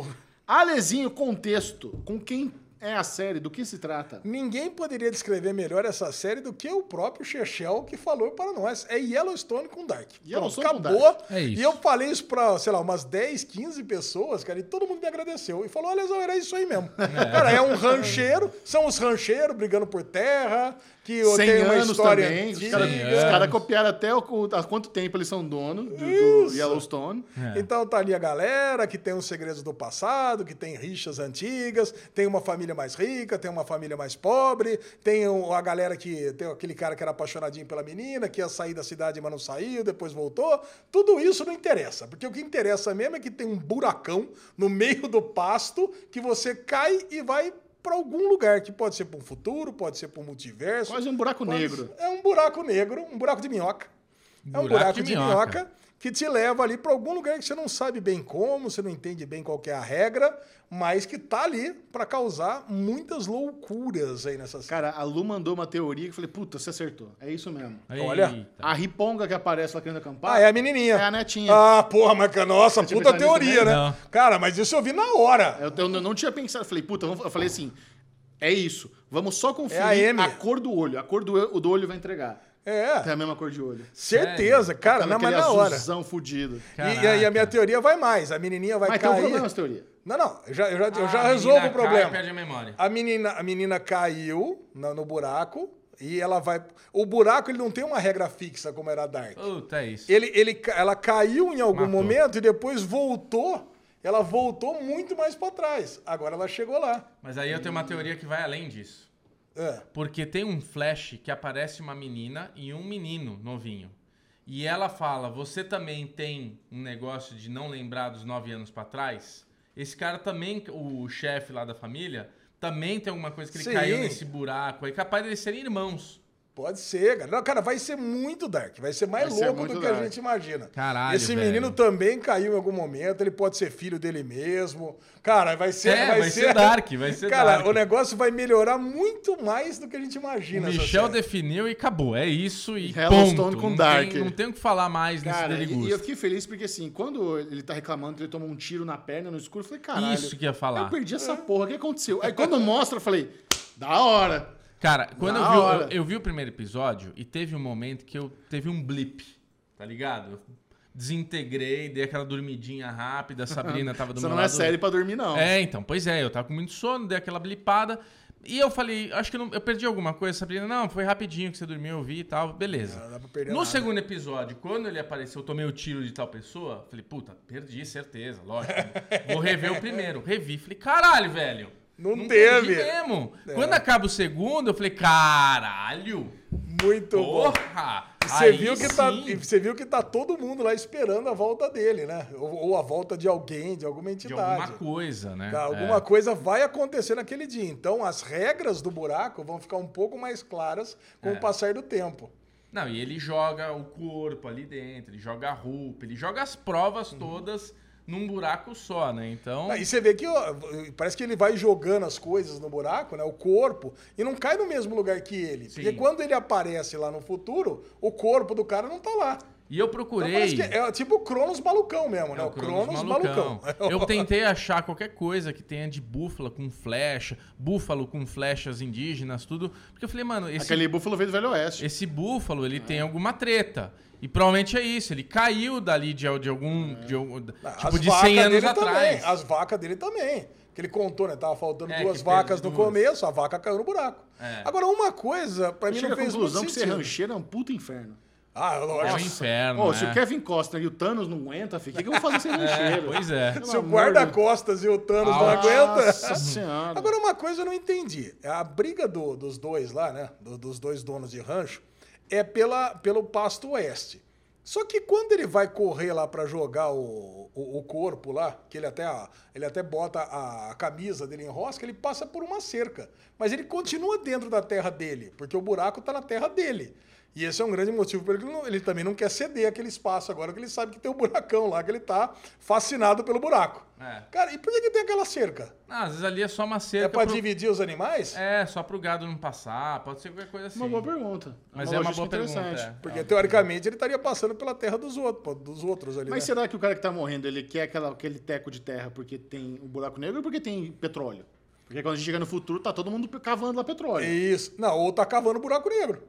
S1: Alezinho, contexto, com quem é a série? Do que se trata?
S2: Ninguém poderia descrever melhor essa série do que o próprio Chechel que falou para nós. É Yellowstone com Dark.
S1: Yellowstone com
S2: Pronto,
S1: Dark.
S2: acabou.
S4: É isso.
S2: E eu falei isso para, sei lá, umas 10, 15 pessoas, cara, e todo mundo me agradeceu. E falou, olha, Zão, era isso aí mesmo. Cara, é um rancheiro, são os rancheiros brigando por terra, que
S1: 100
S2: tem uma
S1: anos
S2: história
S1: também. Os
S2: antiga.
S1: caras
S4: Cem
S1: os cara
S4: anos.
S1: copiaram até o, cu- há quanto tempo eles são dono do, do Yellowstone.
S4: É.
S2: Então tá ali a galera que tem os segredos do passado, que tem rixas antigas, tem uma família mais rica, tem uma família mais pobre, tem o- a galera que tem aquele cara que era apaixonadinho pela menina, que ia sair da cidade, mas não saiu, depois voltou. Tudo isso não interessa, porque o que interessa mesmo é que tem um buracão no meio do pasto que você cai e vai para algum lugar, que pode ser para um futuro, pode ser para um multiverso.
S1: Quase um buraco
S2: Quase-
S1: negro.
S2: É um buraco negro, um buraco de minhoca. é um
S4: Buraco
S2: buraco
S4: de
S2: de minhoca.
S4: minhoca.
S2: que te leva ali para algum lugar que você não sabe bem como, você não entende bem qual que é a regra, mas que tá ali para causar muitas loucuras aí nessa série.
S1: Cara, a Lu mandou uma teoria que eu falei, puta, você acertou. É isso mesmo.
S2: Ah, Olha.
S1: A riponga que aparece lá querendo acampar
S2: Ah, é a menininha.
S1: é a netinha. tipo
S2: Ah, porra, mas que- nossa,
S1: tinha
S2: puta
S1: pensado nisso
S2: teoria, né?
S4: também? Não.
S2: Cara, mas isso eu vi na hora.
S1: Eu, eu não tinha pensado. Eu falei, puta, vamos- eu falei assim, é isso. Vamos só
S2: É a
S1: conferir
S2: Amy.
S1: a, cor do olho. A cor do, o- do olho vai entregar. É
S2: É,
S1: a mesma cor de olho.
S2: certeza, cara,
S1: Tá
S2: não, mas
S1: naquele
S2: na hora.
S1: azulzão fudido.
S2: E, e aí a minha teoria vai mais, a menininha vai
S1: Mas tem um
S2: cair.
S1: problema Ah, essa teoria.
S2: Não, não, eu já, eu já,
S4: Ah,
S2: eu já resolvo o problema.
S4: perde a memória.
S2: A menina, a menina caiu na- no buraco e ela vai. O buraco ele não tem uma regra fixa como era a Dark.
S4: Puta, é isso.
S2: Ele, ele, ca- ela caiu em algum
S4: Matou.
S2: momento e depois voltou. Ela voltou muito mais pra trás. Agora ela chegou lá.
S4: Mas aí eu tenho uma teoria que vai além disso.
S2: É.
S4: Porque tem um flash que aparece uma menina e um menino novinho. E ela fala: Você também tem um negócio de não lembrar dos nove anos pra trás? Esse cara também, o chefe lá da família, também tem alguma coisa que ele
S2: Sim.
S4: caiu nesse buraco. É capaz de eles serem irmãos.
S2: Pode ser, cara. Não, cara, vai ser muito dark. Vai ser mais
S1: Vai ser
S2: louco do
S1: muito
S2: que
S1: dark.
S2: a gente imagina.
S4: Caralho,
S2: Esse
S4: velho.
S2: menino também caiu em algum momento. Ele pode ser filho dele mesmo. Cara, vai ser.
S4: É, vai ser dark, vai ser
S2: cara,
S4: dark.
S2: o negócio vai melhorar muito mais do que a gente
S4: O
S2: imagina. essa
S4: Michel
S2: série.
S4: definiu e acabou. É isso e
S1: Yellowstone
S4: ponto.
S1: com
S4: não
S1: Dark.
S4: Tem, não tem o que falar mais
S1: Cara,
S4: nesse
S1: e, e eu
S4: deligusto.
S1: fiquei feliz porque assim, quando ele tá reclamando que ele tomou um tiro na perna no escuro, eu falei, caralho.
S4: Isso que eu ia falar. É.
S1: Eu perdi essa porra, o que aconteceu? Aí quando mostra, eu falei, da hora.
S4: Cara,
S1: Na
S4: quando eu vi, o-
S1: hora.
S4: eu, eu vi o primeiro episódio e teve um momento que eu teve um blip, tá ligado? Eu desintegrei, dei aquela dormidinha rápida, a Sabrina tava do
S1: Você
S4: meu
S1: não é
S4: lado.
S1: série pra dormir, não.
S4: É, então, pois é, eu tava com muito sono, dei aquela blipada. E eu falei, acho que não- eu perdi alguma coisa, Sabrina. Não, foi rapidinho que você dormiu, eu vi e tal, beleza.
S2: Não Ah, dá pra perder
S4: no
S2: nada.
S4: segundo episódio, quando ele apareceu, eu tomei o tiro de tal pessoa, falei, puta, perdi, certeza, lógico. né? Vou rever o primeiro. Revi, falei, caralho, velho.
S2: Não
S4: perdi
S2: teve. É.
S4: mesmo. Quando acaba o segundo, eu falei, caralho.
S2: Muito bom.
S4: Porra!
S2: E Você
S4: aí
S2: viu, que tá,
S4: sim,
S2: e você viu que tá todo mundo lá esperando a volta dele, né? Ou, ou a volta de alguém, de alguma
S4: de
S2: entidade.
S4: alguma coisa, né?
S2: Tá, alguma coisa vai acontecer naquele dia. Então, as regras do buraco vão ficar um pouco mais claras com
S4: É.
S2: o passar do tempo.
S4: Não, e ele joga o corpo ali dentro, ele joga a roupa, ele joga as provas
S2: Uhum.
S4: todas num buraco só, né? Então.
S2: Ah, E você vê que ó, parece que ele vai jogando as coisas no buraco, né? O corpo, e não cai no mesmo lugar que ele.
S4: Sim.
S2: Porque quando ele aparece lá no futuro, o corpo do cara não tá lá.
S4: E eu
S2: Então,
S4: procurei.
S2: parece que é tipo o Cronos malucão mesmo, né?
S4: É
S2: O Cronos malucão.
S4: Eu tentei achar qualquer coisa que tenha de búfala com flecha, búfalo com flechas indígenas, tudo. Porque eu falei, mano, esse,
S1: Aquele búfalo veio do Velho Oeste.
S4: esse búfalo,
S1: É.
S4: ele tem alguma treta. E provavelmente é isso, ele caiu dali de, de algum.
S1: É.
S4: De, algum- tipo, de
S2: vacas
S4: 100 anos
S2: dele
S4: atrás.
S2: Também, as vacas dele também. Que ele contou, né? Tava faltando
S4: É,
S2: duas
S4: que
S2: vacas no
S4: perdeu duas.
S2: começo, a vaca caiu no buraco.
S4: É.
S2: Agora, uma coisa, pra mim
S1: Chega
S2: não
S1: à
S2: fez muito
S1: conclusão que ser
S2: sentido.
S1: rancheiro é um puto inferno.
S2: ah,
S4: É um
S2: lógico.
S4: inferno.
S1: Ô,
S4: né?
S1: se o Kevin Costner e o Thanos não aguentam, filho, o que, que eu vou fazer sem rancheiro?
S4: Pois é.
S2: Se o
S1: amor
S2: guarda-costas e o Thanos não
S1: Nossa
S2: aguenta.
S1: senhora.
S2: Agora, uma coisa eu não entendi. A briga do- dos dois lá, né? do- dos dois donos de rancho, é pela, pelo pasto oeste. Só que quando ele vai correr lá pra jogar o, o, o corpo lá, que ele até, ele até bota a, a camisa dele em rosca, ele passa por uma cerca. Mas ele continua dentro da terra dele, porque o buraco tá na terra dele. E esse é um grande motivo porque ele, não- ele também não quer ceder aquele espaço agora que ele sabe que tem um buracão lá, que ele tá fascinado pelo buraco.
S4: É.
S2: Cara, e por que, que tem aquela cerca?
S4: Ah, às vezes ali é só uma cerca.
S2: É pra
S4: pro-
S2: dividir os animais?
S4: É, só pro gado não passar, pode ser qualquer coisa assim.
S1: Uma boa pergunta.
S4: Mas é uma
S1: logística
S4: boa pergunta.
S1: interessante.
S4: é.
S2: Porque teoricamente ele estaria passando pela terra dos outros, dos outros ali.
S1: Mas
S2: né?
S1: tá será que o cara que tá morrendo, ele quer aquela- aquele teco de terra porque tem um buraco negro ou porque tem petróleo? Porque quando a gente chega no futuro, tá todo mundo cavando lá petróleo.
S2: Isso. Não, ou tá cavando buraco negro.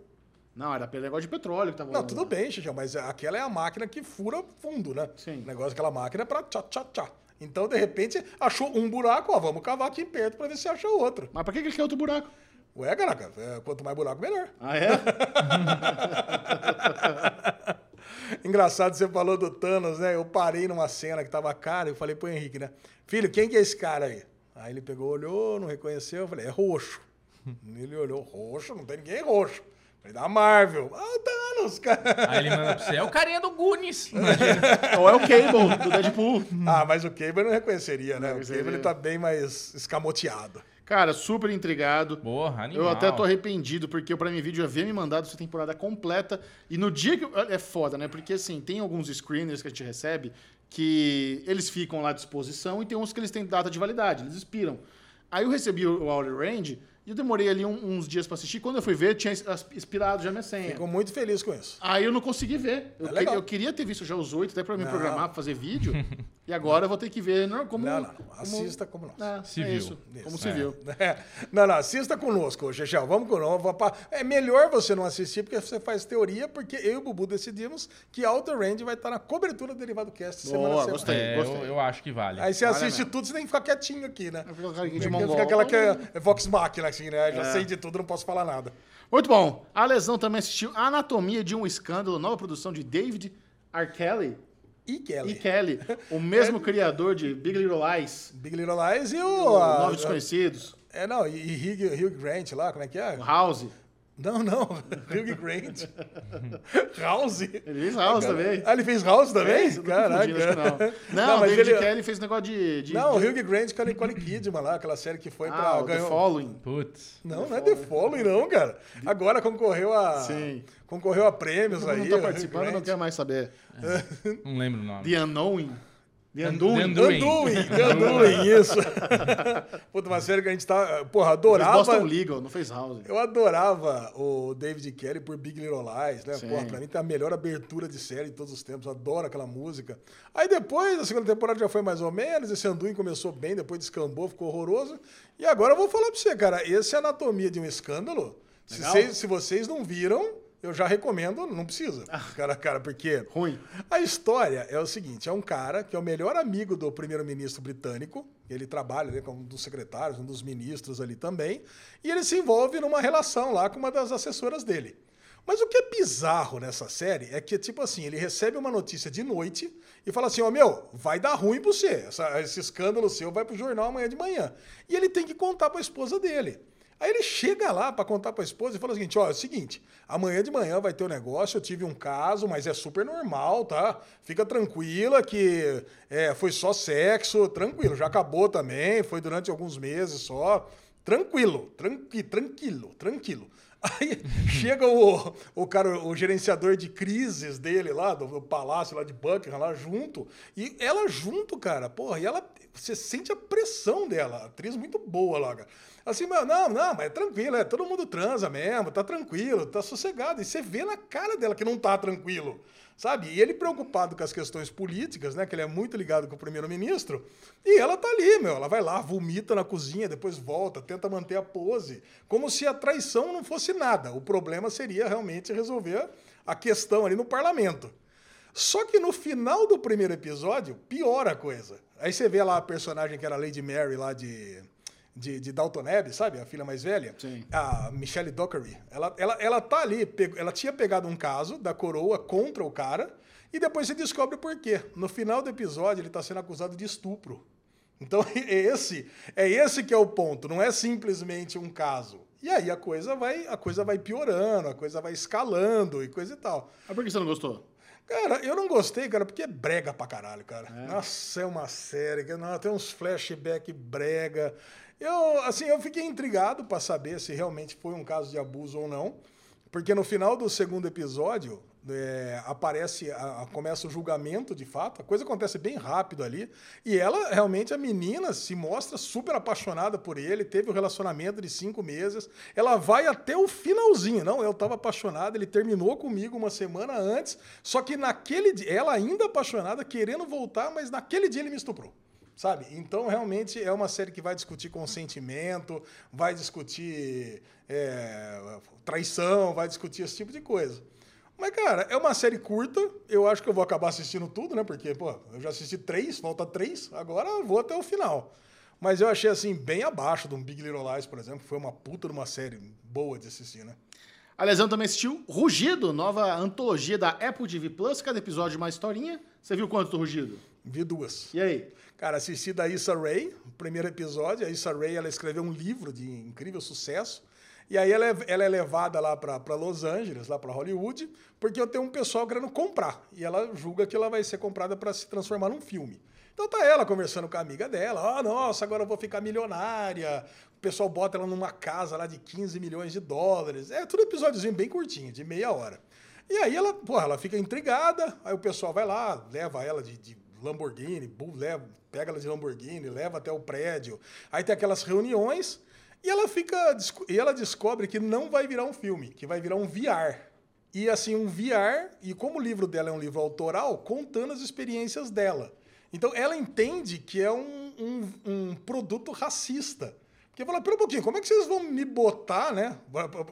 S1: Não, era pelo negócio de petróleo que tava
S2: Não,
S1: rolando
S2: tudo
S1: lá.
S2: bem, Xixão, mas aquela é a máquina que fura fundo, né?
S1: Sim.
S2: O negócio daquela máquina é pra tchá, tchá, tchá. Então, de repente, achou um buraco, ó, vamos cavar aqui perto pra ver se acha outro.
S1: Mas pra que que ele quer outro buraco?
S2: Ué, caraca, é, quanto mais buraco, melhor.
S1: Ah, é?
S2: Engraçado, você falou do Thanos, né? Eu parei numa cena que tava cara, eu falei pro Henrique, né? Filho, quem que é esse cara aí? Aí ele pegou, olhou, não reconheceu, eu falei, é roxo. ele olhou, roxo? Não tem ninguém roxo. Eu Falei, da Marvel. Ah, o Thanos, cara.
S4: Aí ele manda pra você, é o carinha do Goonies.
S1: Ou é o Cable, do Deadpool.
S2: Ah, mas o Cable não reconheceria, né?
S1: Não
S2: o Cable ele
S1: reconheceria.
S2: tá bem mais escamoteado.
S1: Cara, super intrigado.
S4: Porra, animal.
S1: Eu até tô arrependido, porque o Prime Video havia é me mandado essa temporada completa. E no dia que. É foda, né? Porque assim, tem alguns screeners que a gente recebe que eles ficam lá à disposição e tem uns que eles têm data de validade, eles expiram. Aí eu recebi o o Outer Range e eu demorei ali um- uns dias pra assistir. Quando eu fui ver, tinha as- expirado já minha senha.
S2: Ficou muito feliz com isso.
S1: Aí eu não consegui ver. Eu,
S2: É
S1: que-
S2: legal.
S1: eu queria ter visto já os oito, até pra me
S2: Não.
S1: programar pra fazer vídeo. e agora eu vou ter que ver não, como.
S2: Não, não, não.
S1: como-
S2: Assista como nós.
S1: Ah,
S4: Se
S1: é
S4: viu.
S1: isso. Como
S2: Isso,
S1: se
S4: é.
S1: viu.
S2: É. Não, não, assista conosco, Chechel. Vamos conosco. Pa- É melhor você não assistir, porque você faz teoria, porque eu e o Bubu decidimos que Outer Range vai estar na cobertura do Derivado Cast semana
S1: Boa,
S2: a semana.
S1: gostei.
S4: É, eu, eu acho que vale.
S2: Aí você
S1: Vale
S2: assiste
S1: mesmo.
S2: tudo, você tem que ficar quietinho aqui, né?
S1: Fica com É aquela cara de
S2: Fica
S1: mongol. É.
S2: aquela que é Vox Machina, assim, né? Já sei de tudo, não posso falar nada.
S1: Muito bom. A Lesão também assistiu Anatomia de um Escândalo, nova produção de David R. Kelly
S2: E Kelly.
S1: e Kelly, o mesmo criador de Big Little Lies,
S2: Big Little Lies e o...
S1: o
S2: a-
S1: Nove Desconhecidos,
S2: É, não, e e Hugh, Hugh Grant lá, como é que é?
S1: o House.
S2: Não, não. Hugh Grant. House.
S1: Ele fez House também.
S2: Ah, ele fez House também?
S1: Eu tô
S2: Caraca.
S1: confundindo, acho que não. Não, o
S2: mas
S1: David
S2: ele-
S1: Kelly fez negócio de... de
S2: Não, o
S1: de...
S2: Hugh Grant com a Nicole Kidman lá, aquela série que foi
S1: Ah,
S2: pra...
S1: o The
S2: ganhou-
S1: Following.
S4: Putz.
S2: Não, não é The Following não, cara. Agora concorreu a...
S1: né? Sim.
S2: Concorreu a prêmios
S1: Todo
S2: aí.
S1: mundo
S2: o
S1: tá
S2: Hugh
S1: participando, não
S2: Grant.
S1: quer mais saber.
S4: Não lembro o nome.
S1: The Unknowing. The Undoing.
S4: The Undoing.
S2: Anduin, Anduin, isso. Puta, uma série que a gente tá... Porra,
S1: Fez Boston
S2: adorava...
S1: Legal, não fez House.
S2: Eu adorava o David Kelly por Big Little Lies, né?
S1: Sim.
S2: Porra, pra mim tá a melhor abertura de série de todos os tempos. Adoro aquela música. Aí depois, a segunda temporada já foi mais ou menos. Esse Anduin começou bem, depois descambou, ficou horroroso. E agora eu vou falar pra você, cara. Esse é a Anatomia de um Escândalo. Se
S1: Legal.
S2: vocês, se vocês não viram, eu já recomendo. Não precisa. Cara, cara, porque...
S1: Ah. Ruim.
S2: A história é o seguinte: é um cara que é o melhor amigo do primeiro-ministro britânico. Ele trabalha ali como um dos secretários, um dos ministros ali também. E ele se envolve numa relação lá com uma das assessoras dele. Mas o que é bizarro nessa série é que, tipo assim, ele recebe uma notícia de noite e fala assim: Ó, meu, vai dar ruim pra você. Essa- esse escândalo seu vai pro jornal amanhã de manhã. E ele tem que contar pra esposa dele. Aí ele chega lá pra contar pra esposa e fala o seguinte: ó, é o seguinte, amanhã de manhã vai ter um negócio, eu tive um caso, mas é super normal, tá? Fica tranquila que é, foi só sexo, tranquilo, já acabou também, foi durante alguns meses só. Tranquilo, tranqui, tranquilo, tranquilo. Aí chega o, o cara, o gerenciador de crises dele lá, do, do palácio lá de Buckingham, lá junto. E ela junto, cara, porra, e ela. Você sente a pressão dela. Atriz muito boa lá, cara. Assim, meu, não, não, mas é tranquilo, é, todo mundo transa mesmo, tá tranquilo, tá sossegado. E você vê na cara dela que não tá tranquilo. Sabe? E ele preocupado com as questões políticas, né? Que ele é muito ligado com o primeiro-ministro. E ela tá ali, meu. Ela vai lá, vomita na cozinha, depois volta, tenta manter a pose. Como se a traição não fosse nada. O problema seria realmente resolver a questão ali no parlamento. Só que no final do primeiro episódio, piora a coisa. Aí você vê lá a personagem que era a Lady Mary lá de, de, de Dalton Abbey, sabe? A filha mais velha.
S1: Sim.
S2: A Michelle Dockery. Ela, ela, ela tá ali, pe- ela tinha pegado um caso da coroa contra o cara, e depois você descobre por quê. No final do episódio, ele tá sendo acusado de estupro. Então, é esse, é esse que é o ponto, não é simplesmente um caso. E aí a coisa vai, a coisa vai piorando, a coisa vai escalando e coisa e tal.
S1: Mas Ah, por que você não gostou?
S2: Cara, eu não gostei, cara, porque é brega pra caralho, cara. Nossa, é uma série, que- não, tem uns flashback brega. Eu, assim, eu fiquei intrigado pra saber se realmente foi um caso de abuso ou não, porque no final do segundo episódio é, aparece, a- a- começa o julgamento de fato, a coisa acontece bem rápido ali, e ela, realmente, a menina se mostra super apaixonada por ele, teve um relacionamento de cinco meses, ela vai até o finalzinho, não, eu tava apaixonada, ele terminou comigo uma semana antes, só que naquele dia, ela ainda apaixonada, querendo voltar, mas naquele dia ele me estuprou. sabe? Então, realmente, é uma série que vai discutir consentimento, vai discutir é, traição, vai discutir esse tipo de coisa. Mas, cara, é uma série curta. Eu acho que eu vou acabar assistindo tudo, né? Porque, pô, eu já assisti três, falta três, agora eu vou até o final. Mas eu achei, assim, bem abaixo de um Big Little Lies, por exemplo, que foi uma puta de uma série boa de assistir, né?
S1: A Lesão também assistiu Rugido, nova antologia da Apple TV Plus. Cada episódio é uma historinha. Você viu quanto do Rugido?
S2: Vi duas.
S1: E aí?
S2: Cara, assisti da Issa Rae, o primeiro episódio. A Issa Rae, ela escreveu um livro de incrível sucesso. E aí ela é, ela é levada lá para Los Angeles, lá para Hollywood, porque eu tenho um pessoal querendo comprar. E ela julga que ela vai ser comprada para se transformar num filme. Então tá ela conversando com a amiga dela. Ah, nossa, agora eu vou ficar milionária. O pessoal bota ela numa casa lá de 15 milhões de dólares. É tudo episódiozinho bem curtinho, de meia hora. E aí ela, porra, ela fica intrigada. Aí o pessoal vai lá, leva ela de, de Lamborghini, bu- leva, pega ela de Lamborghini, leva até o prédio. Aí tem aquelas reuniões e ela fica desco- e ela descobre que não vai virar um filme, que vai virar um VR. E assim, um VR, e como o livro dela é um livro autoral, contando as experiências dela. Então ela entende que é um, um, um produto racista. Porque fala, pera um pouquinho, como é que vocês vão me botar, né?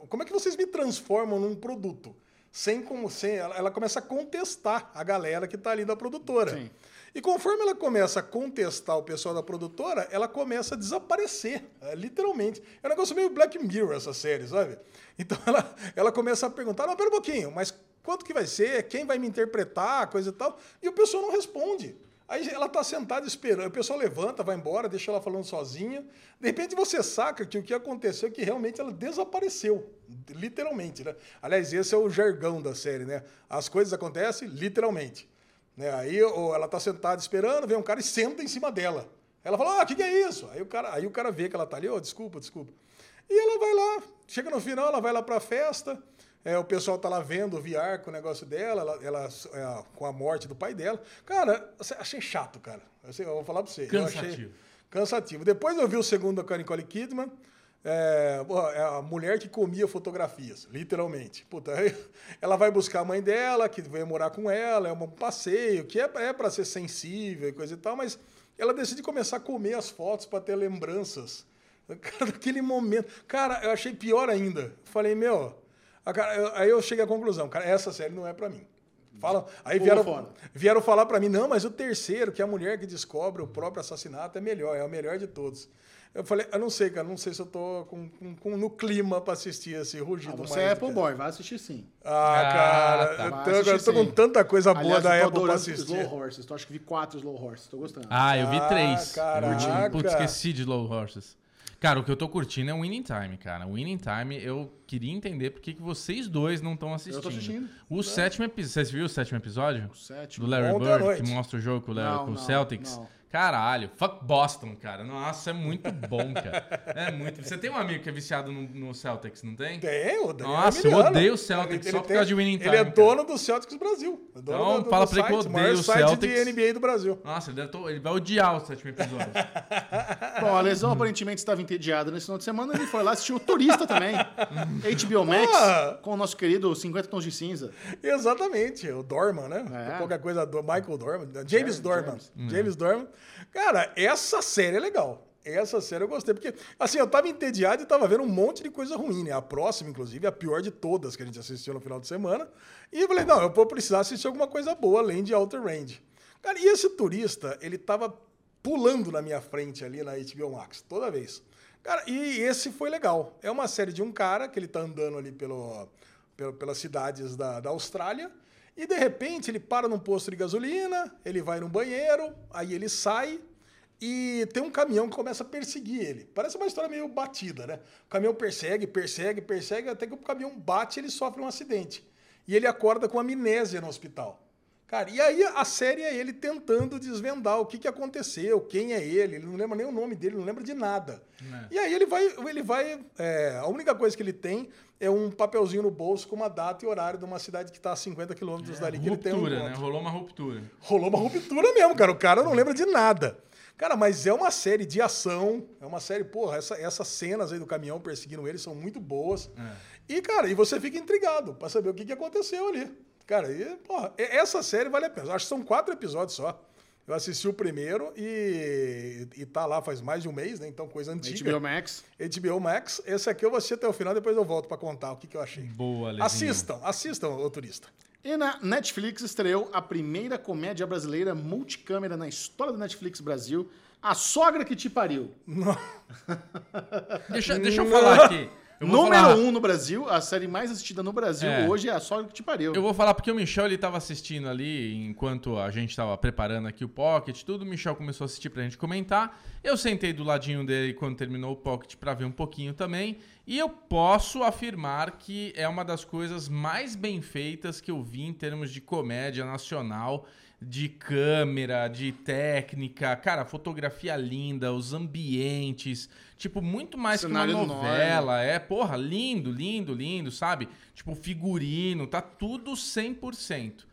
S2: Como é que vocês me transformam num produto? Sem como, sem, ela, ela começa a contestar a galera que tá ali da produtora.
S1: Sim.
S2: E conforme ela começa a contestar o pessoal da produtora, ela começa a desaparecer, é, literalmente. É um negócio meio Black Mirror essa série, sabe? Então ela, ela começa a perguntar, não, pera um pouquinho, mas quanto que vai ser? Quem vai me interpretar? Coisa e tal. E o pessoal não responde. Aí ela tá sentada esperando, o pessoal levanta, vai embora, deixa ela falando sozinha. De repente você saca que o que aconteceu é que realmente ela desapareceu, literalmente, né? Aliás, esse é o jargão da série, né? As coisas acontecem literalmente. Né? Aí ou ela tá sentada esperando, vem um cara e senta em cima dela. Ela fala, ah, o que, que é isso? Aí o, cara, aí o cara vê que ela tá ali, ô, desculpa, desculpa. E ela vai lá, chega no final, ela vai lá pra festa, é, o pessoal tá lá vendo o VR com o negócio dela, ela, ela- é, com a morte do pai dela. Cara, assim, achei chato, cara. Assim, Eu vou falar pra você. Eu achei
S4: Cansativo.
S2: cansativo. Depois eu vi o segundo com a Nicole Kidman, é, pô, é a mulher que comia fotografias, literalmente. Puta, aí ela vai buscar a mãe dela, que veio morar com ela, é um passeio, que é, é para ser sensível e coisa e tal, mas ela decide começar a comer as fotos para ter lembranças. Cara, daquele momento. Cara, eu achei pior ainda. Falei, meu. a cara- eu- Aí eu cheguei à conclusão, cara, essa série não é para mim. Fala, aí
S1: Pula
S2: vieram,
S1: fora.
S2: Vieram falar pra mim, não, mas o terceiro, que é a mulher que descobre o próprio assassinato, é melhor, é o melhor de todos. Eu falei, eu não sei, cara, não sei se eu tô com, com- com- no clima pra assistir esse rugido.
S1: Ah, você
S2: mais,
S1: é Apple
S2: cara.
S1: Boy, vai assistir sim.
S2: Ah, cara,
S4: Ah, tá.
S2: eu,
S1: Vai
S2: tô, eu
S1: assistir
S2: tô com
S1: sim.
S2: tanta coisa boa
S1: Aliás, eu
S2: da
S1: tô
S2: Apple pra
S1: adorando
S2: assistir.
S1: Slow Horses. Tô, acho que vi quatro Slow Horses. Tô gostando.
S4: Ah, eu vi
S2: Ah,
S4: três.
S2: caraca.
S4: Eu, putz, esqueci de Low Horses. Cara, o que eu tô curtindo é o Winning Time, cara. O Winning Time, eu queria entender por que que vocês dois não estão assistindo.
S1: Eu tô assistindo.
S4: O sétimo episódio. Vocês viram o sétimo episódio?
S1: O sétimo.
S4: Do Larry
S2: Tipo, Ontem à
S4: Bird,
S2: noite.
S4: que mostra o jogo com o, Larry,
S1: Não,
S4: com o
S1: não,
S4: Celtics.
S1: não.
S4: Caralho, fuck Boston, cara. Nossa, é muito bom, cara. É muito. Você tem um amigo que é viciado no, no Celtics, não tem?
S2: Tem, o Daniel
S4: Nossa, eu
S2: Emiliano.
S4: odeio o Celtics só por causa de Winning Time,
S2: Ele é
S4: cara.
S2: dono do Celtics Brasil. É dono
S4: Então,
S2: do, do
S4: fala pra ele que eu
S2: site, maior
S4: odeio o
S2: site
S4: Celtics.
S2: de NBA do Brasil.
S4: Nossa, ele, deve to- ele vai odiar o sétimo episódio.
S1: Bom, a lesão aparentemente estava entediada nesse final de semana. Ele foi lá assistir o Turista também. HBO Max,
S2: Ah.
S1: com o nosso querido 50 Tons de Cinza.
S2: Exatamente, o Dorman, né?
S1: É.
S2: Qualquer coisa do Michael Dorman, James, Dorman. É.
S1: James.
S2: James Dorman. Cara, essa série é legal. Essa série eu gostei, porque, assim, eu tava entediado e tava vendo um monte de coisa ruim, né? A próxima, inclusive, é a pior de todas que a gente assistiu no final de semana. E eu falei, não, eu vou precisar assistir alguma coisa boa além de Outer Range. Cara, e esse turista, ele tava pulando na minha frente ali na HBO Max, toda vez. Cara, e esse foi legal. É uma série de um cara que ele tá andando ali pelo, pelo- pelas cidades da, da Austrália. E de repente ele para num posto de gasolina, ele vai num banheiro, aí ele sai e tem um caminhão que começa a perseguir ele. Parece uma história meio batida, né? O caminhão persegue, persegue, persegue, até que o caminhão bate e ele sofre um acidente. E ele acorda com amnésia no hospital. Cara, e aí a série é ele tentando desvendar o que, que aconteceu, quem é ele, ele não lembra nem o nome dele, não lembra de nada.
S4: É.
S2: E aí ele vai, ele vai. é, a única coisa que ele tem é um papelzinho no bolso com uma data e horário de uma cidade que está a 50 quilômetros dali que ele tem um
S4: ruptura, né?
S2: encontro.
S4: Rolou uma ruptura.
S2: Rolou uma ruptura mesmo, cara. O cara não lembra de nada. Cara, mas é uma série de ação. É uma série, porra, essa- essas cenas aí do caminhão perseguindo ele são muito boas. E, cara, e você fica intrigado pra saber o que, que aconteceu ali. Cara, e, porra, e- essa série vale a pena. Acho que são quatro episódios só. Eu assisti o primeiro e, e tá lá faz mais de um mês, né? Então, coisa antiga.
S1: HBO Max.
S2: HBO Max. Esse aqui eu vou assistir até o final, depois eu volto pra contar o que, que eu achei.
S4: Boa, Lezinho.
S2: Assistam, assistam, ô turista.
S1: E na Netflix estreou a primeira comédia brasileira multicâmera na história da Netflix Brasil, A Sogra que Te Pariu.
S2: Hum.
S4: Deixa, deixa eu falar aqui. Eu vou
S1: Número
S4: falar-
S1: um no Brasil, a série mais assistida no Brasil
S4: É.
S1: hoje é A Sogra que Te Pariu.
S4: Eu vou falar porque o Michel ele tava assistindo ali enquanto a gente tava preparando aqui o Pocket, tudo. O Michel começou a assistir pra gente comentar. Eu sentei do ladinho dele quando terminou o Pocket pra ver um pouquinho também. E eu posso afirmar que é uma das coisas mais bem feitas que eu vi em termos de comédia nacional, de câmera, de técnica. Cara, fotografia linda, os ambientes. Tipo, muito mais
S1: Cenário
S4: que uma
S1: enorme.
S4: novela. Ela é, porra, lindo, lindo, lindo, sabe? Tipo, figurino, tá tudo 100%.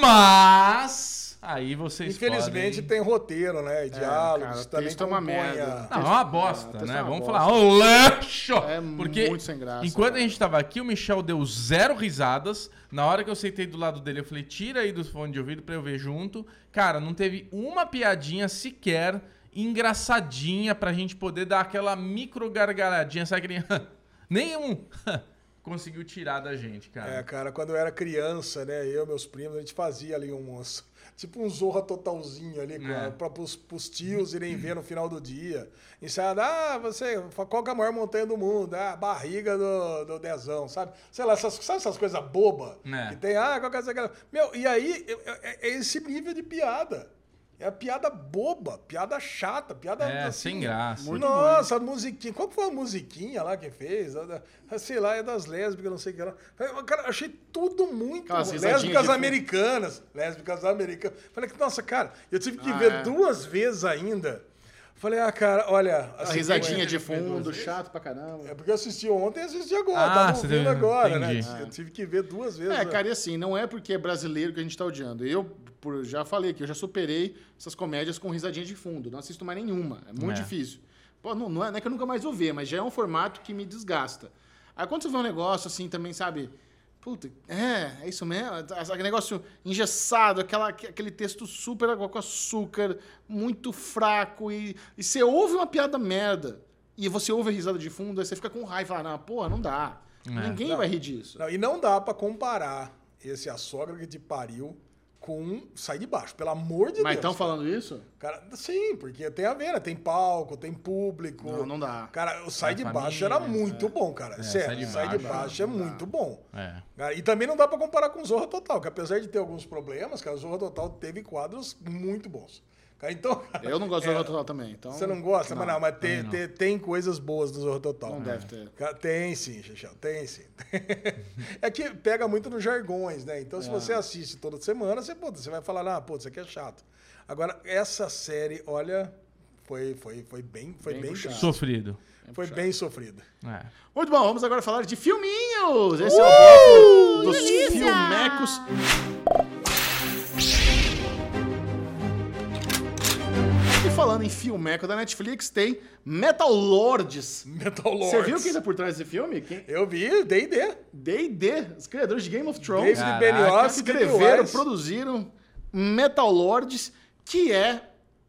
S4: Mas. Aí vocês
S2: Infelizmente
S4: podem...
S2: tem roteiro, né? E diálogos
S1: cara,
S2: também
S1: texto é uma
S2: compõem
S1: merda.
S2: a-
S4: Não, é uma bosta,
S1: texto
S4: né?
S1: é uma
S4: Vamos
S1: bosta.
S4: falar, ô lixo!
S1: É
S4: Porque
S1: muito sem graça,
S4: enquanto a
S1: cara.
S4: gente tava aqui, o Michel deu zero risadas. Na hora que eu sentei do lado dele, eu falei, tira aí do fone de ouvido pra eu ver junto. Cara, não teve uma piadinha sequer engraçadinha pra gente poder dar aquela micro gargalhadinha, sabe aquele... Nenhum conseguiu tirar da gente, cara.
S2: É, cara, quando eu era criança, né? Eu, meus primos, a gente fazia ali um. uns- Tipo um zorra totalzinho ali,
S4: É.
S2: cara, pra, pros, pros tios irem ver no final do dia. Ensaiado, ah, você, qual que é a maior montanha do mundo? Ah, a barriga do, do Dezão, sabe? Sei lá, essas, sabe essas coisas bobas
S4: É.
S2: que tem? Ah, qual que é essa aquela- Meu, e aí eu- eu- é, é esse nível de piada. É piada boba, piada chata, piada. assim,
S4: É, sem graça. Muito
S2: Nossa, a musiquinha. Qual foi a musiquinha lá que fez? A da- a- Sei lá, é das lésbicas, não sei o que lá. Eu, Cara, eu achei tudo muito.
S1: Aquelas risadinhas
S2: lésbicas
S1: de-
S2: americanas. Lésbicas americanas. Falei que, nossa, cara, eu tive que
S1: Ah,
S2: ver
S1: é.
S2: duas vezes ainda. Falei, ah, cara, olha.
S1: A
S4: tá
S2: assim,
S1: risadinha
S2: eu-
S1: de fundo, chato pra caramba.
S2: É porque eu assisti ontem e assisti agora.
S4: Ah,
S2: tava
S4: você
S2: ouvindo
S4: deu-
S2: agora,
S4: entendi.
S2: né? Eu tive que ver duas vezes.
S1: É,
S2: né?
S1: cara, e assim, não é porque é brasileiro que a gente tá odiando. Eu por- já falei que eu já superei essas comédias com risadinha de fundo. Não assisto mais nenhuma. É muito
S4: É.
S1: difícil. Pô, não, não é, não é que eu nunca mais vou ver, mas já é um formato que me desgasta. Aí quando você vê um negócio assim também, sabe? Puta, é, é isso mesmo. Aquele negócio engessado, aquela, aquele texto super água com açúcar, muito fraco. E, e você ouve uma piada merda. E você ouve a risada de fundo, aí você fica com raiva e fala, não, porra, não dá.
S2: É.
S1: Ninguém vai rir disso.
S2: Não, e não dá pra comparar esse A Sogra que te pariu com Sai de Baixo, pelo amor de
S1: Mas então estão
S2: Deus.
S1: falando isso?
S2: Cara, sim, porque tem a ver, né? Tem palco, tem público.
S1: Não, não dá.
S2: Cara, o Sai
S4: Tem
S2: de
S4: família,
S2: Baixo era
S4: né?
S2: muito bom, cara. Sério,
S4: Sai de
S2: Sai de
S4: Baixo,
S2: Baixo é muito bom.
S4: É.
S2: Cara, E também não dá pra comparar com Zorra Total, que apesar de ter alguns problemas, cara, Zorra Total teve quadros muito bons. Cara, então... cara,
S1: Eu não gosto
S2: é,
S1: do Zorra Total também, então...
S2: Você não gosta? Mas não, mas tem,
S4: não.
S2: Tem, tem coisas boas do Zorro Total.
S1: Não deve ter.
S2: Cara, Tem sim, Xixão, tem sim. é que pega muito nos jargões, né? Então,
S1: É.
S2: se você assiste toda semana, você, puta, você vai falar, ah, pô, isso aqui é chato. Agora, essa série, olha, foi, foi, foi bem, foi
S1: Bem
S2: bem,
S1: puxado.
S2: triste.
S4: Sofrido.
S2: Foi bem sofrida.
S4: É.
S1: Muito bom, vamos agora falar de filminhos! Esse
S2: Uh,
S1: é o bloco dos
S3: delícia!
S1: filmecos. E falando em filmeco da Netflix, tem Metal Lords.
S2: Metal Lords.
S1: Você viu quem tá por trás desse filme? Quem-
S2: Eu vi, D&D.
S1: D&D, os criadores de Game of Thrones.
S2: David
S4: Caraca.
S2: Benioff e David
S1: escreveram,
S2: Weiss.
S1: produziram Metal Lords, que é...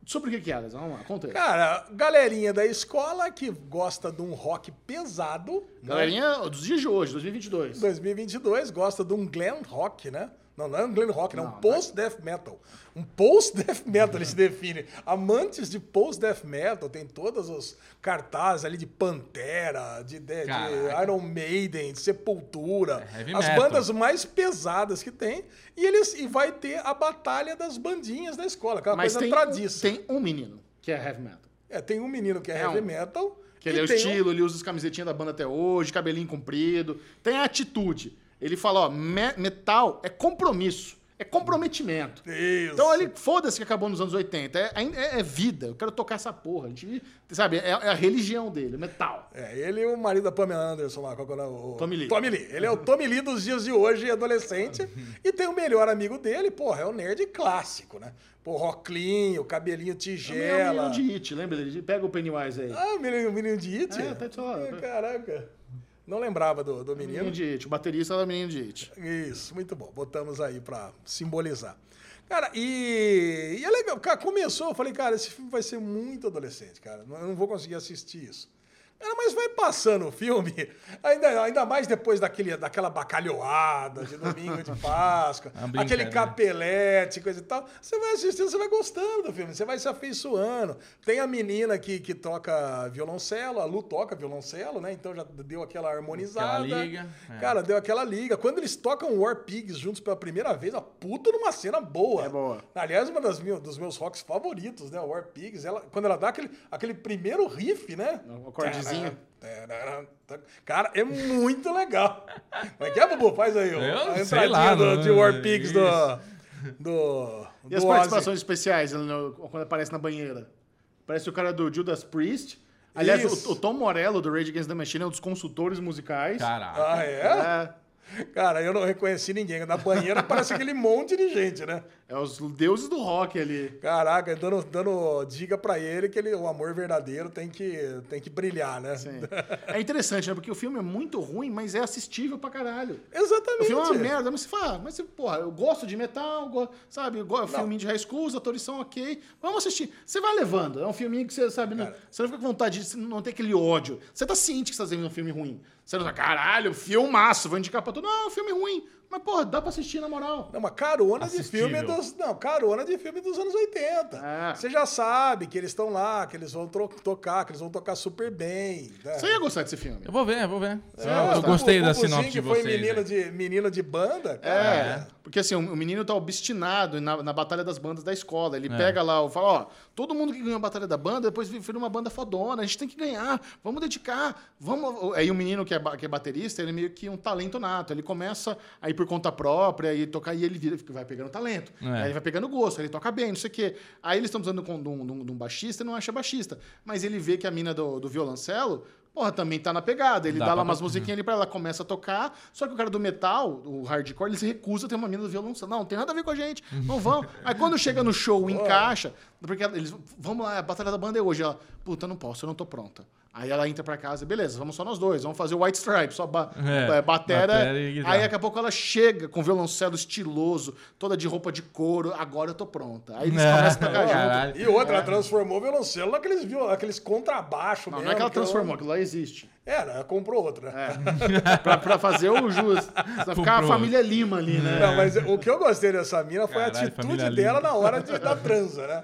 S1: Sobre o que que é, Alex? Vamos lá, conta aí.
S2: Cara, galerinha da escola que gosta de um rock pesado. né?
S1: Galerinha dos dias de hoje, 2022.
S2: 2022 gosta de um glam rock, né? Não, não é um glam rock, não,
S1: Não,
S2: um post-death metal. Um post-death metal ele se define. Amantes de post-death metal, tem todos os cartazes ali de Pantera, de, de- de
S4: Caraca.
S2: Iron Maiden, de Sepultura.
S4: É heavy
S2: as
S4: metal.
S2: bandas mais pesadas que tem. E eles e vai ter a batalha das bandinhas da escola, aquela
S1: Mas
S2: é coisa
S1: tem,
S2: tradiça.
S1: tem um menino que é heavy metal.
S2: É, tem um menino que é,
S1: É um-
S2: heavy metal.
S1: Que ele
S2: e
S1: é o
S2: tem um-
S1: estilo, ele usa as camisetinhas da banda até hoje, cabelinho comprido. Tem a atitude. Ele fala, ó, me- metal é compromisso, é comprometimento.
S2: Isso.
S1: Então ele, foda-se que acabou nos anos 80. É, é- é vida, eu quero tocar essa porra. A gente, sabe, é, é a religião dele, metal.
S2: É, ele e o marido da Pamela Anderson lá, qual que é o nome? O-
S1: Tommy Lee.
S2: Tommy Lee. Ele é o Tommy Lee dos dias de hoje, adolescente. e tem o melhor amigo dele, porra, é o nerd clássico, né? Pô, roclinho, cabelinho
S1: É o menino
S2: tigela.
S1: de It, lembra? Ele pega o Pennywise aí.
S2: Ah, o menino, o menino de It?
S1: É, tá de falar.
S2: É, Caraca. Não lembrava do, do
S1: menino
S2: menino.
S1: de It, o baterista era o menino de It.
S2: Isso, muito bom. Botamos aí pra simbolizar. Cara, e, e é legal. Cara, começou, eu falei, cara, esse filme vai ser muito adolescente, cara. Eu não vou conseguir assistir isso. Cara, mas vai passando o filme, ainda, ainda mais depois daquele, daquela bacalhoada de domingo de Páscoa,
S4: Uma brincadeira.
S2: aquele capelete, coisa e tal. Você vai assistindo, você vai gostando do filme, você vai se afeiçoando. Tem a menina que, que toca violoncelo, a Lu toca violoncelo, né? Então já deu aquela harmonizada.
S4: Aquela liga, é.
S2: Cara, deu aquela liga. Quando eles tocam War Pigs juntos pela primeira vez, a puta numa cena boa.
S1: É boa.
S2: Aliás, uma das meu- dos meus rocks favoritos, né? War Pigs, ela, quando ela dá aquele, aquele primeiro riff, né?
S1: Um acordezinho.
S2: Cara, é muito legal. Como é que é, Bubu? Faz aí. ó,
S4: Eu
S2: a
S4: não sei
S2: entradinha
S4: lá,
S2: do,
S4: não,
S2: de War Pigs do,
S4: isso.
S2: do.
S1: E as
S2: do Ozzy.
S1: participações especiais ele no- quando aparece na banheira? Parece o cara do Judas Priest. Aliás,
S2: Isso.
S1: o, o Tom Morello, do Rage Against the Machine, é um dos consultores musicais.
S4: Caraca.
S2: Ah, é?
S1: É,
S2: Cara, eu não reconheci ninguém. Na banheira parece aquele monte de gente, né?
S1: é os deuses do rock ali.
S2: Caraca, dando, dando dica pra ele que ele, o amor verdadeiro tem que, tem que brilhar, né?
S1: Sim. É interessante, né? Porque o filme é muito ruim, mas é assistível pra caralho. O
S2: Exatamente.
S1: filme é uma merda, mas você fala, ah, mas você, porra, eu gosto de metal, go- sabe? Eu gosto de filminho de high school, os atores são ok. Vamos assistir. Você vai levando. É um filminho que você sabe, não, você não fica com vontade de você não ter aquele ódio. Você tá ciente que você tá fazendo um filme ruim. Você não fala, caralho, filmaço, vou indicar pra todo Não, é um filme ruim. Mas, porra, dá pra assistir na moral.
S2: Não, mas carona
S4: Assistível.
S2: de filme dos. Não, carona de filme dos anos 80.
S1: Ah.
S2: Você já sabe que eles estão lá, que eles vão tro- tocar, que eles vão tocar super bem. né?
S1: Você ia gostar desse filme.
S4: Eu vou ver, eu vou ver.
S2: É,
S4: eu
S2: o
S4: gostei da
S2: Bubuzinho
S4: sinopse de
S2: que foi
S4: vocês. né?
S2: menino
S4: aí.
S2: de, menino de banda,
S1: É,
S2: cara.
S1: porque assim, o menino tá obstinado na, na batalha das bandas da escola. Ele pega lá, fala, ó, todo mundo que ganhou a batalha da banda, depois vira uma banda fodona, a gente tem que ganhar, vamos dedicar, vamos... Aí o menino que é, ba- que é baterista, ele é meio que um talento nato, ele começa a ir por conta própria e tocar, e ele vira, vai pegando talento,
S4: É.
S1: aí ele vai pegando gosto, ele toca bem, não sei o quê. Aí eles estão precisando de um, de um- de um- de um baixista e não acha baixista, mas ele vê que a mina do, do violoncelo... Porra, também tá na pegada. Ele
S4: Dá
S1: dá,
S4: pra
S1: lá umas
S4: tocar.
S1: musiquinhas musiquinha ali pra ela, começa a tocar. Só que o cara do metal, o hardcore, ele se recusa a ter uma mina do violoncelo. Não, não tem nada a ver com a gente. Não vão. Aí quando chega no show, encaixa, porque eles. Vamos lá, a batalha da banda é hoje. Ela, puta, não posso, eu não tô pronta. Aí ela entra pra casa, beleza, vamos só nós dois, vamos fazer o White Stripe, só ba
S4: É,
S1: é, batera.
S4: batera e guitarra.
S1: Aí daqui a pouco ela chega com o violoncelo estiloso, toda de roupa de couro, agora eu tô pronta. Aí eles
S2: tá
S1: começam a tocar junto.
S4: É. Caralho.
S2: E outra, ela transformou o violoncelo naqueles, viol- aqueles contrabaixo
S1: Não,
S2: mesmo.
S1: não é que ela
S2: eu-
S1: transformou, aquilo lá existe.
S2: É, ela comprou outra. né?
S1: pra, pra fazer o jus. Pra ficar a
S4: Comprou.
S1: família Lima ali, né?
S2: Não, mas o que eu gostei dessa mina foi
S4: Caralho,
S2: a atitude
S4: família
S2: dela
S4: linda.
S2: na hora de, da transa, né?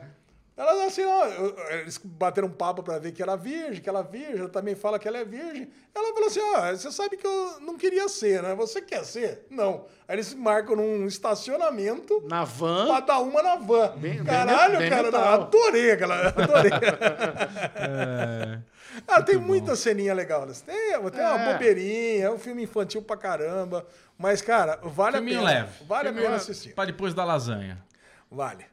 S2: Ela assim, ó, eles bateram um papo pra ver que era virgem, que ela é virgem, ela também fala que ela é virgem. Ela falou assim, ó, você sabe que eu não queria ser, né? Você quer ser? Não. Aí eles marcam num estacionamento
S1: Na van.
S2: pra dar uma na van.
S1: Bem- bem
S2: Caralho,
S1: me- bem
S2: cara,
S1: metal.
S2: não, adorei, galera, adorei. Cara, tem muita ceninha legal. né? Tem, tem uma
S1: É.
S2: bobeirinha, é um filme infantil pra caramba. Mas, cara, vale
S4: Filminho
S2: a pena.
S4: leve.
S2: Vale a
S1: Filminho
S2: pena
S1: leve.
S2: assistir.
S4: Pra depois da lasanha.
S2: Vale.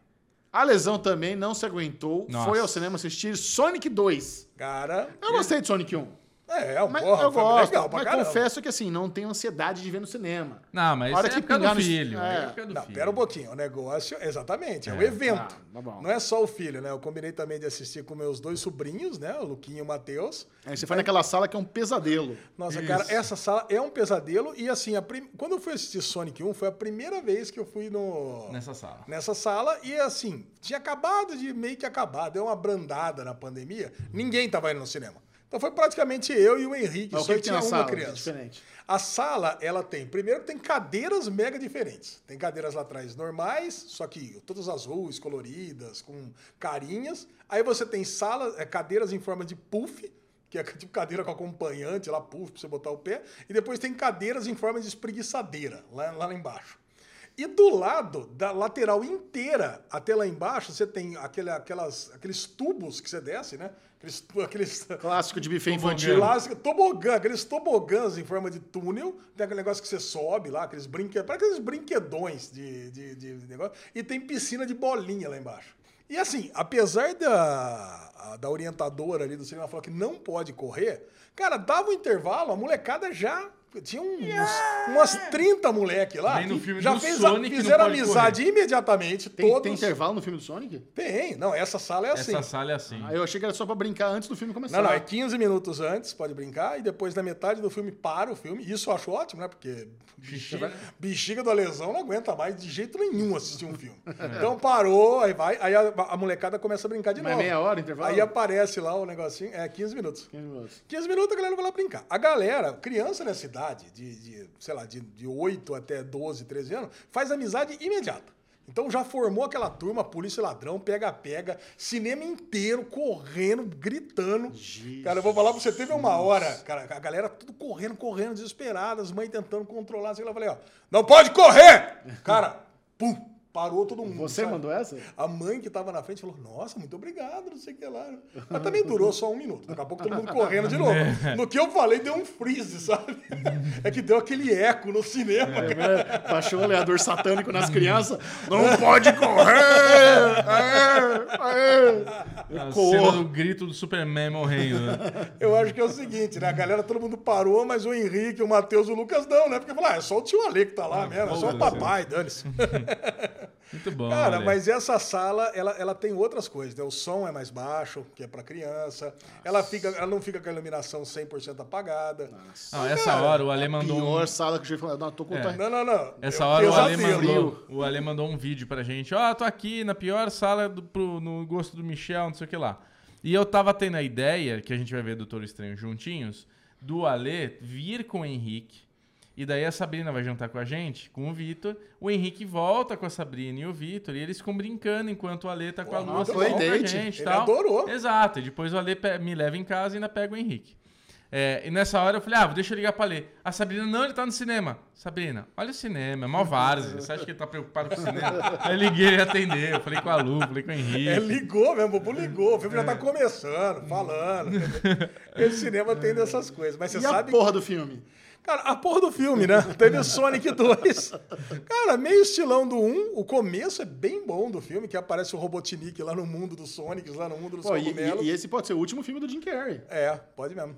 S1: A lesão também não se aguentou.
S4: Nossa.
S1: Foi ao cinema assistir Sonic 2.
S2: Cara,
S1: Eu gostei de Sonic 1.
S2: é, é um
S1: Mas
S2: porra,
S1: eu
S2: filme
S1: gosto.
S2: legal pra
S1: mas
S2: caramba.
S1: confesso que assim, não tenho ansiedade de ver no cinema.
S4: Não, mas
S1: A hora
S4: é
S1: que
S4: época do
S1: pingar no-
S4: filho.
S1: é.
S4: É época do
S2: Não,
S4: filho.
S2: pera um pouquinho. O negócio, exatamente, é, o evento.
S1: tá, tá bom.
S2: Não é só o filho, né? Eu combinei também de assistir com meus dois sobrinhos, né? O Luquinho e o Matheus.
S1: Aí você foi naquela sala que é um pesadelo.
S2: Nossa, cara, essa sala é um pesadelo. E assim, a prim- quando eu fui assistir Sonic 1, foi a primeira vez que eu fui no...
S4: Nessa sala.
S2: nessa sala. E assim, tinha acabado de meio que acabar. Deu uma brandada na pandemia. Ninguém tava indo no cinema. Então foi praticamente eu e o Henrique.
S1: Mas o
S2: só
S1: que, que
S2: tinha
S1: tem na
S2: uma
S1: sala?
S2: criança.
S1: Diferente.
S2: A sala, ela tem, primeiro tem cadeiras mega diferentes. Tem cadeiras lá atrás normais, só que todas azuis, coloridas, com carinhas. Aí você tem sala, é, cadeiras em forma de puff, que é tipo cadeira com acompanhante, lá puff pra você botar o pé. E depois tem cadeiras em forma de espreguiçadeira, lá, lá embaixo. E do lado, da lateral inteira até lá embaixo, você tem aquele, aquelas, aqueles tubos que você desce, né? Aqueles, tu- aqueles,
S1: Clássico de buffet
S2: de
S1: infantil.
S2: lá, assim, tobogã, aqueles tobogãs em forma de túnel, tem aquele negócio que você sobe lá, aqueles brinquedos, para aqueles brinquedões de, de, de negócio, e tem piscina de bolinha lá embaixo. E assim, apesar da, a- da orientadora ali do cinema falar que não pode correr, cara, dava um intervalo, a molecada já Tinha uns, umas 30 moleque lá.
S4: Nem no filme
S2: já
S4: do
S2: fez a-
S4: Sonic não
S2: fizeram
S4: pode
S2: amizade imediatamente.
S1: Tem,
S2: todos.
S1: tem intervalo no filme do Sonic?
S2: Tem, não, essa sala é assim.
S4: Essa sala é assim.
S1: Ah, eu achei que era só pra brincar antes do filme começar.
S2: Não, não, é 15 minutos antes, pode brincar, e depois na metade do filme para o filme. Isso eu acho ótimo, né? Porque
S4: Xixi,
S2: bexiga,
S4: né?
S2: bexiga da lesão não aguenta mais de jeito nenhum assistir um filme. Então parou, aí vai, aí a, a molecada começa a brincar de
S1: É. Mas é
S2: novo.
S1: meia hora, intervalo?
S2: Aí aparece lá o negocinho, é 15 minutos.
S1: 15 minutos.
S2: 15 minutos a galera vai lá brincar. A galera, criança nessa idade, de, de, sei lá, de, de 8 até 12, 13 anos, faz amizade imediata. Então já formou aquela turma, polícia e ladrão, pega-pega, cinema inteiro, correndo, gritando. Cara, eu vou falar pra você, teve uma hora, cara, a galera tudo correndo, correndo, desesperada, as mães tentando controlar, sei lá, eu falei, ó, não pode correr! Cara, pum, parou todo mundo.
S1: Você
S2: sabe?
S1: mandou essa?
S2: A mãe que tava na frente falou, nossa, muito obrigado, não sei o que lá. Mas também durou só um minuto. Daqui a pouco todo mundo correndo de novo.
S4: É.
S2: No que eu falei, deu um freeze, sabe? É que deu aquele eco no cinema, cara.
S1: É, Baixou o leador satânico nas crianças. Não pode correr! Aê, aê.
S4: A cena
S1: Corra.
S4: do Tá grito do Superman morrendo. né?
S2: Eu acho que é o seguinte, né? A galera, todo mundo parou, mas o Henrique, o Matheus, o Lucas não, né? Porque falaram, ah, é só o tio Ale que tá lá mesmo, é só o
S4: foda-se.
S2: papai, dane-se.
S4: Muito bom.
S2: Cara,
S4: Ale.
S2: mas essa sala, ela, ela tem outras coisas, né? O som é mais baixo, que é pra criança. Ela, fica, ela não fica com a iluminação 100% apagada.
S4: Não, essa hora o Ale mandou um-
S1: Pior sala que o chefe falou. Não, tô com
S4: É.
S1: vontade-
S2: Não, não, não.
S4: Essa
S2: É um
S4: hora o Ale,
S2: pesadelo.
S4: mandou, o Ale mandou um vídeo pra gente. Ó, tô aqui na pior sala do, pro- no gosto do Michel, não sei o que lá. E eu tava tendo a ideia, que a gente vai ver Doutor Estranho juntinhos, do Ale vir com o Henrique. E daí a Sabrina vai jantar com a gente, com o Vitor. O Henrique volta com a Sabrina e o Vitor. E eles ficam brincando enquanto o Ale tá com a
S2: Pô,
S4: Lua
S2: muito
S4: falando
S1: bom.
S4: com a
S1: Date.
S4: gente e
S2: Ele
S4: tal.
S2: adorou.
S4: Exato. E depois o Ale pe- me leva em casa e ainda pega o Henrique. É, e nessa hora eu falei, ah, deixa eu ligar pra Lê. A Sabrina, não, ele tá no cinema. Sabrina, olha o cinema, é mó várzea. Você acha que ele tá preocupado com o cinema? Aí eu liguei, ele atendeu. Eu Falei com a Lu, falei com o Henrique.
S2: É, ligou mesmo, o Bubu ligou. O filme
S1: É.
S2: já tá começando, falando. Esse cinema tem dessas coisas. Mas você
S1: E a
S2: sabe.
S1: porra do filme?
S2: Cara, a porra do filme, né? Teve o Sonic 2. Cara, meio estilão do 1. O começo é bem bom do filme, que aparece o Robotnik lá no mundo dos Sonics, lá no mundo dos
S1: Pô, e,
S2: cogumelos.
S1: e- e esse pode ser o último filme do Jim Carrey.
S2: É, pode mesmo.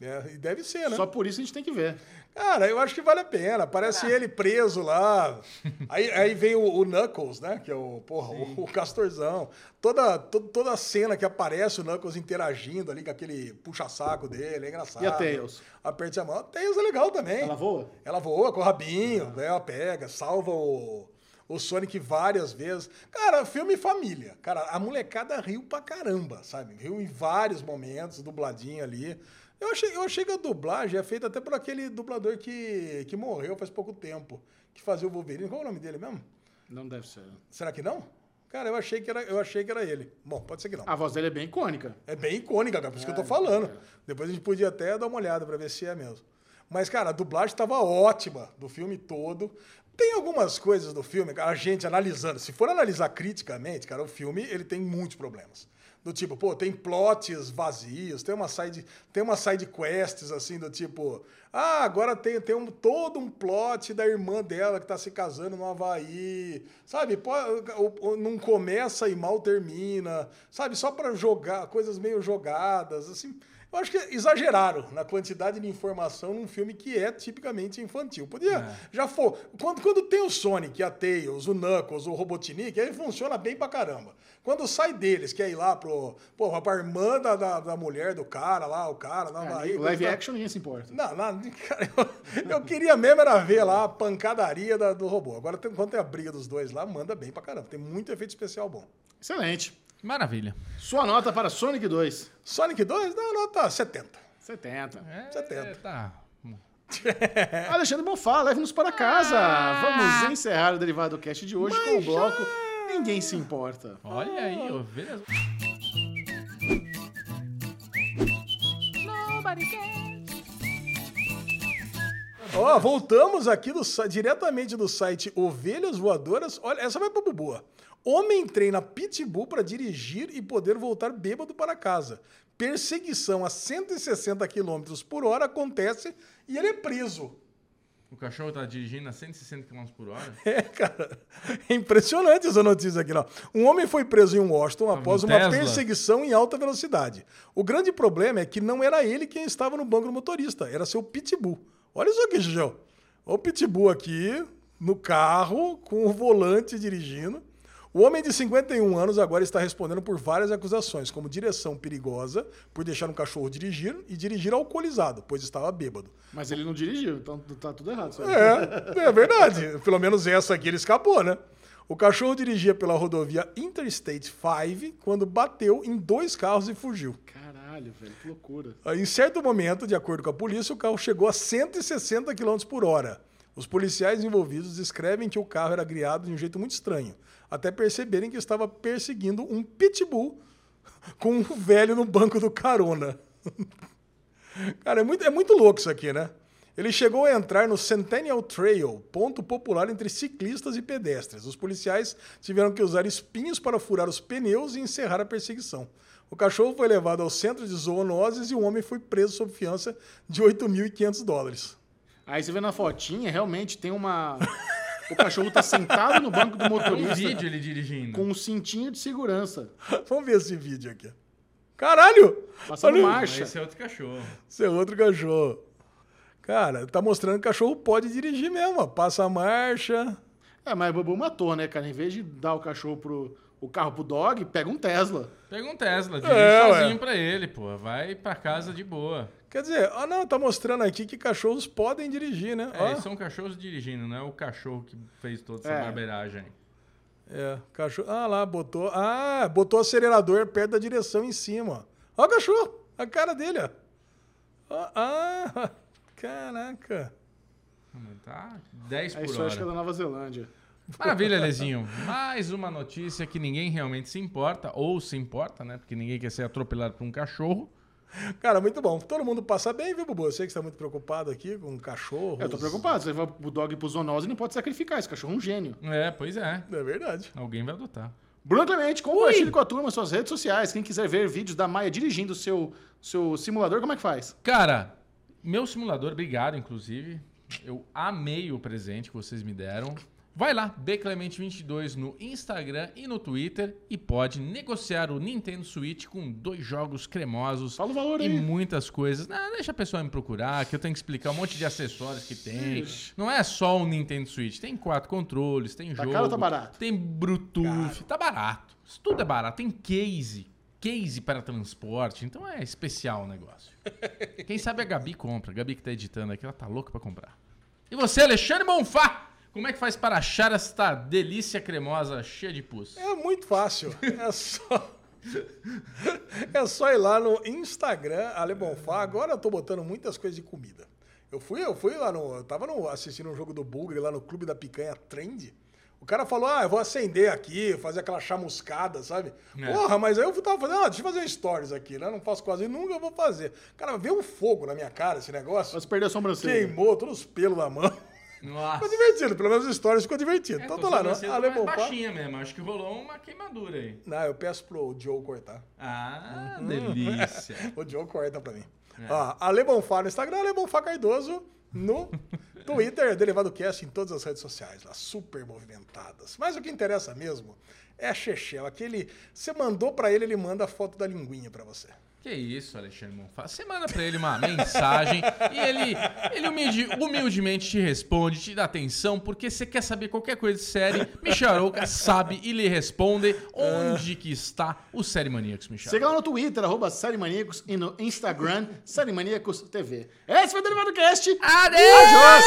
S2: É, e deve ser, né?
S1: Só por isso a gente tem que ver.
S2: Cara, eu acho que vale a pena. Parece ele preso lá. Aí, aí vem o, o Knuckles, né? Que é o, porra, o, o Castorzão. Toda, to- toda a cena que aparece o Knuckles interagindo ali com aquele puxa-saco dele, é engraçado.
S1: E a Tails?
S2: Aperte a mão. A Tails é legal também.
S1: Ela voa?
S2: Ela voa com o rabinho, né? Ela pega, salva o, o Sonic várias vezes. Cara, filme família. Cara, a molecada riu pra caramba, sabe? Riu em vários momentos, dubladinho ali. Eu achei, eu achei que a dublagem é feita até por aquele dublador que, que morreu faz pouco tempo, que fazia o Wolverine. Qual é o nome dele mesmo?
S1: Não deve ser.
S2: Será que não? Cara, eu achei que era, eu achei que era ele. Bom, pode ser que não.
S1: A voz dele é bem icônica.
S2: É bem icônica, cara, por isso que eu tô falando. Depois a gente podia até dar uma olhada pra ver se é mesmo. Mas, cara, a dublagem tava ótima do filme todo. Tem algumas coisas do filme, cara, a gente analisando. Se for analisar criticamente, cara, o filme ele tem muitos problemas. Do tipo, pô, tem plots vazios, tem uma side, tem uma side quests assim do tipo, ah, agora tem, tem um, todo um plot da irmã dela que tá se casando no Havaí, sabe? Pô, o- o- não começa e mal termina, sabe? Só pra jogar, coisas meio jogadas, assim. Eu acho que exageraram na quantidade de informação num filme que é tipicamente infantil. Podia, já for. Quando, quando tem o Sonic, a Tails, o Knuckles, o Robotnik, aí funciona bem pra caramba. Quando sai deles, quer ir lá pro, pô, pra irmã da, da, da mulher do cara lá, o cara lá,
S1: Ah,
S2: aí,
S1: live
S2: tá-
S1: action ninguém se importa.
S2: não, não, cara, eu, eu queria mesmo era ver lá a pancadaria da- do robô. Agora, tem- quando tem a briga dos dois lá, manda bem pra caramba. Tem muito efeito especial bom.
S1: Excelente.
S4: Maravilha.
S1: Sua nota para Sonic 2.
S2: Sonic 2, dá uma nota 70.
S1: 70.
S4: É,
S2: 70.
S4: Tá.
S2: É.
S1: Alexandre Bonfá, leve-nos para casa. Vamos encerrar o Derivado Cast de hoje com o bloco Ninguém Se Importa.
S4: Olha aí,
S1: Ah.
S4: ovelhas.
S2: Ó, voltamos aqui do si- diretamente do site Ovelhas Voadoras. Olha, essa vai pra Bubua. Homem treina pitbull para dirigir e poder voltar bêbado para casa. Perseguição a 160 km por hora acontece e ele é preso.
S4: O cachorro tá dirigindo a 160 km por hora.
S2: É, cara. É impressionante essa notícia aqui, ó. Um homem foi preso em Washington após
S4: no
S2: uma
S4: Tesla.
S2: perseguição em alta velocidade. O grande problema é que não era ele quem estava no banco do motorista, era seu pitbull. Olha isso aqui, Gigião. Olha o Pitbull aqui, no carro, com o volante dirigindo. O homem de 51 anos agora está respondendo por várias acusações, como direção perigosa, por deixar um cachorro dirigir e dirigir alcoolizado, pois estava bêbado.
S1: Mas ele não dirigiu, então tá tudo errado. sabe?
S2: É, é verdade. Pelo menos essa aqui ele escapou, né? O cachorro dirigia pela rodovia Interstate 5 quando bateu em dois carros e fugiu.
S1: Caralho, velho, que loucura.
S2: Aí, Em certo momento, de acordo com a polícia, o carro chegou a 160 km por hora. Os policiais envolvidos descrevem que o carro era guiado de um jeito muito estranho, até perceberem que estava perseguindo um pitbull com um velho no banco do carona. Cara, é muito, é muito louco isso aqui, né? Ele chegou a entrar no Centennial Trail, ponto popular entre ciclistas e pedestres. Os policiais tiveram que usar espinhos para furar os pneus e encerrar a perseguição. O cachorro foi levado ao centro de zoonoses e o homem foi preso sob fiança de 8.500 dólares.
S1: Aí você vê na fotinha, realmente tem uma. O cachorro tá sentado no banco do
S4: Tem um vídeo
S1: motorista
S4: ele dirigindo.
S1: com um cintinho de segurança,
S2: Vamos ver esse vídeo aqui. Caralho!
S1: passando
S2: Olha,
S4: Mas
S1: marcha.
S4: esse é outro cachorro.
S2: Esse é outro cachorro. Cara, tá mostrando que o cachorro pode dirigir mesmo. ó. Passa a marcha.
S1: É, mas o Bubu matou, né, cara? Em vez de dar o cachorro pro. o carro pro dog, pega um Tesla.
S4: Pega um Tesla, dirige
S2: É, ué.
S4: sozinho pra ele, pô. Vai pra casa de boa.
S2: Quer dizer, ah não, tá mostrando aqui que cachorros podem dirigir, né?
S4: É,
S2: Ó,
S4: e são cachorros dirigindo, não é o cachorro que fez toda essa
S1: É.
S4: barbeiragem.
S2: é, cachorro. Ah lá, botou. Ah, botou o acelerador perto da direção em cima. ó. Ó o cachorro, a cara dele, ó. Ó, ah, caraca.
S4: Mano, Tá 10
S1: É
S4: por
S1: isso, eu
S4: hora.
S1: acho que é da Nova Zelândia.
S4: Maravilha, Lezinho. Mais uma notícia que ninguém realmente se importa, ou se importa, né? Porque ninguém quer ser atropelado por um cachorro.
S2: Cara, muito bom. Todo mundo passa bem, viu, Bubu? Eu sei que você tá muito preocupado aqui com cachorro.
S1: Eu tô preocupado. Você vai o dog pro zoonose e não pode sacrificar. Esse cachorro é um gênio.
S4: É, pois é.
S2: É verdade.
S4: Alguém vai adotar.
S1: Bruno Clemente, compartilhe com a turma suas redes sociais. Quem quiser ver vídeos da Maia dirigindo o seu, seu simulador, como é que faz?
S4: Cara, meu simulador, obrigado, inclusive. Eu amei o presente que vocês me deram. Vai lá, Bclemente22 no Instagram e no Twitter e pode negociar o Nintendo Switch com dois jogos cremosos
S1: Fala o valor
S4: e
S1: aí.
S4: muitas coisas. Não, deixa a pessoa me procurar, que eu tenho que explicar um monte de acessórios que tem. Não é só o Nintendo Switch, tem quatro controles, tem
S1: Tá
S4: jogo,
S1: caro ou tá barato?
S4: tem Bluetooth, tá barato. Isso tudo é barato, tem case, case para transporte, então é especial o negócio. Quem sabe a Gabi compra, a Gabi que tá editando aqui, ela tá louca pra comprar. E você, Alexandre Bonfá, como é que faz para achar esta delícia cremosa cheia de pus?
S2: É muito fácil. É só. é só ir lá no Instagram, Ale Bonfá. Agora eu tô botando muitas coisas de comida. Eu fui, eu fui lá no. Eu tava no- assistindo um jogo do Bugre lá no Clube da Picanha Trend. O cara falou: ah, eu vou acender aqui, fazer aquela chamuscada, sabe?
S4: É.
S2: Porra, mas aí eu tava fazendo, ah, deixa eu fazer um stories aqui, né? Não faço quase nunca, eu vou fazer. Cara, veio um fogo na minha cara esse negócio.
S1: Você perdeu a sobrancelha.
S2: Queimou todos os pelos na mão.
S4: Nossa.
S2: Ficou divertido, pelo menos os stories ficou divertido.
S4: É,
S2: então
S4: tô
S2: tô lá, no
S4: sobrancelha
S2: Ale
S4: mais
S2: Bonfá.
S4: baixinha mesmo, acho que rolou uma queimadura aí.
S2: Não, eu peço pro Joe cortar.
S4: Ah, delícia.
S2: O Joe corta pra mim. Ó, Ale Bonfá no Instagram, Ale Bonfá Cardoso no Twitter, Derivado Cast em todas as redes sociais, lá super movimentadas. Mas o que interessa mesmo é a Chechel, aquele você mandou pra ele, ele manda a foto da linguinha pra você.
S4: Que isso, Alexandre Monfá. Você manda pra ele uma mensagem e ele, ele humilde- humildemente te responde, te dá atenção, porque você quer saber qualquer coisa de série. Micharouca sabe e lhe responde onde que está o Série Maníacos, Michel.
S1: Siga lá no Twitter, arroba Série Maníacos, e no Instagram, Série Maníacos TV. Esse foi o Derivado Cast.
S4: Adeus!